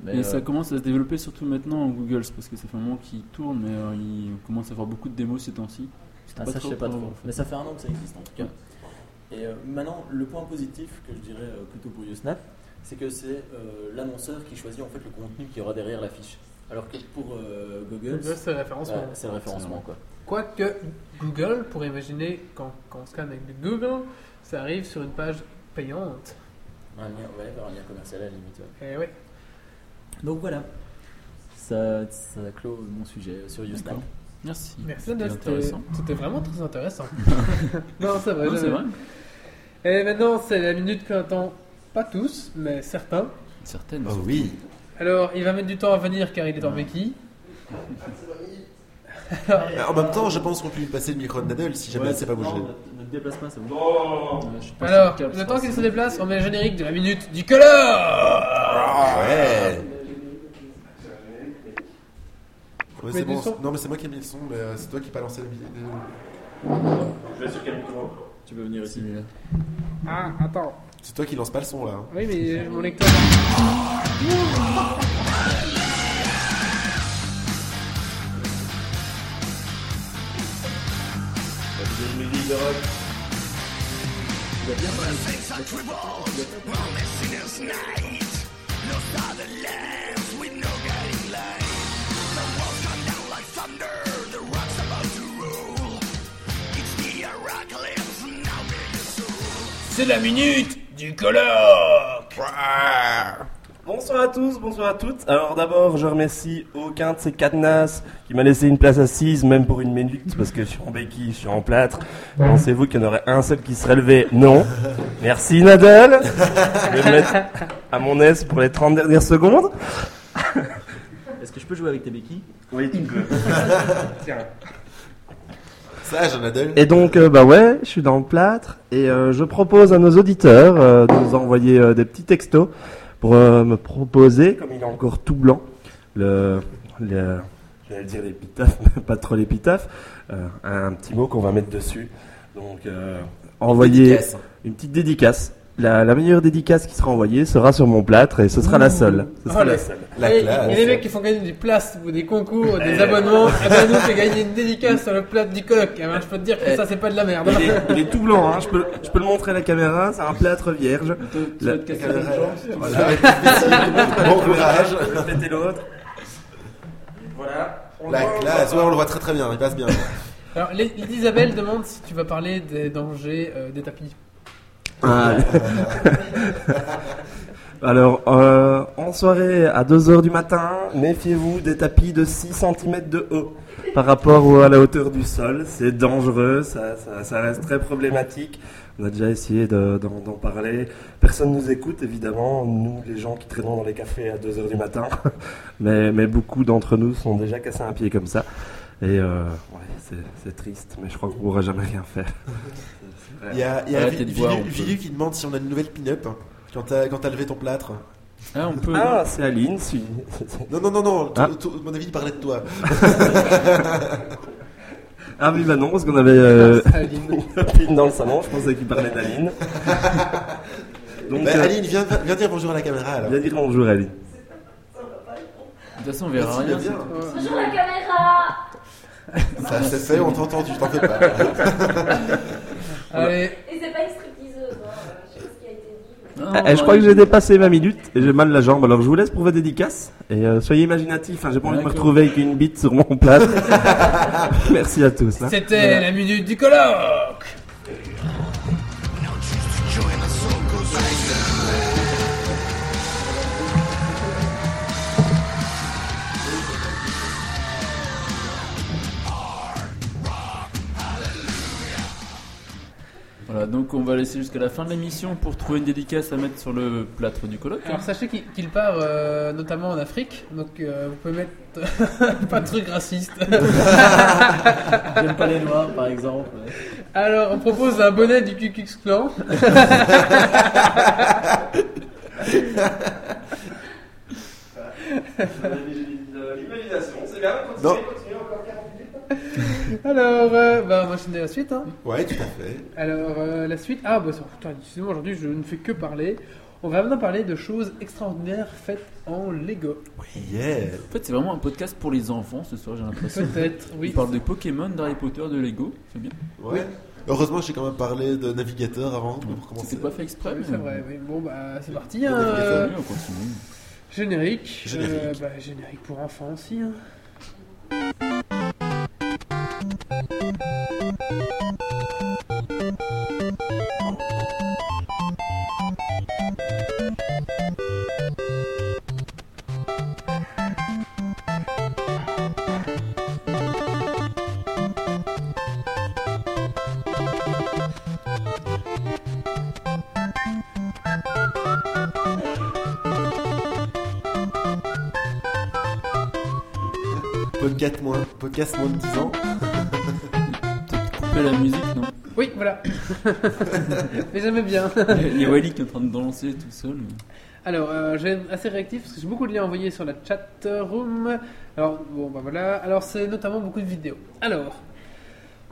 [SPEAKER 4] Mais,
[SPEAKER 3] Et
[SPEAKER 4] euh,
[SPEAKER 3] ça commence à se développer surtout maintenant en Google, c'est parce que ça fait un moment qu'ils tournent, mais euh, il- on commence à avoir beaucoup de démos ces temps-ci.
[SPEAKER 4] Ah,
[SPEAKER 3] pas
[SPEAKER 4] ça,
[SPEAKER 3] trop
[SPEAKER 4] je sais pas
[SPEAKER 3] pour-
[SPEAKER 4] trop.
[SPEAKER 3] en fait.
[SPEAKER 4] Mais ça fait un an que ça existe en tout cas. Et euh, maintenant, le point positif que je dirais euh, plutôt pour YouSnap, c'est que c'est euh, l'annonceur qui choisit en fait le contenu qu'il y aura derrière l'affiche. Alors que pour euh, Google,
[SPEAKER 1] Google, c'est référence.
[SPEAKER 4] bah, c'est le référencement quoi.
[SPEAKER 1] Quoique Google, pour imaginer, quand, quand on scanne avec du Google, ça arrive sur une page payante.
[SPEAKER 4] Un lien, ouais, vers un lien commercial à la limite. ouais.
[SPEAKER 1] Et ouais.
[SPEAKER 4] Donc voilà. Ça, ça clôt mon sujet euh, sur YouSnap.
[SPEAKER 3] D'accord. Merci.
[SPEAKER 1] Merci
[SPEAKER 3] C'était
[SPEAKER 1] Nadal, c'était
[SPEAKER 3] intéressant.
[SPEAKER 1] c'était vraiment très intéressant. non, c'est vrai.
[SPEAKER 3] Non, c'est
[SPEAKER 1] j'avais-
[SPEAKER 3] vrai.
[SPEAKER 1] Et maintenant, c'est la minute printemps Pas tous, mais certains.
[SPEAKER 3] Certaines.
[SPEAKER 6] Ah
[SPEAKER 2] Oh oui.
[SPEAKER 1] Alors, il va mettre du temps à venir car il est en béquille.
[SPEAKER 2] Euh, En même temps, je pense qu'on peut lui passer le micro de Nadal si jamais
[SPEAKER 4] Ouais,
[SPEAKER 2] elle s'est pas bougée.
[SPEAKER 4] non, Ne ne te déplace pas, c'est bon.
[SPEAKER 3] Euh, je suis pas
[SPEAKER 1] Alors,
[SPEAKER 3] sûr qu'elles
[SPEAKER 1] le temps
[SPEAKER 3] fassent.
[SPEAKER 1] qu'il se déplace, on met le générique de la minute du color
[SPEAKER 2] Ah, Ouais.
[SPEAKER 1] Mais
[SPEAKER 2] Ouais, c'est
[SPEAKER 1] du
[SPEAKER 2] bon.
[SPEAKER 1] son.
[SPEAKER 2] Non, mais c'est moi qui ai mis le son, mais euh, c'est toi qui n'as pas lancé la vidéo.
[SPEAKER 4] Je vais sur quel micro Tu peux venir ici.
[SPEAKER 3] Celui-là.
[SPEAKER 1] Ah, attends.
[SPEAKER 2] C'est toi qui lance pas le son là. hein.
[SPEAKER 1] Oui, mais euh, mon lecteur. C'est la minute du colloque
[SPEAKER 6] Bonsoir à tous, bonsoir à toutes. Alors d'abord, je remercie aucun de ces cadenas qui m'a laissé une place assise, même pour une minute, parce que je suis en béquille, je suis en plâtre. Pensez-vous qu'il y en aurait un seul qui serait levé Non. Merci Nadal. Je vais me mettre à mon aise pour les 30 dernières secondes.
[SPEAKER 4] Est-ce que je peux jouer avec tes béquilles
[SPEAKER 6] Oui, tu peux.
[SPEAKER 2] Sage, Nadal.
[SPEAKER 6] Et donc, euh, bah ouais, je suis dans le plâtre et euh, je propose à nos auditeurs euh, de nous envoyer euh, des petits textos pour euh, me proposer, comme il est encore tout blanc, le. le J'allais dire l'épitaphe, mais pas trop l'épitaphe, euh, un petit mot qu'on va mettre dessus. Donc, euh, envoyer
[SPEAKER 2] Dédicace.
[SPEAKER 6] une petite dédicace. La, la meilleure dédicace qui sera envoyée sera sur mon plâtre et ce sera la seule. Ce sera
[SPEAKER 1] Allez.
[SPEAKER 6] Oh, la seule.
[SPEAKER 2] La
[SPEAKER 1] et,
[SPEAKER 2] classe.
[SPEAKER 1] et les mecs qui font gagner des places ou des concours, des abonnements, eh ben nous fait gagner une dédicace sur le plat du colloque. Eh ben, je peux te dire que
[SPEAKER 6] Eh.
[SPEAKER 1] ça c'est pas de la merde.
[SPEAKER 6] Il est, il est tout blanc, hein. je, peux, je peux le montrer à la caméra, c'est un plâtre vierge.
[SPEAKER 3] Tu- tu
[SPEAKER 6] La-
[SPEAKER 3] vas te casser la jambe, si tu veux.
[SPEAKER 2] Bon courage.
[SPEAKER 6] Péter l'autre. Voilà.
[SPEAKER 2] La classe. Ouais, on le voit très très bien. Il passe bien.
[SPEAKER 1] Alors, les- les Isabelle demande si tu vas parler des dangers euh, des tapis.
[SPEAKER 6] Alors, euh, en soirée, à 2h du matin, méfiez-vous des tapis de 6 cm de haut. Par rapport au- à la hauteur du sol, c'est dangereux, ça, ça- ça reste très problématique. On a déjà essayé de- d'en d'en parler. Personne nous écoute, évidemment, nous, les gens qui traînons dans les cafés à 2h du matin. Mais, mais beaucoup d'entre nous sont déjà cassés un pied comme ça. Et euh, ouais, c'est- c'est triste, mais je crois qu'on pourra jamais rien faire.
[SPEAKER 2] Il y a, il y a
[SPEAKER 3] Arrêtez de
[SPEAKER 2] Vi-
[SPEAKER 3] boire,
[SPEAKER 2] Vilu-
[SPEAKER 3] on peut.
[SPEAKER 2] Vilu qui demande si on a une nouvelle pin-up quand t'as quand t'as levé ton plâtre.
[SPEAKER 3] Ah, on peut.
[SPEAKER 6] Ah, c'est Aline, si.
[SPEAKER 2] Non, non, non, non.
[SPEAKER 6] Ah.
[SPEAKER 2] tout- tout- Mon avis, il parlait de toi.
[SPEAKER 6] Ah oui, bah non, parce qu'on avait euh,
[SPEAKER 1] Aline.
[SPEAKER 6] une copine dans le salon, je pensais qu'il parlait d'Aline. Donc,
[SPEAKER 2] Bah,
[SPEAKER 6] euh,
[SPEAKER 2] Aline, viens, viens dire bonjour à la caméra alors.
[SPEAKER 6] viens dire bonjour Aline. Eh,
[SPEAKER 3] De toute façon, on verra
[SPEAKER 2] Merci,
[SPEAKER 3] rien.
[SPEAKER 2] bien.
[SPEAKER 7] Bonjour la caméra
[SPEAKER 2] Ça c'est fait, on t'a entendu, je t'en fais pas.
[SPEAKER 1] Allez,
[SPEAKER 7] Et c'est pas une stripteaseuse, hein, euh, je sais pas ce qui a été dit.
[SPEAKER 3] Ah,
[SPEAKER 6] Eh, eh, je crois que j'ai dépassé ma minute et j'ai mal la jambe, alors je vous laisse pour vos dédicaces. Et euh, soyez imaginatifs, hein, j'ai pas envie de me
[SPEAKER 3] D'accord.
[SPEAKER 6] retrouver avec une bite sur mon plat. Merci à tous. hein.
[SPEAKER 1] c'était la minute du colloque.
[SPEAKER 3] Voilà, donc on va laisser jusqu'à la fin de l'émission pour trouver une dédicace à mettre sur le plâtre du colloque. hein.
[SPEAKER 1] Alors sachez qu'il qu'il part euh, notamment en Afrique, donc euh, vous pouvez mettre pas de trucs racistes.
[SPEAKER 4] J'aime pas les noirs, par exemple.
[SPEAKER 1] Alors on propose un bonnet du Ku Klux Klan.
[SPEAKER 2] Non.
[SPEAKER 1] Alors euh, bah moi je donne la suite. Hein.
[SPEAKER 2] Ouais, tout à fait.
[SPEAKER 1] Alors euh, la suite. Ah bah ça- putain, excusez-moi aujourd'hui je ne fais que parler. On va maintenant parler de choses extraordinaires faites en Lego.
[SPEAKER 2] Yeah.
[SPEAKER 3] En fait, c'est vraiment un podcast pour les enfants ce soir, j'ai l'impression.
[SPEAKER 1] Peut-être, oui.
[SPEAKER 3] Ah, Il parle de Pokémon, d'Harry Potter, de Lego. C'est bien.
[SPEAKER 2] Ouais. Heureusement, j'ai quand même parlé de navigateur avant pour commencer.
[SPEAKER 3] C'était pas fait exprès,
[SPEAKER 1] Oui,
[SPEAKER 3] mais.
[SPEAKER 1] c'est vrai, oui. Bon, bah, c'est parti.
[SPEAKER 2] Bon,
[SPEAKER 1] hein,
[SPEAKER 2] débrief,
[SPEAKER 1] euh,
[SPEAKER 3] Oui, on continue.
[SPEAKER 1] générique.
[SPEAKER 2] Générique.
[SPEAKER 1] Euh, bah, générique pour enfants aussi. hein.
[SPEAKER 5] Thank
[SPEAKER 2] Podcast moins, podcast moins de 10 ans.
[SPEAKER 3] Couper la musique, non
[SPEAKER 1] Oui, voilà. Mais j'aimais bien.
[SPEAKER 3] Il y a Wally qui est en train de danser tout seul. mais-
[SPEAKER 1] Alors, euh, je vais être assez réactif parce que j'ai beaucoup de liens envoyés sur la chat room. Alors, bon, bah voilà. Alors, c'est notamment beaucoup de vidéos. Alors,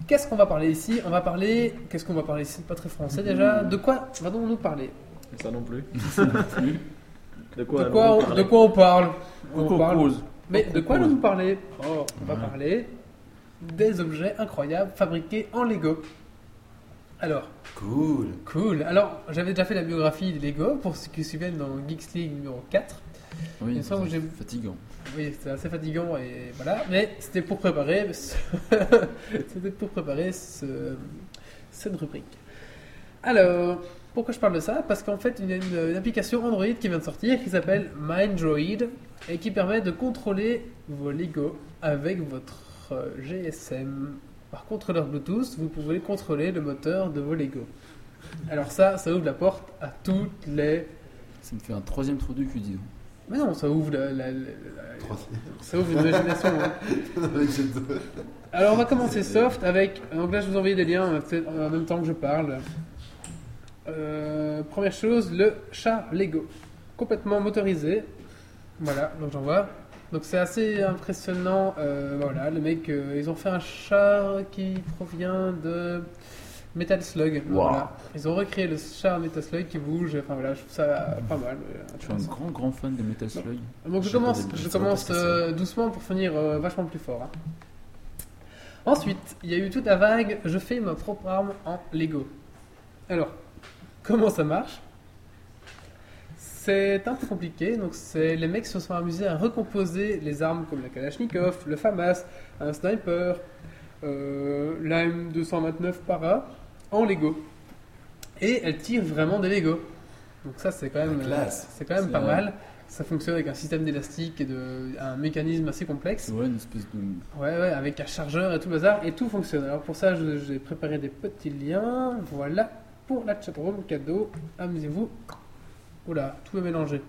[SPEAKER 1] qu'est-ce qu'on va parler ici On va parler. Qu'est-ce qu'on va parler ici Pas très français déjà. De quoi va-t-on nous parler
[SPEAKER 4] Ça non plus.
[SPEAKER 3] Plus.
[SPEAKER 4] De quoi,
[SPEAKER 1] de, quoi
[SPEAKER 4] on
[SPEAKER 1] on, de quoi on parle
[SPEAKER 3] On
[SPEAKER 1] On parle-
[SPEAKER 3] propose.
[SPEAKER 1] Mais
[SPEAKER 3] on
[SPEAKER 1] de quoi
[SPEAKER 3] propose.
[SPEAKER 1] allons-nous parler Oh, On va
[SPEAKER 3] Ouais.
[SPEAKER 1] parler des objets incroyables fabriqués en Lego. Alors,
[SPEAKER 2] Cool.
[SPEAKER 1] cool. Alors, j'avais déjà fait la biographie des Lego pour ceux qui suivent dans Geeks League numéro 4.
[SPEAKER 3] Oui,
[SPEAKER 1] Il me semble que
[SPEAKER 3] c'est
[SPEAKER 1] j'ai-
[SPEAKER 3] fatigant.
[SPEAKER 1] Oui, c'était assez fatigant et voilà. Mais c'était pour préparer, ce- c'était pour préparer ce- cette rubrique. Alors, pourquoi je parle de ça Parce qu'en fait, il y a une, une application Android qui vient de sortir qui s'appelle Mindroid et qui permet de contrôler vos Lego avec votre euh, GSM. Par contrôleur Bluetooth, vous pouvez contrôler le moteur de vos Lego. Alors ça, ça ouvre la porte à toutes les.
[SPEAKER 3] Ça me fait un troisième trou du cul, dis donc.
[SPEAKER 1] Mais non, ça ouvre la- la- la- la-
[SPEAKER 2] Trois-
[SPEAKER 1] ça ouvre l'imagination. hein. Alors on va commencer soft avec. Donc là je vous envoie des liens euh, peut-être en même temps que je parle. Euh, première chose, le chat Lego. Complètement motorisé. Voilà, donc j'en vois. Donc c'est assez impressionnant. euh, voilà, le mec, euh, ils ont fait un chat qui provient de Metal Slug.
[SPEAKER 3] Wow.
[SPEAKER 1] Voilà. Ils ont recréé le chat Metal Slug qui bouge. Enfin voilà, je trouve ça pas mal. euh,
[SPEAKER 3] Je suis un grand grand fan de Metal Slug.
[SPEAKER 1] donc je
[SPEAKER 3] Je sais pas
[SPEAKER 1] commence,
[SPEAKER 3] des-
[SPEAKER 1] je
[SPEAKER 3] je sais pas
[SPEAKER 1] commence
[SPEAKER 3] ce que c'est.
[SPEAKER 1] euh, doucement pour finir euh, vachement plus fort. hein. Ensuite, il y a eu toute la vague je fais ma propre arme en Lego. Alors, comment ça marche C'est un peu compliqué, donc c'est les mecs se sont amusés à recomposer les armes comme la Kalachnikov, le FAMAS, un sniper, euh, la M229 para en Lego. Et elles tirent vraiment des Lego. Donc ça c'est quand même
[SPEAKER 2] La
[SPEAKER 1] euh,
[SPEAKER 2] classe.
[SPEAKER 1] c'est quand même
[SPEAKER 3] C'est
[SPEAKER 1] pas
[SPEAKER 3] vrai.
[SPEAKER 1] mal. Ça fonctionne avec un système d'élastique et de, un mécanisme assez complexe.
[SPEAKER 3] Ouais, une espèce de.
[SPEAKER 1] Ouais, ouais, avec un chargeur et tout le bazar, et tout fonctionne. Alors pour ça, je- j'ai préparé des petits liens. Voilà pour la chatroom cadeau. Amusez-vous. Oula, tout est mélangé.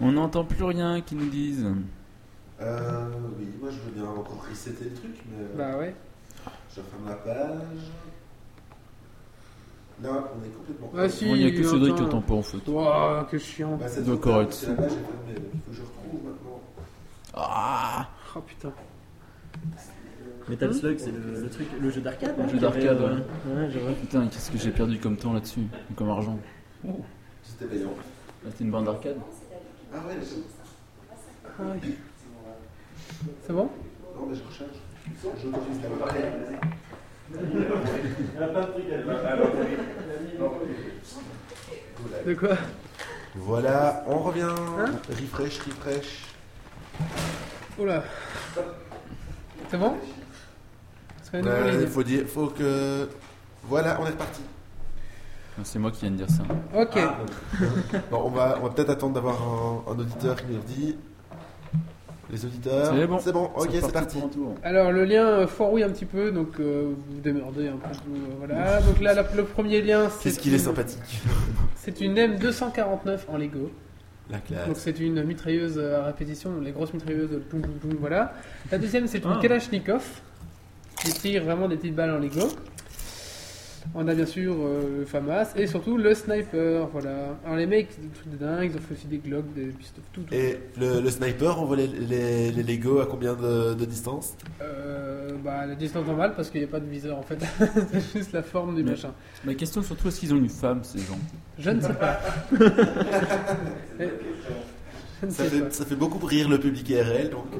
[SPEAKER 3] On n'entend plus rien qui nous disent.
[SPEAKER 2] Euh, oui, moi je veux bien encore resetter le truc, mais euh,
[SPEAKER 1] Bah ouais.
[SPEAKER 2] je ferme la page. Non, on est complètement.
[SPEAKER 1] Ouais, Bah, si.
[SPEAKER 3] Bon, il n'y a que
[SPEAKER 1] il
[SPEAKER 3] Cédric qui
[SPEAKER 1] entend.
[SPEAKER 3] entend pas en fait.
[SPEAKER 1] Ouah, que chiant.
[SPEAKER 2] Bah, c'est
[SPEAKER 3] Donc,
[SPEAKER 2] trop tard,
[SPEAKER 3] correct.
[SPEAKER 2] c'est la page est fermée, donc il faut que je retrouve maintenant.
[SPEAKER 3] Ah
[SPEAKER 1] Oh putain.
[SPEAKER 4] Metal Slug, c'est le, le truc, le jeu d'arcade.
[SPEAKER 3] Le
[SPEAKER 4] hein,
[SPEAKER 3] jeu
[SPEAKER 4] qui avait,
[SPEAKER 3] d'arcade,
[SPEAKER 4] euh, ouais, je vois.
[SPEAKER 3] Putain, qu'est-ce que j'ai perdu comme temps là-dessus Comme argent.
[SPEAKER 2] C'était payant.
[SPEAKER 3] Là, c'était une bande d'arcade
[SPEAKER 2] Ah ouais, je-
[SPEAKER 1] Ah ouais. C'est bon
[SPEAKER 2] non, mais je recherche. Je corrige la page.
[SPEAKER 1] De quoi
[SPEAKER 2] Voilà, on revient. refresh, refresh.
[SPEAKER 1] Oula. C'est bon C'est quand
[SPEAKER 2] Il
[SPEAKER 1] même une nouvelle idée.
[SPEAKER 2] faut dire, faut que. Voilà, on est reparti.
[SPEAKER 3] Ah, C'est moi qui viens de dire ça.
[SPEAKER 1] Ok.
[SPEAKER 2] Bon, on va, on va peut-être attendre d'avoir un, un auditeur qui nous dit. Les auditeurs.
[SPEAKER 3] C'est bon.
[SPEAKER 2] C'est bon, ok, c'est parti.
[SPEAKER 3] pour un tour.
[SPEAKER 1] Alors le lien euh, foirouille un petit peu, donc euh, vous vous démerdez un peu. euh, voilà. Donc là, la- le premier lien, c'est
[SPEAKER 2] Qu'est-ce qu'il est
[SPEAKER 1] une-
[SPEAKER 2] sympathique.
[SPEAKER 1] C'est une M249 en Lego.
[SPEAKER 2] La
[SPEAKER 1] Donc
[SPEAKER 2] classe.
[SPEAKER 1] c'est une mitrailleuse à répétition, les grosses mitrailleuses, boum, boum, boum, voilà. La deuxième, c'est une
[SPEAKER 4] Ah.
[SPEAKER 1] Kalachnikov, qui tire vraiment des petites balles en Lego. On a bien sûr euh, le FAMAS et surtout le sniper, voilà. Alors les mecs, des trucs de dingue, ils ont fait aussi des Glocks, des pistolets, tout. tout.
[SPEAKER 2] Et le, le sniper, on voit les, les, les Lego à combien de, de distance
[SPEAKER 1] Euh, bah, la distance normale parce qu'il n'y a pas de viseur en fait, c'est juste la forme du
[SPEAKER 3] Mais-
[SPEAKER 1] machin.
[SPEAKER 3] Ma question surtout, est-ce qu'ils ont une femme ces gens
[SPEAKER 1] Je ne sais pas. Et- Je ne
[SPEAKER 2] ça
[SPEAKER 1] sais pas.
[SPEAKER 2] fait, ça fait beaucoup rire le public RL, donc. euh,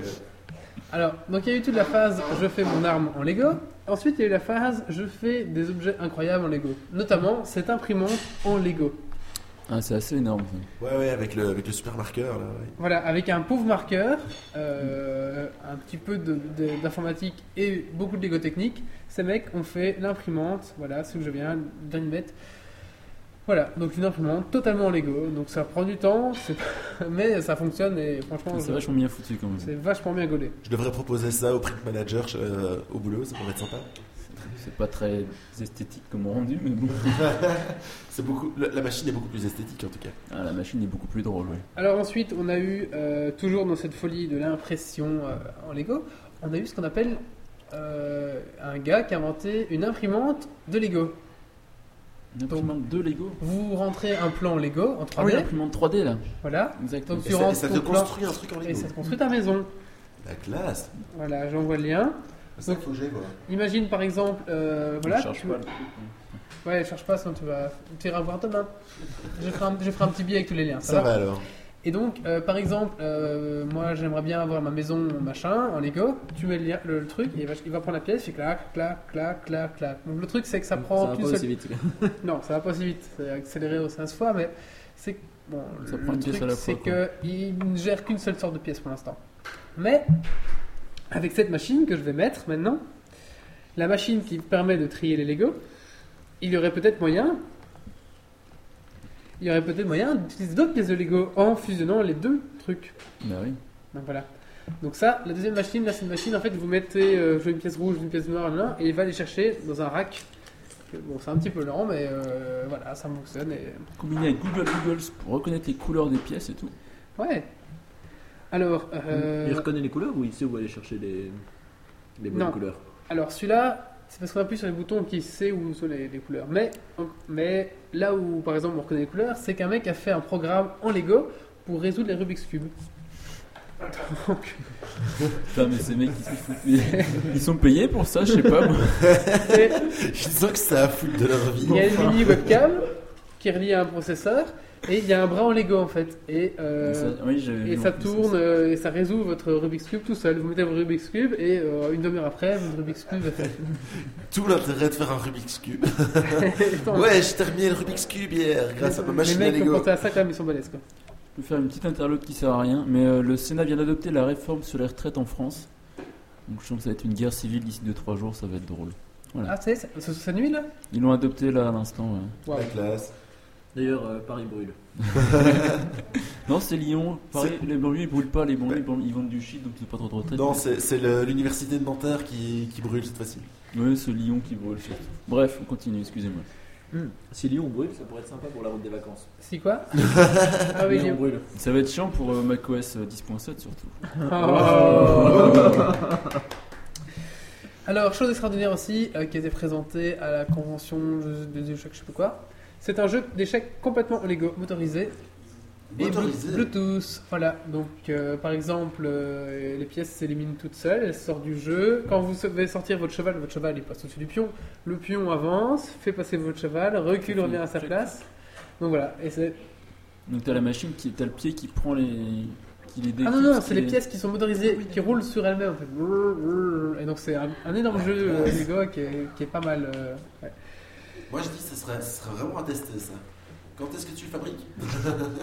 [SPEAKER 1] Alors, donc il y a eu toute la phase je fais mon arme en Lego. Ensuite, il y a eu la phase je fais des objets incroyables en Lego. Notamment cette imprimante en Lego.
[SPEAKER 3] Ah, c'est assez énorme. ça.
[SPEAKER 2] ouais, ouais, avec le, avec le super marqueur, là, ouais.
[SPEAKER 1] Voilà, avec un pauvre marqueur, euh, un petit peu de- de- d'informatique et beaucoup de Lego technique, ces mecs ont fait l'imprimante, voilà, ce que je viens d'y mettre. Voilà, donc une imprimante totalement en Lego, donc ça prend du temps, c'est pas- mais ça fonctionne et franchement,
[SPEAKER 3] C'est
[SPEAKER 1] je-
[SPEAKER 3] vachement bien foutu quand même.
[SPEAKER 1] c'est vachement bien gaulé.
[SPEAKER 2] Je devrais proposer ça au print manager euh, au boulot, ça pourrait être sympa.
[SPEAKER 3] C'est pas très esthétique comme rendu, mais bon.
[SPEAKER 2] C'est beaucoup, la, la machine est beaucoup plus esthétique en tout cas.
[SPEAKER 3] Ah, la machine est beaucoup plus drôle, ouais.
[SPEAKER 1] Alors ensuite, on a eu, euh, toujours dans cette folie de l'impression euh, en Lego, on a eu ce qu'on appelle euh, un gars qui a inventé une imprimante de Lego.
[SPEAKER 3] Une imprimante de Lego.
[SPEAKER 1] Vous rentrez un plan Lego en 3D,
[SPEAKER 3] Ah oui, l'imprimante 3D là.
[SPEAKER 1] voilà,
[SPEAKER 3] Exactement.
[SPEAKER 1] Donc,
[SPEAKER 2] Et
[SPEAKER 1] Tu
[SPEAKER 2] ça, et
[SPEAKER 1] rentres
[SPEAKER 2] ça te
[SPEAKER 1] ton plan.
[SPEAKER 2] construit un truc en
[SPEAKER 1] et
[SPEAKER 2] Lego.
[SPEAKER 1] ça te construit ta maison.
[SPEAKER 2] La classe.
[SPEAKER 1] Voilà, j'envoie le lien.
[SPEAKER 2] Ça, faut que j'aille voir.
[SPEAKER 1] Imagine par exemple, euh, voilà,
[SPEAKER 3] Je cherche
[SPEAKER 1] tu-
[SPEAKER 3] pas le truc.
[SPEAKER 1] ouais, cherche pas, sinon tu vas, tu iras voir demain. Je ferai un, je ferai un petit billet avec tous les liens. Ça,
[SPEAKER 2] Ça
[SPEAKER 1] va
[SPEAKER 2] va alors.
[SPEAKER 1] Et donc, euh, par exemple, euh, moi j'aimerais bien avoir ma maison, machin, en Lego. Tu mets le, lien- le- le truc, il va, il va prendre la pièce, il clac, clac, clac, clac, clac. Donc le truc c'est que ça prend
[SPEAKER 4] ça va pas
[SPEAKER 1] qu'une
[SPEAKER 4] aussi
[SPEAKER 1] seule-
[SPEAKER 4] vite.
[SPEAKER 1] Non, ça va pas aussi vite, c'est accéléré au 15 fois, mais c'est. Bon,
[SPEAKER 3] Ça
[SPEAKER 1] le
[SPEAKER 3] prend une
[SPEAKER 1] truc
[SPEAKER 3] pièce à la
[SPEAKER 1] c'est
[SPEAKER 3] fois, quoi.
[SPEAKER 1] qu'il ne gère qu'une seule sorte de pièce pour l'instant. Mais, avec cette machine que je vais mettre maintenant, la machine qui permet de trier les Lego, il y aurait peut-être moyen. Il y aurait peut-être moyen d'utiliser d'autres pièces de Lego en fusionnant les deux trucs.
[SPEAKER 3] Bah oui.
[SPEAKER 1] Donc voilà. Donc ça, la deuxième machine, là c'est une machine, en fait vous mettez euh, je veux une pièce rouge, une pièce noire, là, et il va les chercher dans un rack. Bon, c'est un petit peu lent, mais euh, voilà, ça fonctionne. Et...
[SPEAKER 3] Combiné avec Google Google pour reconnaître les couleurs des pièces et tout.
[SPEAKER 1] Ouais. Alors, euh,
[SPEAKER 4] Il reconnaît les couleurs ou il sait où aller chercher les, les bonnes
[SPEAKER 1] Non.
[SPEAKER 4] couleurs
[SPEAKER 1] alors celui-là, c'est parce qu'on appuie sur les boutons qui sait où sont les, les couleurs. Mais, mais là où par exemple on reconnaît les couleurs, c'est qu'un mec a fait un programme en Lego pour résoudre les Rubik's Cube. Donc,
[SPEAKER 3] Putain, mais ces mecs, ils se foutent. Ils sont payés pour ça, je sais pas moi.
[SPEAKER 1] c'est-
[SPEAKER 2] Je sens que ça a foutre de leur vie.
[SPEAKER 1] Il y a une mini webcam qui est reliée à un processeur et il y a un bras en Lego en fait. Et, euh,
[SPEAKER 3] Ça- oui, j'avais
[SPEAKER 1] et
[SPEAKER 3] vu,
[SPEAKER 1] ça
[SPEAKER 3] en plus,
[SPEAKER 1] tourne
[SPEAKER 3] ça.
[SPEAKER 1] euh, et ça résout votre Rubik's Cube tout seul. Vous mettez votre Rubik's Cube et euh, une demi-heure après, votre Rubik's Cube est fait.
[SPEAKER 2] Tout l'intérêt de faire un Rubik's Cube.
[SPEAKER 1] Attends,
[SPEAKER 2] Ouais, j'ai terminé le Rubik's Cube hier grâce à ma machine
[SPEAKER 1] les
[SPEAKER 2] à
[SPEAKER 1] mecs, qui ont
[SPEAKER 2] Lego.
[SPEAKER 1] pensé à ça, quand même, ils sont balèzes quoi.
[SPEAKER 3] Je peux faire une petite interlude qui sert à rien, mais euh, le Sénat vient d'adopter la réforme sur les retraites en France. Donc je sens que ça va être une guerre civile d'ici 2-3 jours, ça va être drôle.
[SPEAKER 1] Ah, c'est ça, ça- ça nuit là
[SPEAKER 3] Ils l'ont adopté là à l'instant. ouais.
[SPEAKER 1] Waouh.
[SPEAKER 2] La classe.
[SPEAKER 4] D'ailleurs, euh, Paris brûle.
[SPEAKER 3] Non, c'est Lyon. Pareil, les banlieues ils brûlent pas, les banlieues ils brûlent- ils vendent du shit donc c'est pas trop de retraite.
[SPEAKER 2] Non, c'est c'est le- l'université de Nanterre qui, qui brûle cette fois-ci.
[SPEAKER 3] Ouais, c'est Lyon qui brûle surtout. Bref, on continue, excusez-moi.
[SPEAKER 4] Si Lyon brûle, ça pourrait être sympa pour la route des vacances.
[SPEAKER 1] Si quoi Ah oui,
[SPEAKER 4] Lyon
[SPEAKER 1] Lyon.
[SPEAKER 4] brûle.
[SPEAKER 3] Ça va être chiant pour euh, macOS euh, 10.7 surtout.
[SPEAKER 1] Oh. Alors, chose extraordinaire aussi, euh, qui a été présentée à la convention des échecs, je sais plus quoi. C'est un jeu d'échecs complètement en Lego, motorisé, Et
[SPEAKER 2] Motorisé.
[SPEAKER 1] Blu- Bluetooth, voilà. Donc, euh, par exemple, euh, les pièces s'éliminent toutes seules, elles sortent du jeu. Quand vous devez sortir votre cheval, votre cheval il passe au-dessus du pion. Le pion avance, fait passer votre cheval, recule, revient à sa place. Donc voilà. Et c'est...
[SPEAKER 3] Donc t'as la machine qui t'as le pied qui prend les qui les
[SPEAKER 1] Ah non, non,
[SPEAKER 3] déclic,
[SPEAKER 1] c'est
[SPEAKER 3] qui
[SPEAKER 1] les pièces qui sont motorisées, qui roulent sur elles-mêmes. en fait. Brrr, brrr. Et donc, c'est un, un énorme jeu euh, Lego qui est, qui est pas mal. euh, ouais.
[SPEAKER 2] Moi, je dis que ce serait, ce serait vraiment à tester ça. Quand est-ce que tu le fabriques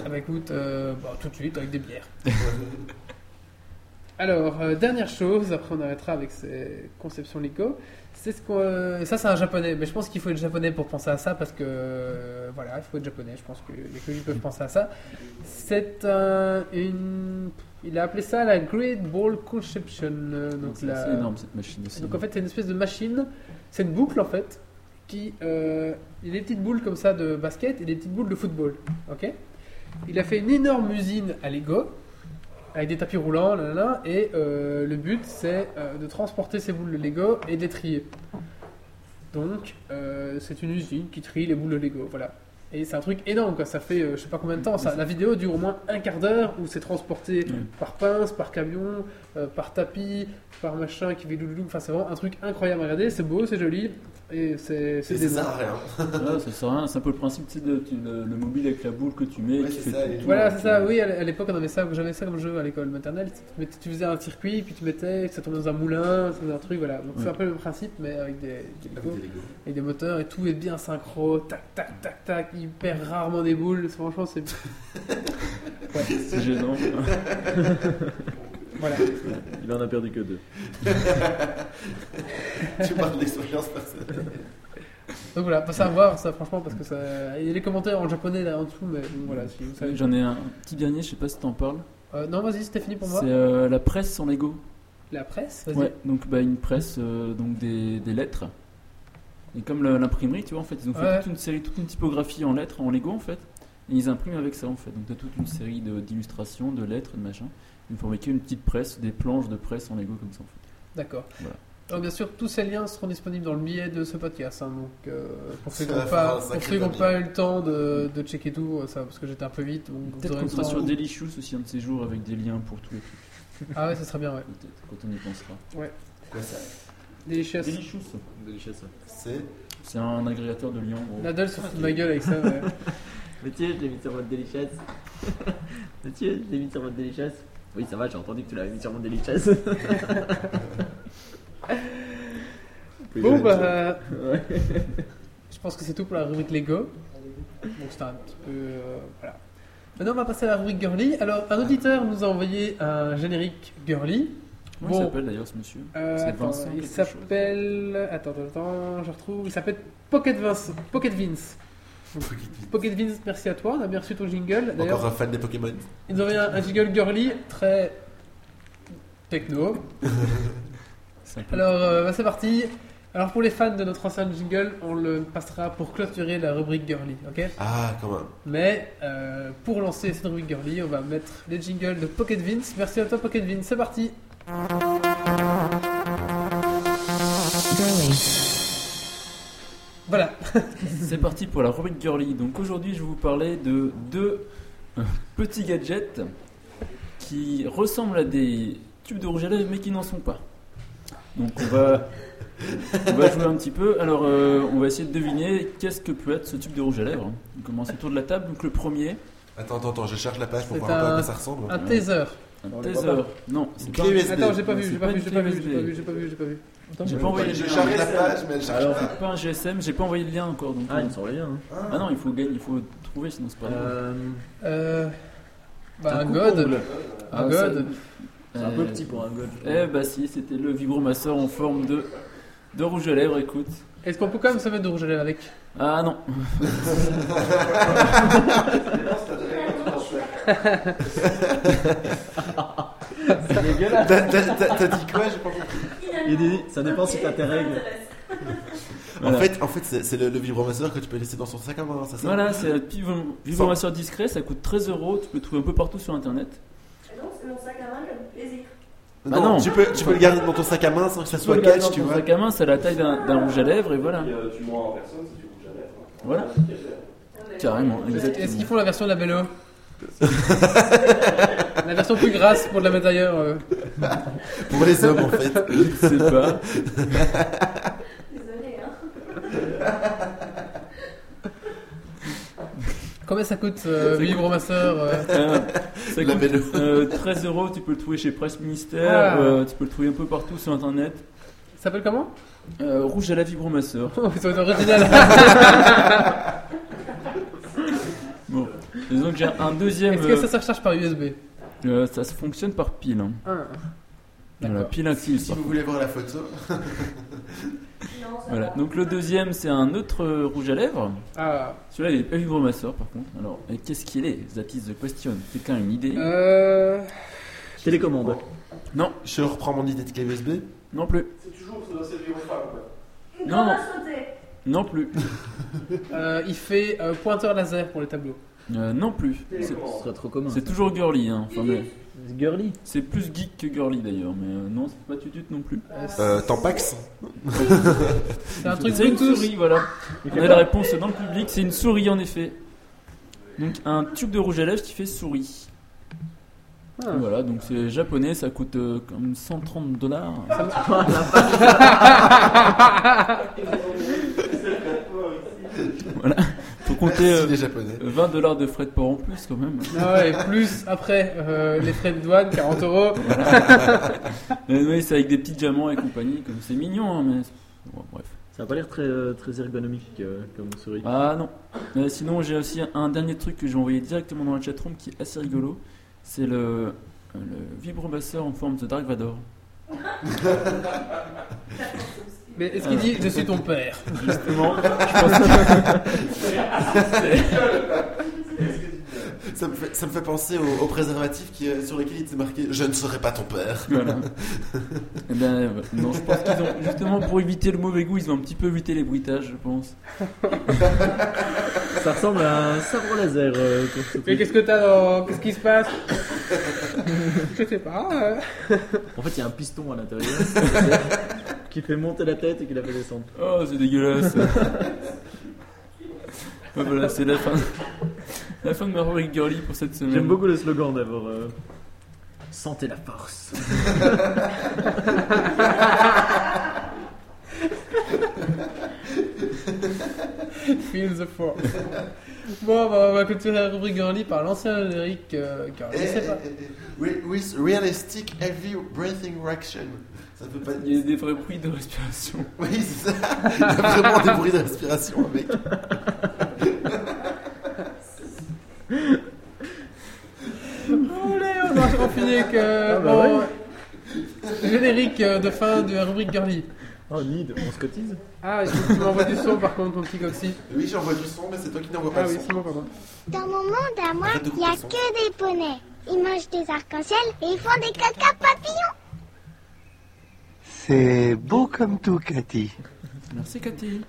[SPEAKER 1] Ah bah écoute, euh, bah, tout de suite avec des bières. Alors, euh, dernière chose, après on arrêtera avec ces conceptions Lego. C'est ce qu'on. euh, ça, c'est un japonais, mais je pense qu'il faut être japonais pour penser à ça parce que. euh, voilà, il faut être japonais, je pense que les que lui peuvent penser à ça. C'est un. Une, il a appelé ça la Great Ball Conception. euh,
[SPEAKER 3] Donc
[SPEAKER 1] donc,
[SPEAKER 3] c'est
[SPEAKER 1] la-
[SPEAKER 3] assez énorme cette machine aussi.
[SPEAKER 1] donc en fait, c'est une espèce de machine, c'est une boucle en fait, qui. euh, il y a des petites boules comme ça de basket et des petites boules de football. Ok Il a fait une énorme usine à Lego, avec des tapis roulants, nanana, et euh, le but c'est euh, de transporter ces boules de Lego et de les trier. Donc, euh, c'est une usine qui trie les boules de Lego, voilà. Et c'est un truc énorme, quoi. Ça fait euh, je sais pas combien de temps. Ça, la vidéo dure au moins un quart d'heure où c'est transporté
[SPEAKER 3] Mm.
[SPEAKER 1] par pince, par camion, euh, par tapis, par machin qui fait doudoudou. Enfin, c'est vraiment un truc incroyable à regarder. C'est beau, c'est joli. Et c'est
[SPEAKER 2] C'est
[SPEAKER 1] des-
[SPEAKER 2] ça à rien.
[SPEAKER 3] Ah, ça sert à rien, c'est un peu le principe, tu sais, de, tu- le, le mobile avec la boule que tu mets.
[SPEAKER 2] Ouais,
[SPEAKER 3] qui
[SPEAKER 2] c'est
[SPEAKER 3] fait
[SPEAKER 2] ça,
[SPEAKER 3] tout-
[SPEAKER 2] et-
[SPEAKER 3] tout,
[SPEAKER 1] Voilà,
[SPEAKER 3] là,
[SPEAKER 1] c'est
[SPEAKER 3] tu-
[SPEAKER 1] ça, oui, à l- à l'époque on avait ça, j'avais ça comme jeu à l'école maternelle. Tu, mettais- tu faisais un circuit, puis tu mettais, ça tombait dans un moulin, ça faisait un truc, voilà. Donc c'est
[SPEAKER 3] Ouais.
[SPEAKER 1] un peu le principe, mais avec des, des
[SPEAKER 2] Avec
[SPEAKER 1] Lego
[SPEAKER 2] des Lego.
[SPEAKER 1] et des moteurs, et tout est bien synchro, tac, tac, tac, tac, hyper rarement des boules. Franchement, c'est.
[SPEAKER 3] C'est gênant.
[SPEAKER 1] Voilà.
[SPEAKER 4] Il en a perdu que deux.
[SPEAKER 2] tu parles d'expérience personnelle.
[SPEAKER 1] Donc voilà, passez à voir ça, franchement, parce que ça. Il y a les commentaires en japonais là en dessous, mais bon, voilà, si vous savez.
[SPEAKER 3] J'en ai un petit dernier, je sais pas si t'en parles.
[SPEAKER 1] Euh, non, vas-y, c'était fini pour moi.
[SPEAKER 3] C'est euh, la presse sans Lego.
[SPEAKER 1] La presse, vas-y.
[SPEAKER 3] Ouais, donc bah, une presse, euh, donc des, des lettres. Et comme le- l'imprimerie, tu vois, en fait, ils ont fait
[SPEAKER 1] Ouais.
[SPEAKER 3] toute une série, toute une typographie en lettres, en Lego, en fait. Et ils impriment avec ça, en fait. Donc, tu as toute une série de- d'illustrations, de, lettres, de machin. Ils ont fabriqué une petite presse, des planches de presse en Lego comme ça, en fait.
[SPEAKER 1] D'accord.
[SPEAKER 3] Voilà.
[SPEAKER 1] Donc, bien sûr, tous ces liens seront disponibles dans le billet de ce podcast. hein, donc, euh, pour ceux
[SPEAKER 2] Ça
[SPEAKER 1] qui
[SPEAKER 2] va
[SPEAKER 1] n'ont
[SPEAKER 2] faire
[SPEAKER 1] pas,
[SPEAKER 2] un sacré
[SPEAKER 1] pour ceux qui n'ont
[SPEAKER 2] papier.
[SPEAKER 1] pas eu le temps de, de checker tout, euh, ça, parce que j'étais un peu vite. donc vous
[SPEAKER 3] Peut-être
[SPEAKER 1] aurez
[SPEAKER 3] qu'on
[SPEAKER 1] le
[SPEAKER 3] sera
[SPEAKER 1] temps.
[SPEAKER 3] sur Delicious aussi un de ces jours avec des liens pour tous les trucs,
[SPEAKER 1] Ah ouais, ça serait bien, ouais.
[SPEAKER 3] peut-être, quand on y pensera.
[SPEAKER 2] Quoi ça
[SPEAKER 1] Delicious.
[SPEAKER 3] Delicious,
[SPEAKER 4] Delicious.
[SPEAKER 2] C'est.
[SPEAKER 3] c'est un agrégateur de liens, en gros.
[SPEAKER 1] Nadal se fout
[SPEAKER 3] Ah,
[SPEAKER 1] de ma gueule avec ça, ouais.
[SPEAKER 4] Mais tiens, je l'ai mis sur mode Delicious. Mais tiens, je l'ai mis sur mode Delicious. Oui, ça va, j'ai entendu que tu l'avais mis sur mode Delicious.
[SPEAKER 1] Bon, bah, euh,
[SPEAKER 4] Ouais.
[SPEAKER 1] je pense que c'est tout pour la rubrique Lego. Bon, c'était un petit peu. euh, voilà. Maintenant, on va passer à la rubrique Girly. Alors, un auditeur nous a envoyé un générique Girly.
[SPEAKER 3] Comment il
[SPEAKER 1] Bon.
[SPEAKER 3] s'appelle d'ailleurs ce monsieur
[SPEAKER 1] Euh,
[SPEAKER 3] C'est
[SPEAKER 1] attends,
[SPEAKER 3] Vincent
[SPEAKER 1] il
[SPEAKER 3] quelque
[SPEAKER 1] s'appelle. Attends, attends, attends, je retrouve. Il s'appelle Pocket Vince. Pocket Vince. Pocket Vince, merci à toi. On a bien reçu ton jingle.
[SPEAKER 2] Encore
[SPEAKER 1] D'ailleurs,
[SPEAKER 2] un fan des Pokémon.
[SPEAKER 1] il nous a envoyé un, un jingle girly très techno.
[SPEAKER 3] C'est un peu-
[SPEAKER 1] Alors, euh, bah, c'est parti. Alors, pour les fans de notre ancien jingle, on le passera pour clôturer la rubrique girly, ok
[SPEAKER 2] Ah, quand même.
[SPEAKER 1] Mais euh, pour lancer cette rubrique girly, on va mettre les jingles de Pocket Vince. Merci à toi, Pocket Vince. C'est parti. Voilà.
[SPEAKER 3] C'est parti pour la rubrique girly. Donc aujourd'hui, je vais vous parler de deux euh, petits gadgets qui ressemblent à des tubes de rouge à lèvres mais qui n'en sont pas. Donc on va, on va jouer un petit peu. Alors euh, on va essayer de deviner qu'est-ce que peut être ce tube de rouge à lèvres. On commence autour de la table. Donc le premier,
[SPEAKER 2] Attends, attends, attends, je cherche la page pour
[SPEAKER 1] C'est
[SPEAKER 2] voir un peu à
[SPEAKER 1] un- Ah
[SPEAKER 2] quoi ça ressemble.
[SPEAKER 1] Un taser.
[SPEAKER 3] un
[SPEAKER 4] On les voit
[SPEAKER 3] taser. Non, c'est
[SPEAKER 2] Une
[SPEAKER 3] pas.
[SPEAKER 2] clé USB.
[SPEAKER 1] Attends, j'ai pas vu,
[SPEAKER 3] C'est
[SPEAKER 1] j'ai pas
[SPEAKER 3] pas
[SPEAKER 1] vu,
[SPEAKER 3] une
[SPEAKER 1] j'ai pas
[SPEAKER 3] clé
[SPEAKER 1] vu, j'ai pas
[SPEAKER 3] USB.
[SPEAKER 1] vu, j'ai pas vu, j'ai pas vu.
[SPEAKER 3] J'ai pas envoyé
[SPEAKER 2] Je
[SPEAKER 3] le
[SPEAKER 2] cherche
[SPEAKER 3] lien.
[SPEAKER 2] la page, mais elle cherche
[SPEAKER 4] Alors,
[SPEAKER 2] pas.
[SPEAKER 3] C'est pas un GSM. J'ai pas envoyé le lien encore. Donc
[SPEAKER 4] Ah,
[SPEAKER 3] on-
[SPEAKER 4] il me semble bien. Hein.
[SPEAKER 3] ah non, il faut gagner, il faut trouver sinon c'est pas. drôle.
[SPEAKER 4] Euh,
[SPEAKER 1] Euh. Bah, un,
[SPEAKER 4] coupe
[SPEAKER 1] god.
[SPEAKER 4] ongle.
[SPEAKER 1] Un
[SPEAKER 3] Ah, ça-
[SPEAKER 1] god.
[SPEAKER 4] C'est un peu
[SPEAKER 3] Euh,
[SPEAKER 4] petit pour un god. je trouve.
[SPEAKER 3] Eh bah si, c'était le vibromasseur en forme de, de rouge à lèvres, écoute.
[SPEAKER 1] Est-ce qu'on peut quand même se mettre de rouge à lèvres avec
[SPEAKER 3] Ah non,
[SPEAKER 4] C'est dégueulasse.
[SPEAKER 2] T'as- T'as t'as- t'as dit quoi j'ai pas compris.
[SPEAKER 4] Il dit, ça dépend si t'as tes règles.
[SPEAKER 3] Voilà.
[SPEAKER 2] En fait, en fait c'est c'est le, le vibromasseur que tu peux laisser dans son sac à main, ça ça
[SPEAKER 3] voilà, c'est un petit vibro- vibromasseur discret, ça coûte 13 euros, tu peux le trouver un peu partout sur internet.
[SPEAKER 7] Ah Non, c'est mon sac à main, j'ai le plaisir.
[SPEAKER 2] Non,
[SPEAKER 3] Ah non.
[SPEAKER 2] Tu, peux, tu peux le garder dans ton sac à main sans que ça soit catch, tu
[SPEAKER 3] Ton
[SPEAKER 2] vois.
[SPEAKER 3] sac à main, c'est la taille d'un d'un rouge à lèvres et voilà.
[SPEAKER 8] Et, euh, tu mens en personne si tu rouges à lèvres. hein.
[SPEAKER 3] Voilà, carrément,
[SPEAKER 1] Est-ce- Est-ce qu'ils
[SPEAKER 3] exactement.
[SPEAKER 1] font la version de la Bello La version plus grasse pour de la mettre ailleurs. euh.
[SPEAKER 2] Pour les hommes, en fait.
[SPEAKER 3] Je sais pas.
[SPEAKER 7] Désolée, hein.
[SPEAKER 1] Combien ça coûte, euh,
[SPEAKER 3] Ça coûte-
[SPEAKER 1] Vibromasseur euh,
[SPEAKER 3] Euh, ça
[SPEAKER 2] La
[SPEAKER 3] coûte
[SPEAKER 2] vélo.
[SPEAKER 3] euh, 13 euros, tu peux le trouver chez Presse Ministère,
[SPEAKER 1] Ah.
[SPEAKER 3] euh, tu peux le trouver un peu partout sur internet.
[SPEAKER 1] Ça s'appelle comment
[SPEAKER 3] Euh, rouge à la vibromasseur.
[SPEAKER 1] Oh, ça doit être original.
[SPEAKER 3] Bon, disons que j'ai un deuxième.
[SPEAKER 1] Est-ce que
[SPEAKER 3] euh,
[SPEAKER 1] ça se recharge par USB
[SPEAKER 3] euh, ça se fonctionne par pile. hein.
[SPEAKER 1] Ah.
[SPEAKER 3] Voilà,
[SPEAKER 1] D'accord.
[SPEAKER 3] pile active.
[SPEAKER 2] Si vous voulez voir la photo,
[SPEAKER 7] Non, ça
[SPEAKER 3] Voilà.
[SPEAKER 7] va.
[SPEAKER 3] Donc le deuxième, c'est un autre euh, rouge à lèvres.
[SPEAKER 1] Ah.
[SPEAKER 3] Celui-là, il est pas vibromasseur par contre. Alors, et qu'est-ce qu'il est That is the question. Quelqu'un a une idée
[SPEAKER 1] Euh...
[SPEAKER 4] Télécommande.
[SPEAKER 2] je reprends mon idée de clé USB.
[SPEAKER 3] Non plus.
[SPEAKER 8] C'est toujours, ça doit servir aux femmes. quoi.
[SPEAKER 7] Une
[SPEAKER 3] Non,
[SPEAKER 7] grande sautée.
[SPEAKER 3] Non plus.
[SPEAKER 1] euh, il fait euh, pointeur laser pour les tableaux.
[SPEAKER 3] Euh, non plus. C'est-
[SPEAKER 4] Ce serait trop commun.
[SPEAKER 3] C'est toujours girly. hein. Enfin, mais-
[SPEAKER 4] C'est girly.
[SPEAKER 3] c'est plus geek que girly d'ailleurs. Mais euh, non, c'est pas tutut non plus.
[SPEAKER 1] Euh,
[SPEAKER 2] Euh, Tampax
[SPEAKER 1] c'est un truc
[SPEAKER 3] C'est une
[SPEAKER 1] Bluetooth.
[SPEAKER 3] souris, voilà.
[SPEAKER 4] Il
[SPEAKER 3] On
[SPEAKER 4] fait
[SPEAKER 3] a
[SPEAKER 4] quoi
[SPEAKER 3] la réponse dans le public. C'est une souris en effet. Donc un tube de rouge à lèvres qui fait souris.
[SPEAKER 1] Ah.
[SPEAKER 3] Voilà, donc c'est japonais, ça coûte euh, comme 130 dollars. Faut compter
[SPEAKER 2] Merci
[SPEAKER 3] euh,
[SPEAKER 2] les japonais.
[SPEAKER 3] 20 dollars de frais de port en plus quand même.
[SPEAKER 1] Ah ouais, et plus après euh, les frais de douane, 40 euros.
[SPEAKER 3] Mais oui, c'est avec des petits diamants et compagnie, comme c'est mignon, hein, mais. bon, bref.
[SPEAKER 4] Ça a pas l'air très, euh, très ergonomique euh, comme souris.
[SPEAKER 3] Ah non. Euh, sinon, j'ai aussi un dernier truc que j'ai envoyé directement dans la chatroom qui est assez rigolo. C'est le, euh, le vibromasseur en forme de Dark Vador.
[SPEAKER 1] Mais est-ce qu'il dit « Je suis ton père
[SPEAKER 3] Justement, je pense que-
[SPEAKER 2] Ça me fait, ça me fait penser au, au préservatif qui, est- sur lequel il était marqué Je ne serai pas ton père.
[SPEAKER 3] Voilà. Eh ben, ouais. non, je pense qu'ils ont, justement, pour éviter le mauvais goût, ils ont un petit peu évité les bruitages, je pense.
[SPEAKER 4] Ça ressemble à un sabre laser. euh, pour ce
[SPEAKER 1] Mais
[SPEAKER 4] truc.
[SPEAKER 1] qu'est-ce que t'as dans... Qu'est-ce qui se passe Je sais pas. euh.
[SPEAKER 4] En fait, il y a un piston à l'intérieur qui fait monter la tête et qui la fait descendre.
[SPEAKER 3] Oh, c'est dégueulasse. Ouais, voilà, c'est la fin. La fin de ma rubrique girly pour cette semaine.
[SPEAKER 4] J'aime beaucoup le slogan d'avoir. euh, Sentez la force.
[SPEAKER 1] Feel the force. Bon, bah, on va clôturer la rubrique girly par l'ancien générique. euh, car
[SPEAKER 2] Eh,
[SPEAKER 1] je sais
[SPEAKER 2] eh,
[SPEAKER 1] pas.
[SPEAKER 2] eh, eh. Wi- With realistic heavy breathing reaction. Ça peut pas
[SPEAKER 3] Il y a des vrais bruits de respiration.
[SPEAKER 2] Oui, c'est ça. Il y a vraiment des bruits de respiration, mec.
[SPEAKER 1] Oh, Allez, on va on finit avec euh,
[SPEAKER 4] Ah, bah
[SPEAKER 1] bon, générique euh, de fin de la rubrique girly.
[SPEAKER 4] Oh, Nid, on se cotise
[SPEAKER 1] Ah, il faut que tu m'envoies du son par contre, mon petit coxy.
[SPEAKER 2] Oui, j'envoie du son, mais c'est toi qui n'envoie pas
[SPEAKER 1] Ah oui,
[SPEAKER 2] le son.
[SPEAKER 1] c'est moi par contre.
[SPEAKER 9] Dans mon monde à moi,
[SPEAKER 2] Arrête de
[SPEAKER 9] il n'y a
[SPEAKER 2] couper le son.
[SPEAKER 9] que des poneys. Ils mangent des arcs-en-ciel et ils font des caca papillons.
[SPEAKER 10] C'est beau comme tout, Cathy.
[SPEAKER 3] Merci, Cathy.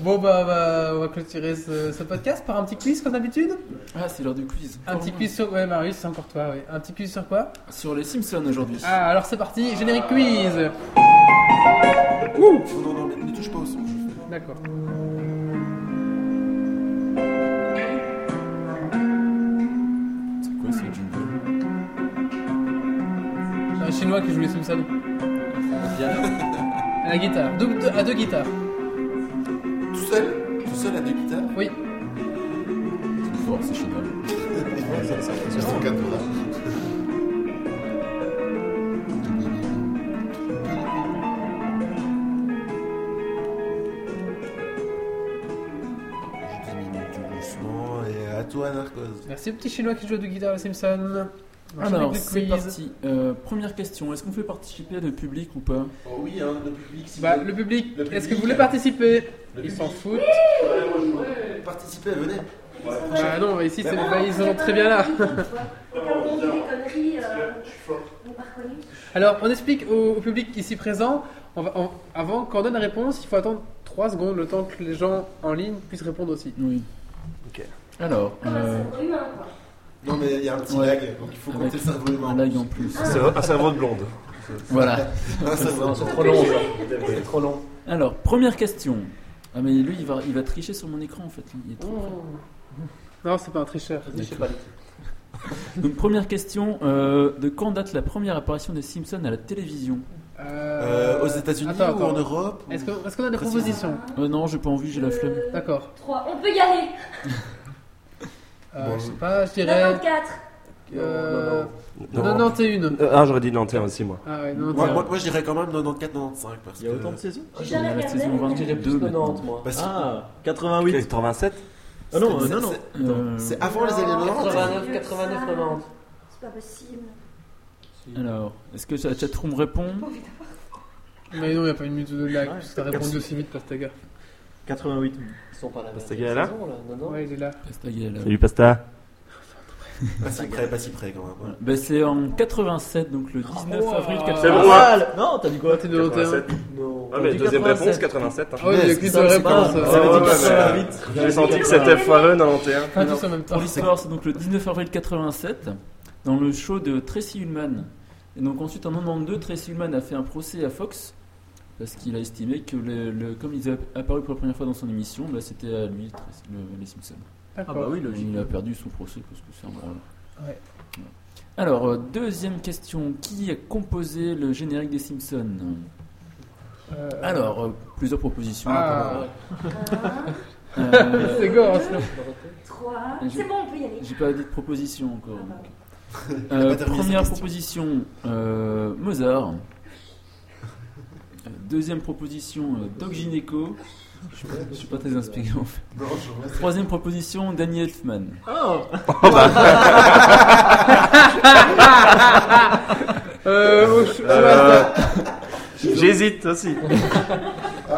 [SPEAKER 1] Bon, bah, bah, on va clôturer ce, ce podcast par un petit quiz comme d'habitude.
[SPEAKER 3] Ah, c'est l'heure du quiz.
[SPEAKER 1] Un petit quiz sur. Ouais, Marius, c'est encore toi, oui. Un petit quiz sur quoi
[SPEAKER 3] Sur les Simpsons aujourd'hui.
[SPEAKER 1] Ah, alors c'est parti, générique quiz
[SPEAKER 2] Non, non, non, mais ne touche pas au son.
[SPEAKER 1] D'accord.
[SPEAKER 3] C'est quoi ce jingle
[SPEAKER 1] Un chinois qui joue les Simpsons.
[SPEAKER 4] Bien.
[SPEAKER 1] À la guitare. Deux- deux- à deux guitares.
[SPEAKER 2] Tout seul Tout seul à deux guitares
[SPEAKER 1] Oui.
[SPEAKER 3] C'est fort, c'est génial.
[SPEAKER 2] Ils sont quatre là. Je diminue tout doucement et à toi, Narcos.
[SPEAKER 1] Merci au petit chinois qui joue à deux guitares les Simpsons.
[SPEAKER 3] Alors,
[SPEAKER 1] Générique de
[SPEAKER 3] c'est
[SPEAKER 1] quiz.
[SPEAKER 3] parti. Euh, première question est-ce qu'on fait participer le public ou pas
[SPEAKER 2] Oh oui, hein, le public, si
[SPEAKER 1] Bah,
[SPEAKER 2] vous
[SPEAKER 1] le public,
[SPEAKER 2] Le public.
[SPEAKER 1] est-ce que vous voulez participer
[SPEAKER 2] Le
[SPEAKER 1] Ils
[SPEAKER 2] public.
[SPEAKER 1] s'en foutent.
[SPEAKER 2] participez, venez.
[SPEAKER 1] Bah non, mais ici, c'est
[SPEAKER 7] Ah,
[SPEAKER 1] bah, ils sont très bien là.
[SPEAKER 7] Aucun bon des conneries. euh, Vous pas reconnu
[SPEAKER 1] Alors, on explique au, au public ici présent. On va, on- avant qu'on donne la réponse, il faut attendre 3 secondes le temps que les gens en ligne puissent répondre aussi.
[SPEAKER 3] Oui.
[SPEAKER 6] Ok.
[SPEAKER 3] Alors,
[SPEAKER 1] Ah,
[SPEAKER 7] Comme un
[SPEAKER 3] euh,
[SPEAKER 7] cerveau humain, quoi.
[SPEAKER 2] Non, mais il y a un petit
[SPEAKER 3] Ouais.
[SPEAKER 2] lag, donc il faut
[SPEAKER 3] Avec
[SPEAKER 2] compter le cerveau
[SPEAKER 3] un
[SPEAKER 2] humain.
[SPEAKER 3] lag en plus.
[SPEAKER 6] C'est un cerveau de blonde.
[SPEAKER 3] Voilà.
[SPEAKER 2] Un cerveau
[SPEAKER 4] Non,
[SPEAKER 2] humain.
[SPEAKER 4] c'est trop long. ça.
[SPEAKER 6] C'est trop long.
[SPEAKER 3] Alors, première question. Ah, mais lui, il va, il va tricher sur mon écran en fait. Il est trop
[SPEAKER 1] Oh.
[SPEAKER 3] près.
[SPEAKER 2] Oh.
[SPEAKER 1] Non, c'est pas un tricheur.
[SPEAKER 3] Donc, première question euh, de quand date la première apparition des Simpsons à la télévision
[SPEAKER 2] Euh, aux États-Unis
[SPEAKER 1] Attends,
[SPEAKER 2] ou en
[SPEAKER 1] attends.
[SPEAKER 2] Europe
[SPEAKER 1] Est-ce que- est-ce qu'on a des
[SPEAKER 2] Précis.
[SPEAKER 1] propositions
[SPEAKER 3] euh, Non, j'ai pas envie, j'ai la flemme.
[SPEAKER 7] Euh,
[SPEAKER 1] D'accord.
[SPEAKER 7] Trois. On peut y aller.
[SPEAKER 1] Euh,
[SPEAKER 2] Bon,
[SPEAKER 1] je sais pas, je dirais.
[SPEAKER 7] 94.
[SPEAKER 1] Euh,
[SPEAKER 6] Non,
[SPEAKER 1] 91.
[SPEAKER 6] Euh, Ah, j'aurais dit Nanterre aussi, moi.
[SPEAKER 1] Ah ouais,
[SPEAKER 2] moi,
[SPEAKER 1] 91.
[SPEAKER 2] moi, moi, je dirais quand même 94-95 parce
[SPEAKER 4] Il y a
[SPEAKER 2] que-
[SPEAKER 4] autant de saisons
[SPEAKER 7] J'ai
[SPEAKER 3] On est
[SPEAKER 7] jamais
[SPEAKER 3] à la
[SPEAKER 7] regardé.
[SPEAKER 3] saison 22 maintenant.
[SPEAKER 11] moi.
[SPEAKER 2] parce que-
[SPEAKER 4] Ah, 88.
[SPEAKER 6] 87
[SPEAKER 4] Ah non,
[SPEAKER 2] Bah,
[SPEAKER 4] euh,
[SPEAKER 2] c'est-
[SPEAKER 4] non, non.
[SPEAKER 2] c'est-
[SPEAKER 3] Euh,
[SPEAKER 2] C'est avant les années
[SPEAKER 7] Ah,
[SPEAKER 11] 89,
[SPEAKER 2] 90
[SPEAKER 11] 89, 90.
[SPEAKER 7] C'est pas possible.
[SPEAKER 3] alors, est-ce que la chatroom répond
[SPEAKER 1] Mais non, il n'y a pas une minute de lag,
[SPEAKER 4] Ouais.
[SPEAKER 1] parce que t'as répondu aussi vite, Pastaga.
[SPEAKER 4] 88.
[SPEAKER 11] Ils sont pas là.
[SPEAKER 6] Parce que y a là
[SPEAKER 11] Non, non.
[SPEAKER 1] Ouais, il est là.
[SPEAKER 3] Pastaga, là.
[SPEAKER 6] Salut Pasta.
[SPEAKER 2] Pas si près, pas si près quand même.
[SPEAKER 3] Voilà. Ben, c'est en 87, donc le 19
[SPEAKER 1] Oh, wow.
[SPEAKER 3] avril
[SPEAKER 1] C'est
[SPEAKER 6] bon,
[SPEAKER 3] 87.
[SPEAKER 6] hein.
[SPEAKER 4] Mal. Non, t'as dit quoi
[SPEAKER 1] T'es 91.
[SPEAKER 11] Non.
[SPEAKER 6] Ah, mais
[SPEAKER 3] dit
[SPEAKER 6] deuxième
[SPEAKER 3] 87.
[SPEAKER 6] réponse, 87. Hein.
[SPEAKER 1] Ah ouais, il y a qu'une seule
[SPEAKER 4] c'est
[SPEAKER 1] réponse.
[SPEAKER 4] pas-
[SPEAKER 6] Ah,
[SPEAKER 4] ça
[SPEAKER 1] Ouais,
[SPEAKER 4] veut
[SPEAKER 6] ouais,
[SPEAKER 4] dire
[SPEAKER 1] ouais,
[SPEAKER 6] ouais,
[SPEAKER 4] que Oh, ça
[SPEAKER 6] mais-
[SPEAKER 4] va vite. Ah,
[SPEAKER 6] J'ai senti que c'était foireux 91.
[SPEAKER 1] Pas tous en même temps.
[SPEAKER 3] Pour l'histoire, c'est donc le 19 avril 87, dans le show de Tracy Ullman. Et donc ensuite, en 92, Tracy Ullman a fait un procès à Fox, parce qu'il a estimé que, le, le- comme il est apparu pour la première fois dans son émission, bah, c'était à lui, Tracy- le- les Simpsons.
[SPEAKER 4] Ah bah
[SPEAKER 1] D'accord.
[SPEAKER 4] oui, logique.
[SPEAKER 3] Il a perdu son procès, parce que c'est un branle.
[SPEAKER 1] Ouais.
[SPEAKER 3] Alors, euh, deuxième question. Qui a composé le générique des Simpsons
[SPEAKER 1] Euh,
[SPEAKER 3] Alors, euh, plusieurs propositions.
[SPEAKER 1] Ah.
[SPEAKER 3] Euh,
[SPEAKER 1] C'est gore, ça.
[SPEAKER 7] 3.
[SPEAKER 3] Je-
[SPEAKER 7] C'est bon, on peut y aller.
[SPEAKER 3] Euh, J'ai pas dit de proposition encore.
[SPEAKER 7] Ah,
[SPEAKER 3] donc. Euh,
[SPEAKER 2] pas terminé sa
[SPEAKER 3] première
[SPEAKER 2] question.
[SPEAKER 3] proposition, euh, Mozart. Euh, Deuxième proposition, euh, Doc Gineco. Je suis pas, je suis pas très inspiré en fait.
[SPEAKER 2] Non, je vois.
[SPEAKER 3] Troisième proposition, Danny Elfman.
[SPEAKER 4] Oh,
[SPEAKER 1] Ah, Euh, au ch-
[SPEAKER 6] Euh, J'hésite aussi.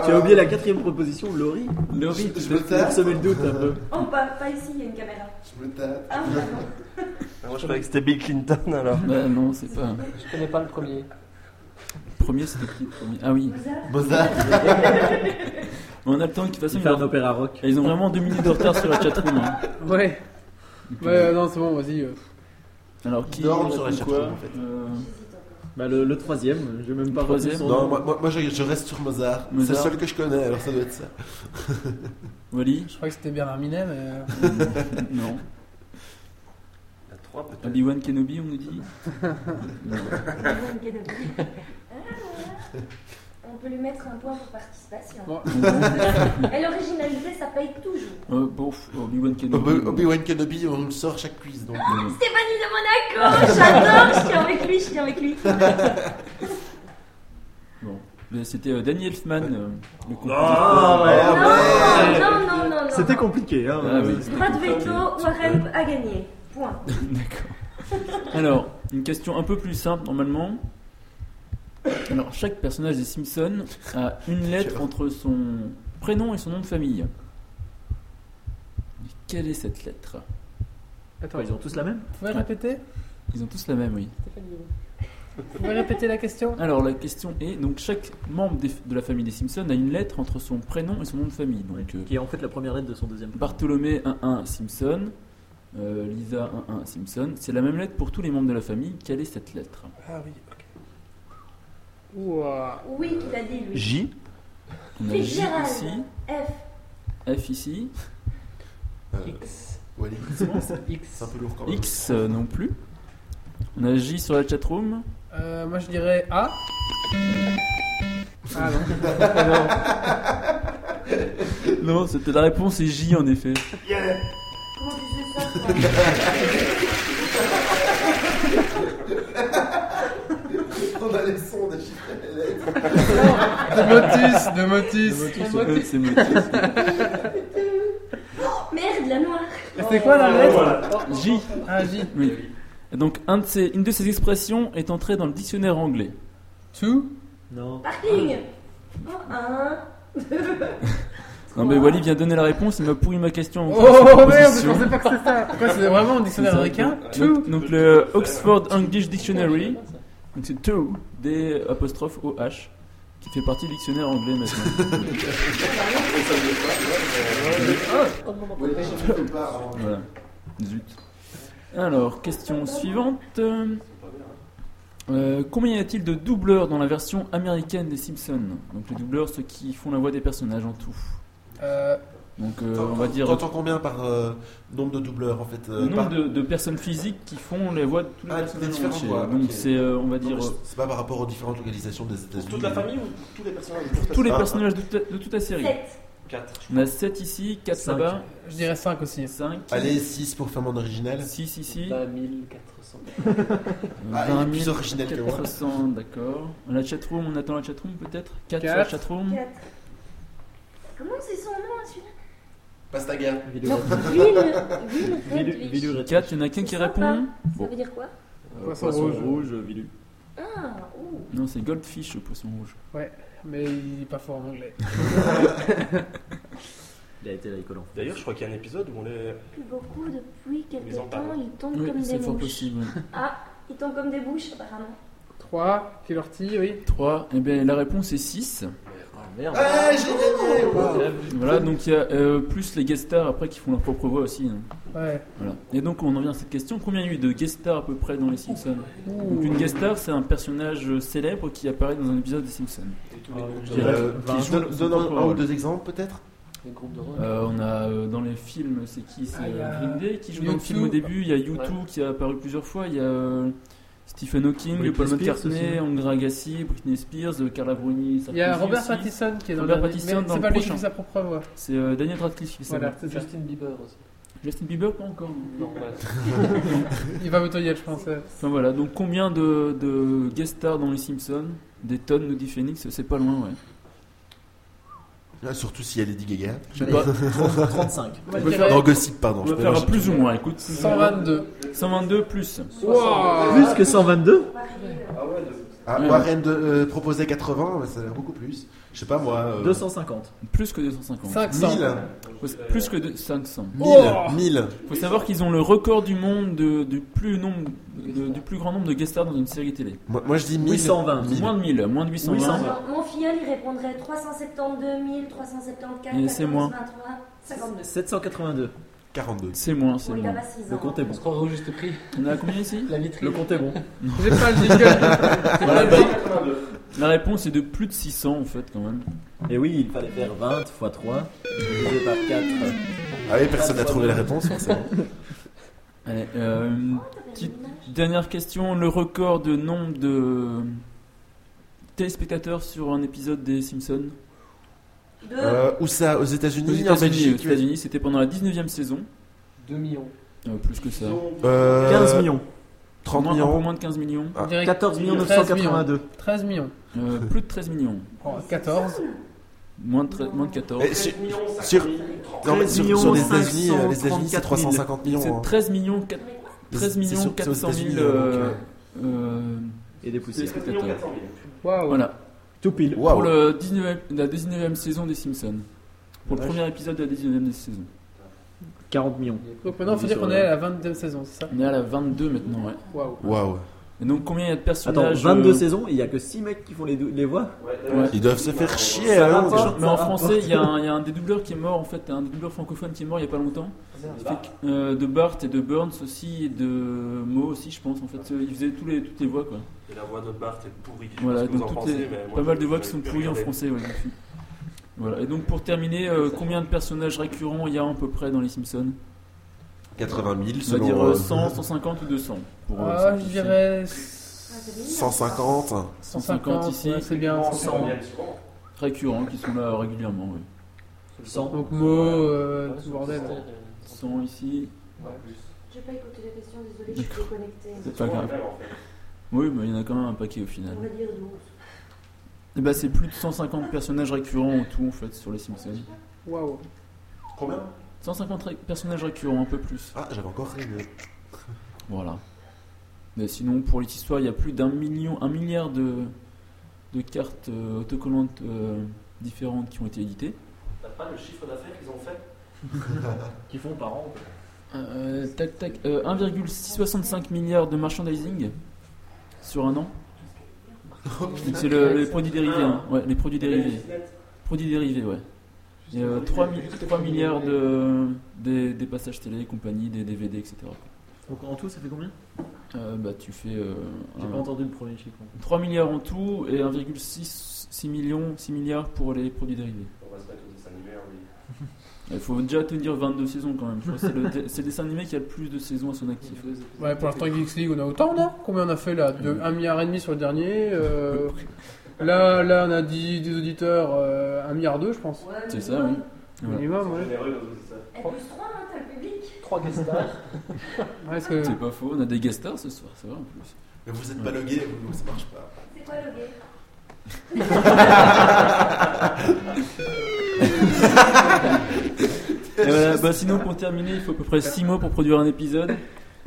[SPEAKER 4] Tu as oublié la quatrième proposition, Laurie.
[SPEAKER 2] Je-
[SPEAKER 4] Laurie, tu
[SPEAKER 2] Ah, je
[SPEAKER 4] t'es
[SPEAKER 2] me
[SPEAKER 4] fait
[SPEAKER 2] tape.
[SPEAKER 4] semer le doute un peu.
[SPEAKER 7] Oh, pas, pas ici, il y a une caméra.
[SPEAKER 2] Je me tape.
[SPEAKER 7] Ah, vraiment
[SPEAKER 6] Moi, je croyais que c'était Bill Clinton alors.
[SPEAKER 3] Bah, non, c'est pas.
[SPEAKER 11] Je connais pas le premier.
[SPEAKER 3] Le premier, c'était qui le premier Ah oui.
[SPEAKER 7] Mozart
[SPEAKER 2] Mozart.
[SPEAKER 3] On a le temps de toute façon.
[SPEAKER 4] Il
[SPEAKER 3] ils
[SPEAKER 4] fait un
[SPEAKER 3] ont-
[SPEAKER 4] opéra rock.
[SPEAKER 3] Ils ont vraiment deux minutes de retard sur la chatroom. hein.
[SPEAKER 1] Ouais. Ouais, euh, non, c'est bon, vas-y. euh.
[SPEAKER 3] Alors, qui
[SPEAKER 2] Dorme
[SPEAKER 3] répond
[SPEAKER 2] sur la
[SPEAKER 3] quoi
[SPEAKER 2] chatroom, en fait.
[SPEAKER 3] Euh,
[SPEAKER 4] Bah, le, le troisième, j'ai même pas retenu
[SPEAKER 3] Troisième.
[SPEAKER 4] son
[SPEAKER 2] Non,
[SPEAKER 4] nom.
[SPEAKER 2] moi, moi- moi, je, je reste sur Mozart. C'est le
[SPEAKER 3] Mozart.
[SPEAKER 2] seul que je connais, alors ça doit être ça.
[SPEAKER 3] Wally
[SPEAKER 1] Je crois que c'était Bernard Minet, mais. euh,
[SPEAKER 3] Non.
[SPEAKER 6] Il y a trois peut-être.
[SPEAKER 3] Obi-Wan Kenobi, on nous dit
[SPEAKER 7] Ah, On peut lui mettre un point pour participation.
[SPEAKER 1] Bon.
[SPEAKER 7] Et l'originalité, ça paye toujours.
[SPEAKER 3] Euh, Bon, pff, Obi-Wan Kenobi. euh,
[SPEAKER 2] Obi- Obi-Wan Kenobi, on le sort chaque quiz. Donc, euh,
[SPEAKER 7] Stéphanie de Monaco, j'adore, je suis avec lui, je suis avec lui.
[SPEAKER 3] Bon. Mais C'était euh, Danny Elfman, euh, le
[SPEAKER 6] Ah, ouais.
[SPEAKER 2] Ah, ouais.
[SPEAKER 7] Non, non, non, non.
[SPEAKER 4] C'était compliqué, hein.
[SPEAKER 3] Ah oui.
[SPEAKER 7] Pas de veto, Warren a gagné. Point.
[SPEAKER 3] D'accord. Alors, une question un peu plus simple normalement. Alors, chaque personnage des Simpsons a une lettre entre son prénom et son nom de famille. Mais quelle est cette lettre
[SPEAKER 1] Attends,
[SPEAKER 4] Attends, ils ont tous la même
[SPEAKER 1] vous pouvez répéter
[SPEAKER 3] Ils ont tous la même, oui.
[SPEAKER 1] Vous pouvez répéter la question
[SPEAKER 3] Alors, la question est donc, chaque membre des- de la famille des Simpsons a une lettre entre son prénom et son nom de famille. Donc, euh,
[SPEAKER 4] Qui est en fait la première lettre de son deuxième.
[SPEAKER 3] Bartholomé 11 Simpson, euh, Lisa 11 Simpson, c'est la même lettre pour tous les membres de la famille. Quelle est cette lettre
[SPEAKER 1] Ah oui, ok. Ouah.
[SPEAKER 7] Oui, il a dit lui.
[SPEAKER 6] J.
[SPEAKER 3] On a J
[SPEAKER 7] Fitzgerald.
[SPEAKER 3] ici,
[SPEAKER 7] F.
[SPEAKER 3] F ici,
[SPEAKER 2] euh, Wally. C'est un peu lourd quand même.
[SPEAKER 3] X euh, non plus. On a J sur la chatroom.
[SPEAKER 1] Euh, moi je dirais A. Ah non.
[SPEAKER 3] Non, c'était la réponse est J en effet.
[SPEAKER 7] Comment tu sais ça toi
[SPEAKER 2] On a les sons des chiffres.
[SPEAKER 1] De Motus, de Motus.
[SPEAKER 3] Euh, c'est Motus.
[SPEAKER 7] Merde, la noire.
[SPEAKER 1] C'était quoi la lettre
[SPEAKER 3] J.
[SPEAKER 1] Ah, J.
[SPEAKER 3] Oui. Et donc un de ces- une de ces expressions est entrée dans le dictionnaire anglais.
[SPEAKER 1] Two.
[SPEAKER 4] Non.
[SPEAKER 7] Parking. Oh, un.
[SPEAKER 3] Non mais Wally vient donner la réponse, il m'a pourri ma question. en
[SPEAKER 1] Oh,
[SPEAKER 3] faisant cette
[SPEAKER 1] oh merde, je
[SPEAKER 3] proposition.
[SPEAKER 1] pensais pas que c'était ça. Quoi, c'est vraiment un dictionnaire
[SPEAKER 3] C'est ça,
[SPEAKER 1] américain
[SPEAKER 3] Donc,
[SPEAKER 1] Two.
[SPEAKER 3] donc le Oxford English Dictionary, donc c'est to, D apostrophe O H, qui fait partie du dictionnaire anglais maintenant. voilà. Zut. Alors, question suivante. Euh, combien y a-t-il de doubleurs dans la version américaine des Simpsons Donc les doubleurs, ceux qui font la voix des personnages en tout.
[SPEAKER 1] Euh,
[SPEAKER 3] Donc euh, on va dire
[SPEAKER 2] T'entends combien par euh, nombre de doubleurs en fait
[SPEAKER 3] le
[SPEAKER 2] euh,
[SPEAKER 3] nombre
[SPEAKER 2] par-
[SPEAKER 3] de, de personnes physiques qui font les voix de tous les
[SPEAKER 2] Ah,
[SPEAKER 3] personnages
[SPEAKER 2] des différentes
[SPEAKER 3] en entier.
[SPEAKER 2] voix,
[SPEAKER 3] Donc
[SPEAKER 2] ok.
[SPEAKER 3] c'est, euh, on va
[SPEAKER 2] Non,
[SPEAKER 3] dire,
[SPEAKER 2] mais
[SPEAKER 3] euh,
[SPEAKER 2] je- C'est pas par rapport aux différentes localisations des États-Unis.
[SPEAKER 10] Toute la famille ou tous les personnages
[SPEAKER 3] tous les
[SPEAKER 2] Ah.
[SPEAKER 3] personnages de, toute- de toute la série.
[SPEAKER 7] 7.
[SPEAKER 10] 4.
[SPEAKER 3] On a 7 ici, 4
[SPEAKER 4] Cinq.
[SPEAKER 3] là-bas,
[SPEAKER 1] je dirais 5 aussi.
[SPEAKER 3] 5,
[SPEAKER 2] Allez, 6 pour faire mon original.
[SPEAKER 3] 6 ici,
[SPEAKER 11] 1400.
[SPEAKER 2] Ah, il est plus original que moi.
[SPEAKER 3] 400, d'accord. La chatroom, on attend la chatroom peut-être 4 sur la
[SPEAKER 1] Quatre.
[SPEAKER 3] chatroom
[SPEAKER 7] 4. Comment c'est son nom celui-là
[SPEAKER 2] Pastaga.
[SPEAKER 8] Ah,
[SPEAKER 4] Vidéo.
[SPEAKER 7] Ville. Ville.
[SPEAKER 4] Vilu- Vilu Retich.
[SPEAKER 3] 4, il y en a qu'un qui
[SPEAKER 7] Sympa.
[SPEAKER 3] répond
[SPEAKER 7] Ça veut dire quoi
[SPEAKER 4] Euh,
[SPEAKER 1] Poisson
[SPEAKER 4] Poisson
[SPEAKER 1] rouge.
[SPEAKER 4] rouge, Vilu.
[SPEAKER 7] Ah, ouh.
[SPEAKER 3] Non, c'est Goldfish, le poisson rouge.
[SPEAKER 1] Mais il est pas fort en anglais.
[SPEAKER 4] Il a été là, Collant.
[SPEAKER 10] D'ailleurs, je crois qu'il y a un épisode où on les.
[SPEAKER 7] Plus beaucoup depuis
[SPEAKER 10] Ils en
[SPEAKER 7] quelques temps,
[SPEAKER 10] parlent.
[SPEAKER 7] ils tombent
[SPEAKER 3] Oui,
[SPEAKER 7] comme des
[SPEAKER 3] c'est fort
[SPEAKER 7] mouches.
[SPEAKER 3] possible.
[SPEAKER 7] Ah, ils tombent comme des bouches apparemment.
[SPEAKER 1] 3. Killer T, oui.
[SPEAKER 3] 3, et bien Eh ben, la réponse est 6.
[SPEAKER 4] Ah merde.
[SPEAKER 2] Ah, j'ai gagné wow.
[SPEAKER 3] Voilà, donc il y a euh, plus les guest stars après qui font leur propre voix aussi. hein.
[SPEAKER 1] Ouais.
[SPEAKER 3] Voilà. Et donc on en vient à cette question combien il y a eu de guest stars à peu près dans les Simpsons Donc
[SPEAKER 1] Ouh.
[SPEAKER 3] une guest star, c'est un personnage célèbre qui apparaît dans un épisode des Simpsons.
[SPEAKER 2] Euh,
[SPEAKER 3] dirais
[SPEAKER 2] donne-
[SPEAKER 3] qu'ils jouent leur
[SPEAKER 2] Donne
[SPEAKER 3] propre
[SPEAKER 2] un un ou
[SPEAKER 3] rôle.
[SPEAKER 2] deux exemples peut-être
[SPEAKER 11] Les groupes de rock.
[SPEAKER 3] Euh, on a euh, dans les films, c'est qui C'est
[SPEAKER 1] Ah, il y a
[SPEAKER 3] euh, Green Day qui joue dans le
[SPEAKER 1] U2.
[SPEAKER 3] film au début. Il y a U2
[SPEAKER 11] Ouais.
[SPEAKER 3] qui a apparu plusieurs fois. Il y a euh, Stephen Hawking,
[SPEAKER 4] Britney
[SPEAKER 3] Paul
[SPEAKER 4] Spears
[SPEAKER 3] McCartney,
[SPEAKER 4] aussi.
[SPEAKER 2] hein.
[SPEAKER 3] André Agassi, Britney Spears, euh, Carla Bruni.
[SPEAKER 1] Il y a
[SPEAKER 3] Sarkozy
[SPEAKER 1] Robert
[SPEAKER 3] aussi.
[SPEAKER 1] Pattinson qui est dans
[SPEAKER 3] Robert
[SPEAKER 1] le
[SPEAKER 3] Pattinson
[SPEAKER 1] mais
[SPEAKER 3] dans
[SPEAKER 1] C'est
[SPEAKER 3] le
[SPEAKER 1] pas lui qui
[SPEAKER 3] prochain.
[SPEAKER 1] fait sa propre voix.
[SPEAKER 3] C'est euh, Daniel Radcliffe qui s'est
[SPEAKER 1] Voilà, c'est ça.
[SPEAKER 11] Justin Bieber aussi.
[SPEAKER 3] Justin Bieber, pas encore. non.
[SPEAKER 11] Non, ouais.
[SPEAKER 1] Il va m'autoriser, je pense. euh.
[SPEAKER 3] Enfin voilà, donc combien de, de guest stars dans les Simpsons Des tonnes, nous dit Phoenix, c'est pas loin, ouais.
[SPEAKER 2] Ah, Surtout s'il y a Lady Gaga.
[SPEAKER 3] Je sais pas,
[SPEAKER 8] Ah,
[SPEAKER 4] 35.
[SPEAKER 1] Moi, je
[SPEAKER 3] peut
[SPEAKER 1] dirais
[SPEAKER 2] Dans Gossip, pardon.
[SPEAKER 3] on
[SPEAKER 2] je
[SPEAKER 3] va
[SPEAKER 2] peux
[SPEAKER 3] faire à
[SPEAKER 2] mélanger.
[SPEAKER 3] plus ou moins, écoute.
[SPEAKER 1] 122.
[SPEAKER 3] 122 plus.
[SPEAKER 1] Wow.
[SPEAKER 4] Plus que 122
[SPEAKER 7] Pareil, euh,
[SPEAKER 10] Ah ouais,
[SPEAKER 2] Ah,
[SPEAKER 3] Ouais,
[SPEAKER 2] moi,
[SPEAKER 3] ouais.
[SPEAKER 2] Rennes de- euh, proposait 80, mais ça a l'air beaucoup plus. Je sais pas moi. euh,
[SPEAKER 4] 250.
[SPEAKER 3] Plus que 250.
[SPEAKER 1] 500.
[SPEAKER 2] 1000.
[SPEAKER 3] Faut- Plus que de- 500.
[SPEAKER 2] 1000.
[SPEAKER 3] Oh.
[SPEAKER 2] 1000.
[SPEAKER 3] faut savoir qu'ils ont le record du monde de- du, plus nombre, de- du plus grand nombre de guest stars dans une série télé.
[SPEAKER 2] Moi, moi, je dis 1000.
[SPEAKER 4] 820.
[SPEAKER 2] 1000.
[SPEAKER 3] Moins de 1000, moins de 820.
[SPEAKER 4] 820.
[SPEAKER 7] Mon- Mon filleul, il répondrait 372 000, 374,
[SPEAKER 3] Mais c'est moins.
[SPEAKER 7] 423, 52.
[SPEAKER 4] 782.
[SPEAKER 2] 42.
[SPEAKER 3] C'est moins, c'est
[SPEAKER 7] Bon, il a
[SPEAKER 3] moins.
[SPEAKER 7] pas 6 ans.
[SPEAKER 4] Le compte est bon.
[SPEAKER 11] On se croirait au juste prix.
[SPEAKER 3] On a combien ici
[SPEAKER 11] La vitrine.
[SPEAKER 4] Le compte est bon. bah,
[SPEAKER 1] J'ai pas le jingle. J'ai pas le jingle.
[SPEAKER 8] 82.
[SPEAKER 3] La réponse est de plus de 600 en fait quand même.
[SPEAKER 4] Et eh oui, il fallait faire 20 x 3 divisé par 4.
[SPEAKER 2] Ah oui, personne n'a trouvé la réponse, forcément.
[SPEAKER 3] Allez, euh,
[SPEAKER 7] T'as pas
[SPEAKER 3] Petite-
[SPEAKER 7] une image
[SPEAKER 3] dernière question. Le record de nombre de téléspectateurs sur un épisode des Simpsons
[SPEAKER 7] de-
[SPEAKER 2] Euh, où ça Aux États-Unis
[SPEAKER 3] Aux
[SPEAKER 2] En
[SPEAKER 3] États-Unis, aux
[SPEAKER 2] Belgique
[SPEAKER 3] États-Unis, c'était pendant la 19e saison.
[SPEAKER 11] 2 millions.
[SPEAKER 3] Euh, plus que ça.
[SPEAKER 2] Euh,
[SPEAKER 4] 15 millions.
[SPEAKER 2] 30
[SPEAKER 3] Moins- un peu
[SPEAKER 2] millions.
[SPEAKER 3] moins de 15 millions.
[SPEAKER 2] Ah.
[SPEAKER 1] On dirait
[SPEAKER 4] 14 millions
[SPEAKER 1] 13
[SPEAKER 4] 982.
[SPEAKER 1] 13 millions.
[SPEAKER 3] Euh, plus de 13 millions.
[SPEAKER 1] Oh, 14.
[SPEAKER 3] Moins de, tre- moins de 14.
[SPEAKER 2] Eh, sur- sur- non, mais sur,
[SPEAKER 4] 13
[SPEAKER 2] sur les États-Unis, euh, les États-Unis,
[SPEAKER 4] 534
[SPEAKER 2] c'est 350 millions.
[SPEAKER 3] C'est
[SPEAKER 2] hein.
[SPEAKER 3] 13 millions, quatre-
[SPEAKER 7] Mais quoi
[SPEAKER 3] 13
[SPEAKER 2] C'est
[SPEAKER 3] millions
[SPEAKER 2] sur- c'est aux
[SPEAKER 3] 400 000
[SPEAKER 2] États-Unis,
[SPEAKER 3] euh,
[SPEAKER 2] donc,
[SPEAKER 3] euh,
[SPEAKER 4] Et des poussières.
[SPEAKER 8] 13 millions 400 000.
[SPEAKER 1] Waouh.
[SPEAKER 3] Voilà.
[SPEAKER 4] Tout pile.
[SPEAKER 2] Waouh.
[SPEAKER 3] Pour le 19e la 19e saison des Simpsons. Pour le premier épisode de la 19e saison.
[SPEAKER 4] 40 millions.
[SPEAKER 1] Donc maintenant, faut dire qu'on est à la 22e saison, c'est ça
[SPEAKER 3] On est à la 22 maintenant, ouais.
[SPEAKER 1] Waouh.
[SPEAKER 2] Waouh.
[SPEAKER 3] Et donc combien il y a de
[SPEAKER 4] Attends,
[SPEAKER 3] personnages
[SPEAKER 4] 22
[SPEAKER 3] euh,
[SPEAKER 4] saisons, il n'y a que 6 mecs qui font les, dou- les voix
[SPEAKER 8] Ouais,
[SPEAKER 3] Ouais.
[SPEAKER 2] Ils doivent se
[SPEAKER 3] Bah,
[SPEAKER 2] faire chier,
[SPEAKER 4] Ça
[SPEAKER 2] hein,
[SPEAKER 4] va
[SPEAKER 2] des
[SPEAKER 4] pas.
[SPEAKER 2] gens.
[SPEAKER 3] Mais en
[SPEAKER 4] Ça
[SPEAKER 3] français, il y, a un- il y a un des doubleurs qui est mort en fait, un des doubleurs francophones qui est mort il y a pas longtemps. Il fait que- euh, de Bart et de Burns aussi et de Mo aussi, je pense en fait. Euh, Il faisait tous les, toutes les voix quoi.
[SPEAKER 8] Et la voix de Bart est pourrie. Je sais
[SPEAKER 3] Voilà,
[SPEAKER 8] pas ce que vous
[SPEAKER 3] donc
[SPEAKER 8] en
[SPEAKER 3] toutes
[SPEAKER 8] pensez,
[SPEAKER 3] les-
[SPEAKER 8] mais moi,
[SPEAKER 3] pas
[SPEAKER 8] je-
[SPEAKER 3] mal de voix
[SPEAKER 8] je
[SPEAKER 3] qui
[SPEAKER 8] vais
[SPEAKER 3] sont
[SPEAKER 8] plus
[SPEAKER 3] pourries en
[SPEAKER 8] regarder.
[SPEAKER 3] français, ouais, je suis. Voilà. Et donc pour terminer, euh, combien de personnages récurrents il y a à peu près dans les Simpsons
[SPEAKER 2] 80 000
[SPEAKER 3] On va
[SPEAKER 2] selon.
[SPEAKER 3] dire euh,
[SPEAKER 2] euh,
[SPEAKER 3] 100, 150 ou 200 pour, euh,
[SPEAKER 1] Ah, je
[SPEAKER 3] simplifier.
[SPEAKER 1] dirais
[SPEAKER 7] Ah, c'est bien.
[SPEAKER 2] 150.
[SPEAKER 1] 150 ici.
[SPEAKER 3] ici.
[SPEAKER 1] c'est bien.
[SPEAKER 8] Ils
[SPEAKER 1] 150.
[SPEAKER 8] reviennent souvent.
[SPEAKER 3] récurrents qui sont là euh, régulièrement. ouais.
[SPEAKER 4] 100.
[SPEAKER 1] Donc mots, euh, tout bordel.
[SPEAKER 3] 100 ici,
[SPEAKER 7] J'ai pas écouté la question, désolé, je suis déconnectée.
[SPEAKER 3] c'est pas grave.
[SPEAKER 8] Même, en fait.
[SPEAKER 3] Oui, mais il y en a quand même un paquet au final.
[SPEAKER 7] On va dire 12.
[SPEAKER 3] Et bah c'est plus de 150 personnages récurrents en tout en fait sur les Simpsons.
[SPEAKER 1] Waouh.
[SPEAKER 8] Combien
[SPEAKER 3] 150 ré- personnages récurrents, un peu plus.
[SPEAKER 2] Ah, j'avais encore rien.
[SPEAKER 3] Voilà. Mais sinon, pour les histoires, il y a plus d'un million, un milliard de, de cartes euh, autocollantes euh, différentes qui ont été éditées.
[SPEAKER 8] T'as pas le chiffre d'affaires qu'ils ont fait
[SPEAKER 4] Qui font par an
[SPEAKER 3] Euh, tac, tac, euh, 1,665 milliards de merchandising sur un an. Donc c'est le- les produits dérivés, hein. ouais, les produits dérivés. Produits dérivés, ouais. Et, euh, 3, mi- 3 milliards de, des, des passages télé, et compagnie, des DVD, etc.
[SPEAKER 4] Donc en tout, ça fait combien
[SPEAKER 3] Euh, bah, tu fais euh,
[SPEAKER 4] J'ai
[SPEAKER 3] un-
[SPEAKER 4] pas entendu le premier chiffre.
[SPEAKER 3] 3 milliards en tout et 1,6 6 millions, 6 milliards pour les produits dérivés.
[SPEAKER 8] On va se mettre au dessin animé, hein, oui.
[SPEAKER 3] Il faut déjà tenir 22 saisons quand même. Je crois que C'est le, dé- c'est le dessin animé qui a le plus de saisons à son actif.
[SPEAKER 1] Ouais, pour l'instant, Geeks League, on a autant, non Combien on a fait là de 1 milliard et demi sur le dernier. euh, Là, là, on a dit des auditeurs euh, 1 milliard 2, je pense.
[SPEAKER 7] Ouais,
[SPEAKER 3] C'est
[SPEAKER 7] mais
[SPEAKER 3] ça,
[SPEAKER 7] non.
[SPEAKER 3] oui.
[SPEAKER 1] Minimum, ouais.
[SPEAKER 8] Généreux, nos auditeurs.
[SPEAKER 7] Eh, plus 3, hein, t'as le public.
[SPEAKER 11] 3 guest stars.
[SPEAKER 1] Ouais, parce que-
[SPEAKER 3] C'est pas faux, on a des guest stars ce soir, c'est vrai en plus.
[SPEAKER 2] Mais vous êtes pas logué, vous, donc ça marche pas.
[SPEAKER 7] C'est quoi le gay
[SPEAKER 3] Et voilà, bah, sinon pour terminer, il faut à peu près 6 mois pour produire un épisode.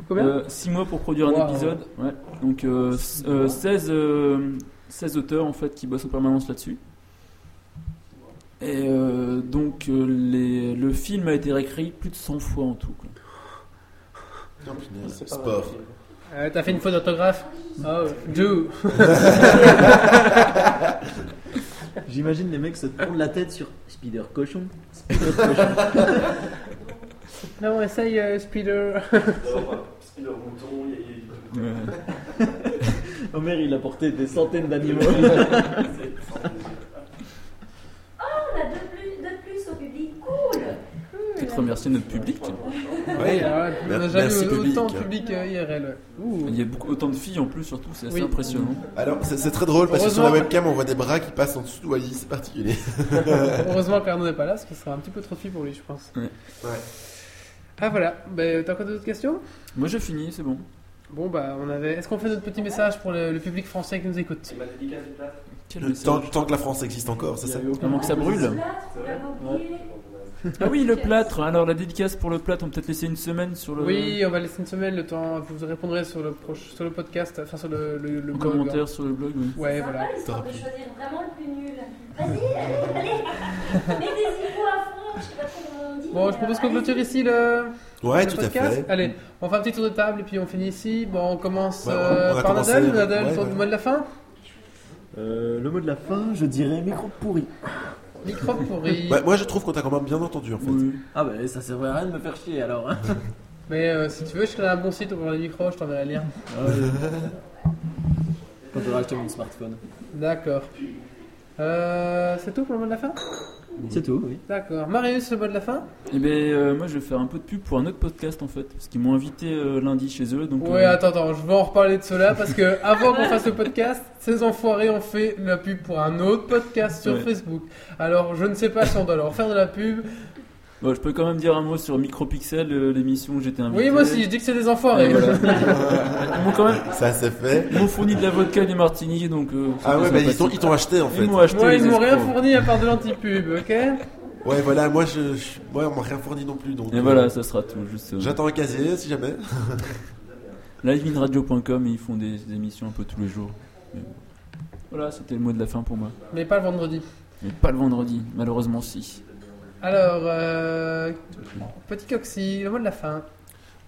[SPEAKER 1] Combien
[SPEAKER 3] 6 mois pour produire un
[SPEAKER 1] Wow.
[SPEAKER 3] épisode. Ouais. Donc euh, s- euh, 16, euh, 16 auteurs en fait qui bossent en permanence là-dessus. Et euh, donc euh, les- le film a été réécrit plus de 100 fois en tout. quoi.
[SPEAKER 2] Non, punaise,
[SPEAKER 11] C'est pas
[SPEAKER 2] Sport.
[SPEAKER 11] mal.
[SPEAKER 1] Euh, T'as fait une faute d'orthographe Oh, Joe
[SPEAKER 4] J'imagine les mecs se tournent la tête sur Spider Cochon. Spider Cochon.
[SPEAKER 1] Non, essaye, euh, Spider
[SPEAKER 8] D'avoir un Spider Mouton, il y a- il y a du mouton.
[SPEAKER 4] Homer, il a porté des centaines d'animaux.
[SPEAKER 7] Oh, On a deux plus, deux plus au public, cool
[SPEAKER 3] Peut-être remercier notre public.
[SPEAKER 1] Ah, Ouais,
[SPEAKER 2] Ah Ouais.
[SPEAKER 1] alors, On n'a
[SPEAKER 2] Mer-
[SPEAKER 1] jamais
[SPEAKER 2] merci,
[SPEAKER 1] eu autant de
[SPEAKER 2] public.
[SPEAKER 1] public euh, IRL. Ouh.
[SPEAKER 3] Il y a beaucoup, autant de filles en plus surtout, c'est assez
[SPEAKER 1] Oui.
[SPEAKER 3] impressionnant.
[SPEAKER 2] Alors, c'est c'est très drôle parce que sur la
[SPEAKER 1] Heureusement-
[SPEAKER 2] webcam, on voit des bras qui passent en dessous de Wally, c'est particulier.
[SPEAKER 1] Heureusement qu'Arnaud n'est pas là, parce que ce serait un petit peu trop fille pour lui, je pense.
[SPEAKER 3] Ouais.
[SPEAKER 2] Ouais.
[SPEAKER 1] Ah voilà, Ben, t'as encore d'autres questions
[SPEAKER 3] Moi je finis, c'est bon.
[SPEAKER 1] Bon bah on avait... Est-ce qu'on fait notre petit message pour le, le public français qui nous écoute
[SPEAKER 8] C'est ma dédicace du plat.
[SPEAKER 3] Quel
[SPEAKER 2] Le- Tant,
[SPEAKER 3] message.
[SPEAKER 2] tant que la France existe encore, c'est ça
[SPEAKER 7] Ah,
[SPEAKER 3] Comment que ça brûle
[SPEAKER 7] Là, vous l'avez oublié.
[SPEAKER 8] Donc, on a-
[SPEAKER 3] Ah oui, le plâtre. Alors la dédicace pour le plâtre, on peut peut-être laisser une semaine sur le.
[SPEAKER 1] Oui, on va laisser une semaine le temps. Vous répondrez sur le, proche, sur le podcast, enfin sur le, le, le blog.
[SPEAKER 3] En
[SPEAKER 1] hein.
[SPEAKER 3] commentaire sur le blog, oui.
[SPEAKER 1] Ouais, voilà.
[SPEAKER 7] Histoire de choisir vraiment le plus nul. Vas-y, allez, allez. Mets des hippos à fond, je sais pas trop comment on dit.
[SPEAKER 1] Bon,
[SPEAKER 7] mais,
[SPEAKER 1] je propose
[SPEAKER 7] euh,
[SPEAKER 1] qu'on
[SPEAKER 7] allez-y.
[SPEAKER 1] clôture ici le,
[SPEAKER 2] Ouais,
[SPEAKER 1] le
[SPEAKER 2] tout à
[SPEAKER 1] podcast.
[SPEAKER 2] fait. Mm.
[SPEAKER 1] Allez, on fait un petit tour de table et puis on finit ici. Bon, on commence
[SPEAKER 2] Ouais, on-
[SPEAKER 1] euh,
[SPEAKER 2] on a
[SPEAKER 1] par
[SPEAKER 2] commencé,
[SPEAKER 1] Nadal.
[SPEAKER 2] ouais,
[SPEAKER 1] Nadal,
[SPEAKER 2] ouais,
[SPEAKER 1] pour
[SPEAKER 2] ouais.
[SPEAKER 1] le mot de la fin.
[SPEAKER 4] Euh, le mot de la fin, je dirais micro pourri.
[SPEAKER 1] Micro pourri.
[SPEAKER 2] Ouais, Bah, moi, je trouve qu'on t'a quand même bien entendu, en fait.
[SPEAKER 3] Oui.
[SPEAKER 4] Ah bah ça servait à rien de me faire chier alors. hein.
[SPEAKER 1] Mais euh, si tu veux, je te donne un bon site pour les micros, je t'enverrai le lien.
[SPEAKER 4] Quand j'aurai acheté mon smartphone.
[SPEAKER 1] D'accord. Euh, c'est tout pour le mot de la fin
[SPEAKER 4] C'est tout, oui.
[SPEAKER 1] D'accord. Marius, le mot de la fin
[SPEAKER 3] Et bien, euh, moi, je vais faire un peu de pub pour un autre podcast en fait, parce qu'ils m'ont invité euh, lundi chez eux. Donc,
[SPEAKER 1] Ouais,
[SPEAKER 3] euh,
[SPEAKER 1] attends, attends, je vais en reparler de cela parce que avant qu'on fasse le podcast, ces enfoirés ont fait la pub pour un autre podcast sur
[SPEAKER 3] Ouais.
[SPEAKER 1] Facebook. Alors, je ne sais pas si on doit leur faire de la pub.
[SPEAKER 3] bon, je peux quand même dire un mot sur Micropixel, euh, l'émission où j'étais invité.
[SPEAKER 1] Oui, moi aussi, je dis que c'est des enfoirés.
[SPEAKER 3] Et voilà. Ils m'ont quand même
[SPEAKER 2] Ça, c'est fait.
[SPEAKER 3] ils m'ont fourni de la vodka et des martinis, donc. euh,
[SPEAKER 2] Ah
[SPEAKER 3] c'était
[SPEAKER 2] ouais, bah, ils
[SPEAKER 3] sympathique.
[SPEAKER 2] t'ont ils t'ont acheté, en
[SPEAKER 3] Ils
[SPEAKER 2] fait.
[SPEAKER 3] m'ont acheté.
[SPEAKER 1] Moi,
[SPEAKER 3] les
[SPEAKER 1] ils m'ont rien
[SPEAKER 3] escrocs.
[SPEAKER 1] fourni à part de l'anti-pub, ok
[SPEAKER 2] Ouais, voilà, moi, je, je- ouais, on m'a rien fourni non plus, donc...
[SPEAKER 3] Et
[SPEAKER 2] euh,
[SPEAKER 3] voilà, ça sera tout. Juste, euh,
[SPEAKER 2] J'attends un casier, si jamais.
[SPEAKER 3] liveinradio.com et ils font des, des émissions un peu tous les jours. Mais bon. Voilà, c'était le mot de la fin pour moi.
[SPEAKER 1] Mais pas le vendredi.
[SPEAKER 3] Mais pas le vendredi, malheureusement si.
[SPEAKER 1] Alors, euh, petit coxy, le mot de la fin.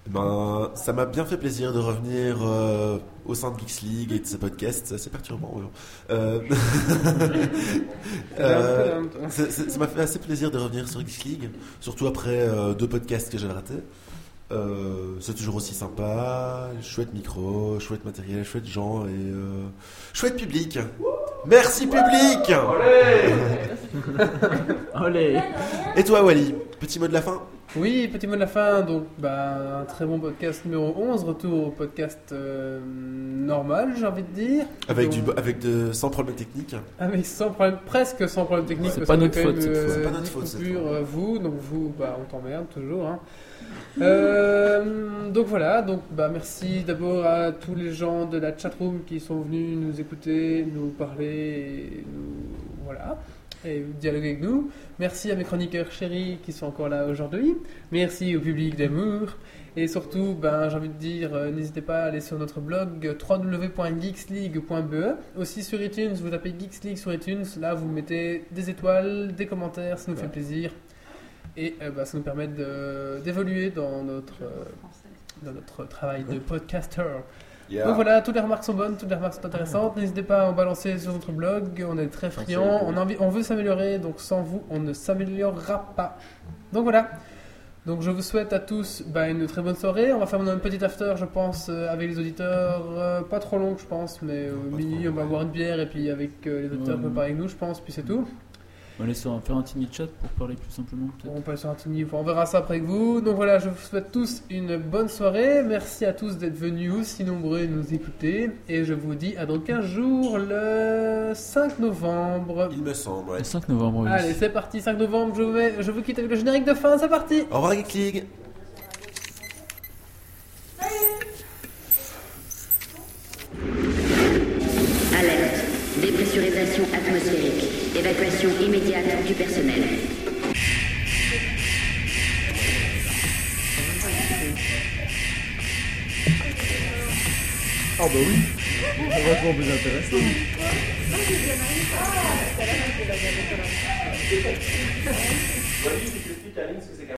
[SPEAKER 2] Ben, ça m'a bien fait plaisir de revenir euh, au sein de Geeks League et de ce podcast. C'est assez perturbant. mais bon. Euh, euh,
[SPEAKER 1] hein.
[SPEAKER 2] c'est- c'est- ça m'a fait assez plaisir de revenir sur Geeks League, surtout après euh, deux podcasts que j'avais ratés. Euh, c'est toujours aussi sympa, chouette micro, chouette matériel, chouette gens et euh, chouette public. Merci public.
[SPEAKER 4] Allez
[SPEAKER 2] Et toi Wally, petit mot de la fin.
[SPEAKER 1] Oui, petit mot de la fin, donc bah, un très bon podcast numéro 11, retour au podcast euh, normal, j'ai envie de dire.
[SPEAKER 2] Avec du,
[SPEAKER 1] Donc,
[SPEAKER 2] avec de sans problème technique.
[SPEAKER 1] Avec Ah, sans problème, presque sans problème technique.
[SPEAKER 3] C'est
[SPEAKER 1] parce
[SPEAKER 3] pas
[SPEAKER 1] qu'on a
[SPEAKER 3] notre
[SPEAKER 1] quand
[SPEAKER 3] faute,
[SPEAKER 1] même,
[SPEAKER 3] cette
[SPEAKER 1] euh,
[SPEAKER 3] fois.
[SPEAKER 2] C'est pas notre
[SPEAKER 1] dix
[SPEAKER 2] faute, cette
[SPEAKER 1] coupures,
[SPEAKER 2] fois.
[SPEAKER 1] euh, vous, donc vous, bah, on t'emmerde toujours. hein. Euh, donc voilà, donc bah merci d'abord à tous les gens de la chatroom qui sont venus nous écouter, nous parler, et nous voilà, et dialoguer avec nous. Merci à mes chroniqueurs chéris qui sont encore là aujourd'hui. Merci au public d'amour. Et surtout, ben, j'ai envie de dire, euh, n'hésitez pas à aller sur notre blog euh, www.geeksleague.be. Aussi sur iTunes, vous tapez Geeks League sur iTunes. Là, vous mettez des étoiles, des commentaires, ça nous fait plaisir. Et euh, bah, ça nous permet de- d'évoluer dans notre, euh, dans notre travail de podcaster. Donc voilà, toutes les remarques sont bonnes, toutes les remarques sont intéressantes. N'hésitez pas à en balancer sur notre blog. On est très friands, on, a envie- on veut s'améliorer, donc sans vous, on ne s'améliorera pas. Donc voilà. Donc je vous souhaite à tous bah, une très bonne soirée. On va faire une petite after, je pense, euh, avec les auditeurs. euh, pas trop longue, je pense, mais euh,
[SPEAKER 2] pas
[SPEAKER 1] minuit,
[SPEAKER 2] trop
[SPEAKER 1] on va
[SPEAKER 2] long,
[SPEAKER 1] boire une bière et puis avec euh, les auditeurs,
[SPEAKER 3] Ouais.
[SPEAKER 1] on peut parler avec nous, je pense, puis c'est tout.
[SPEAKER 3] On va aller sur un- faire un tiny chat pour parler plus simplement peut-être.
[SPEAKER 1] On passe sur un tini, enfin, on verra ça après avec vous. Donc voilà, je vous souhaite tous une bonne soirée. Merci à tous d'être venus, si nombreux, et nous écouter. Et je vous dis à dans 15 jours, le 5 novembre.
[SPEAKER 2] Il me semble. ouais.
[SPEAKER 3] Le 5 novembre, oui.
[SPEAKER 1] Allez, c'est parti, 5 novembre, je, vais, je vous quitte avec le générique de fin, c'est parti
[SPEAKER 2] Au revoir Geeks League.
[SPEAKER 12] Alerte. Dépressurisation atmosphérique. Évacuation immédiate du personnel.
[SPEAKER 4] Ah bah oui C'est vachement plus intéressant.
[SPEAKER 8] Wally, tu t'expliques à Aline ce que c'est qu'un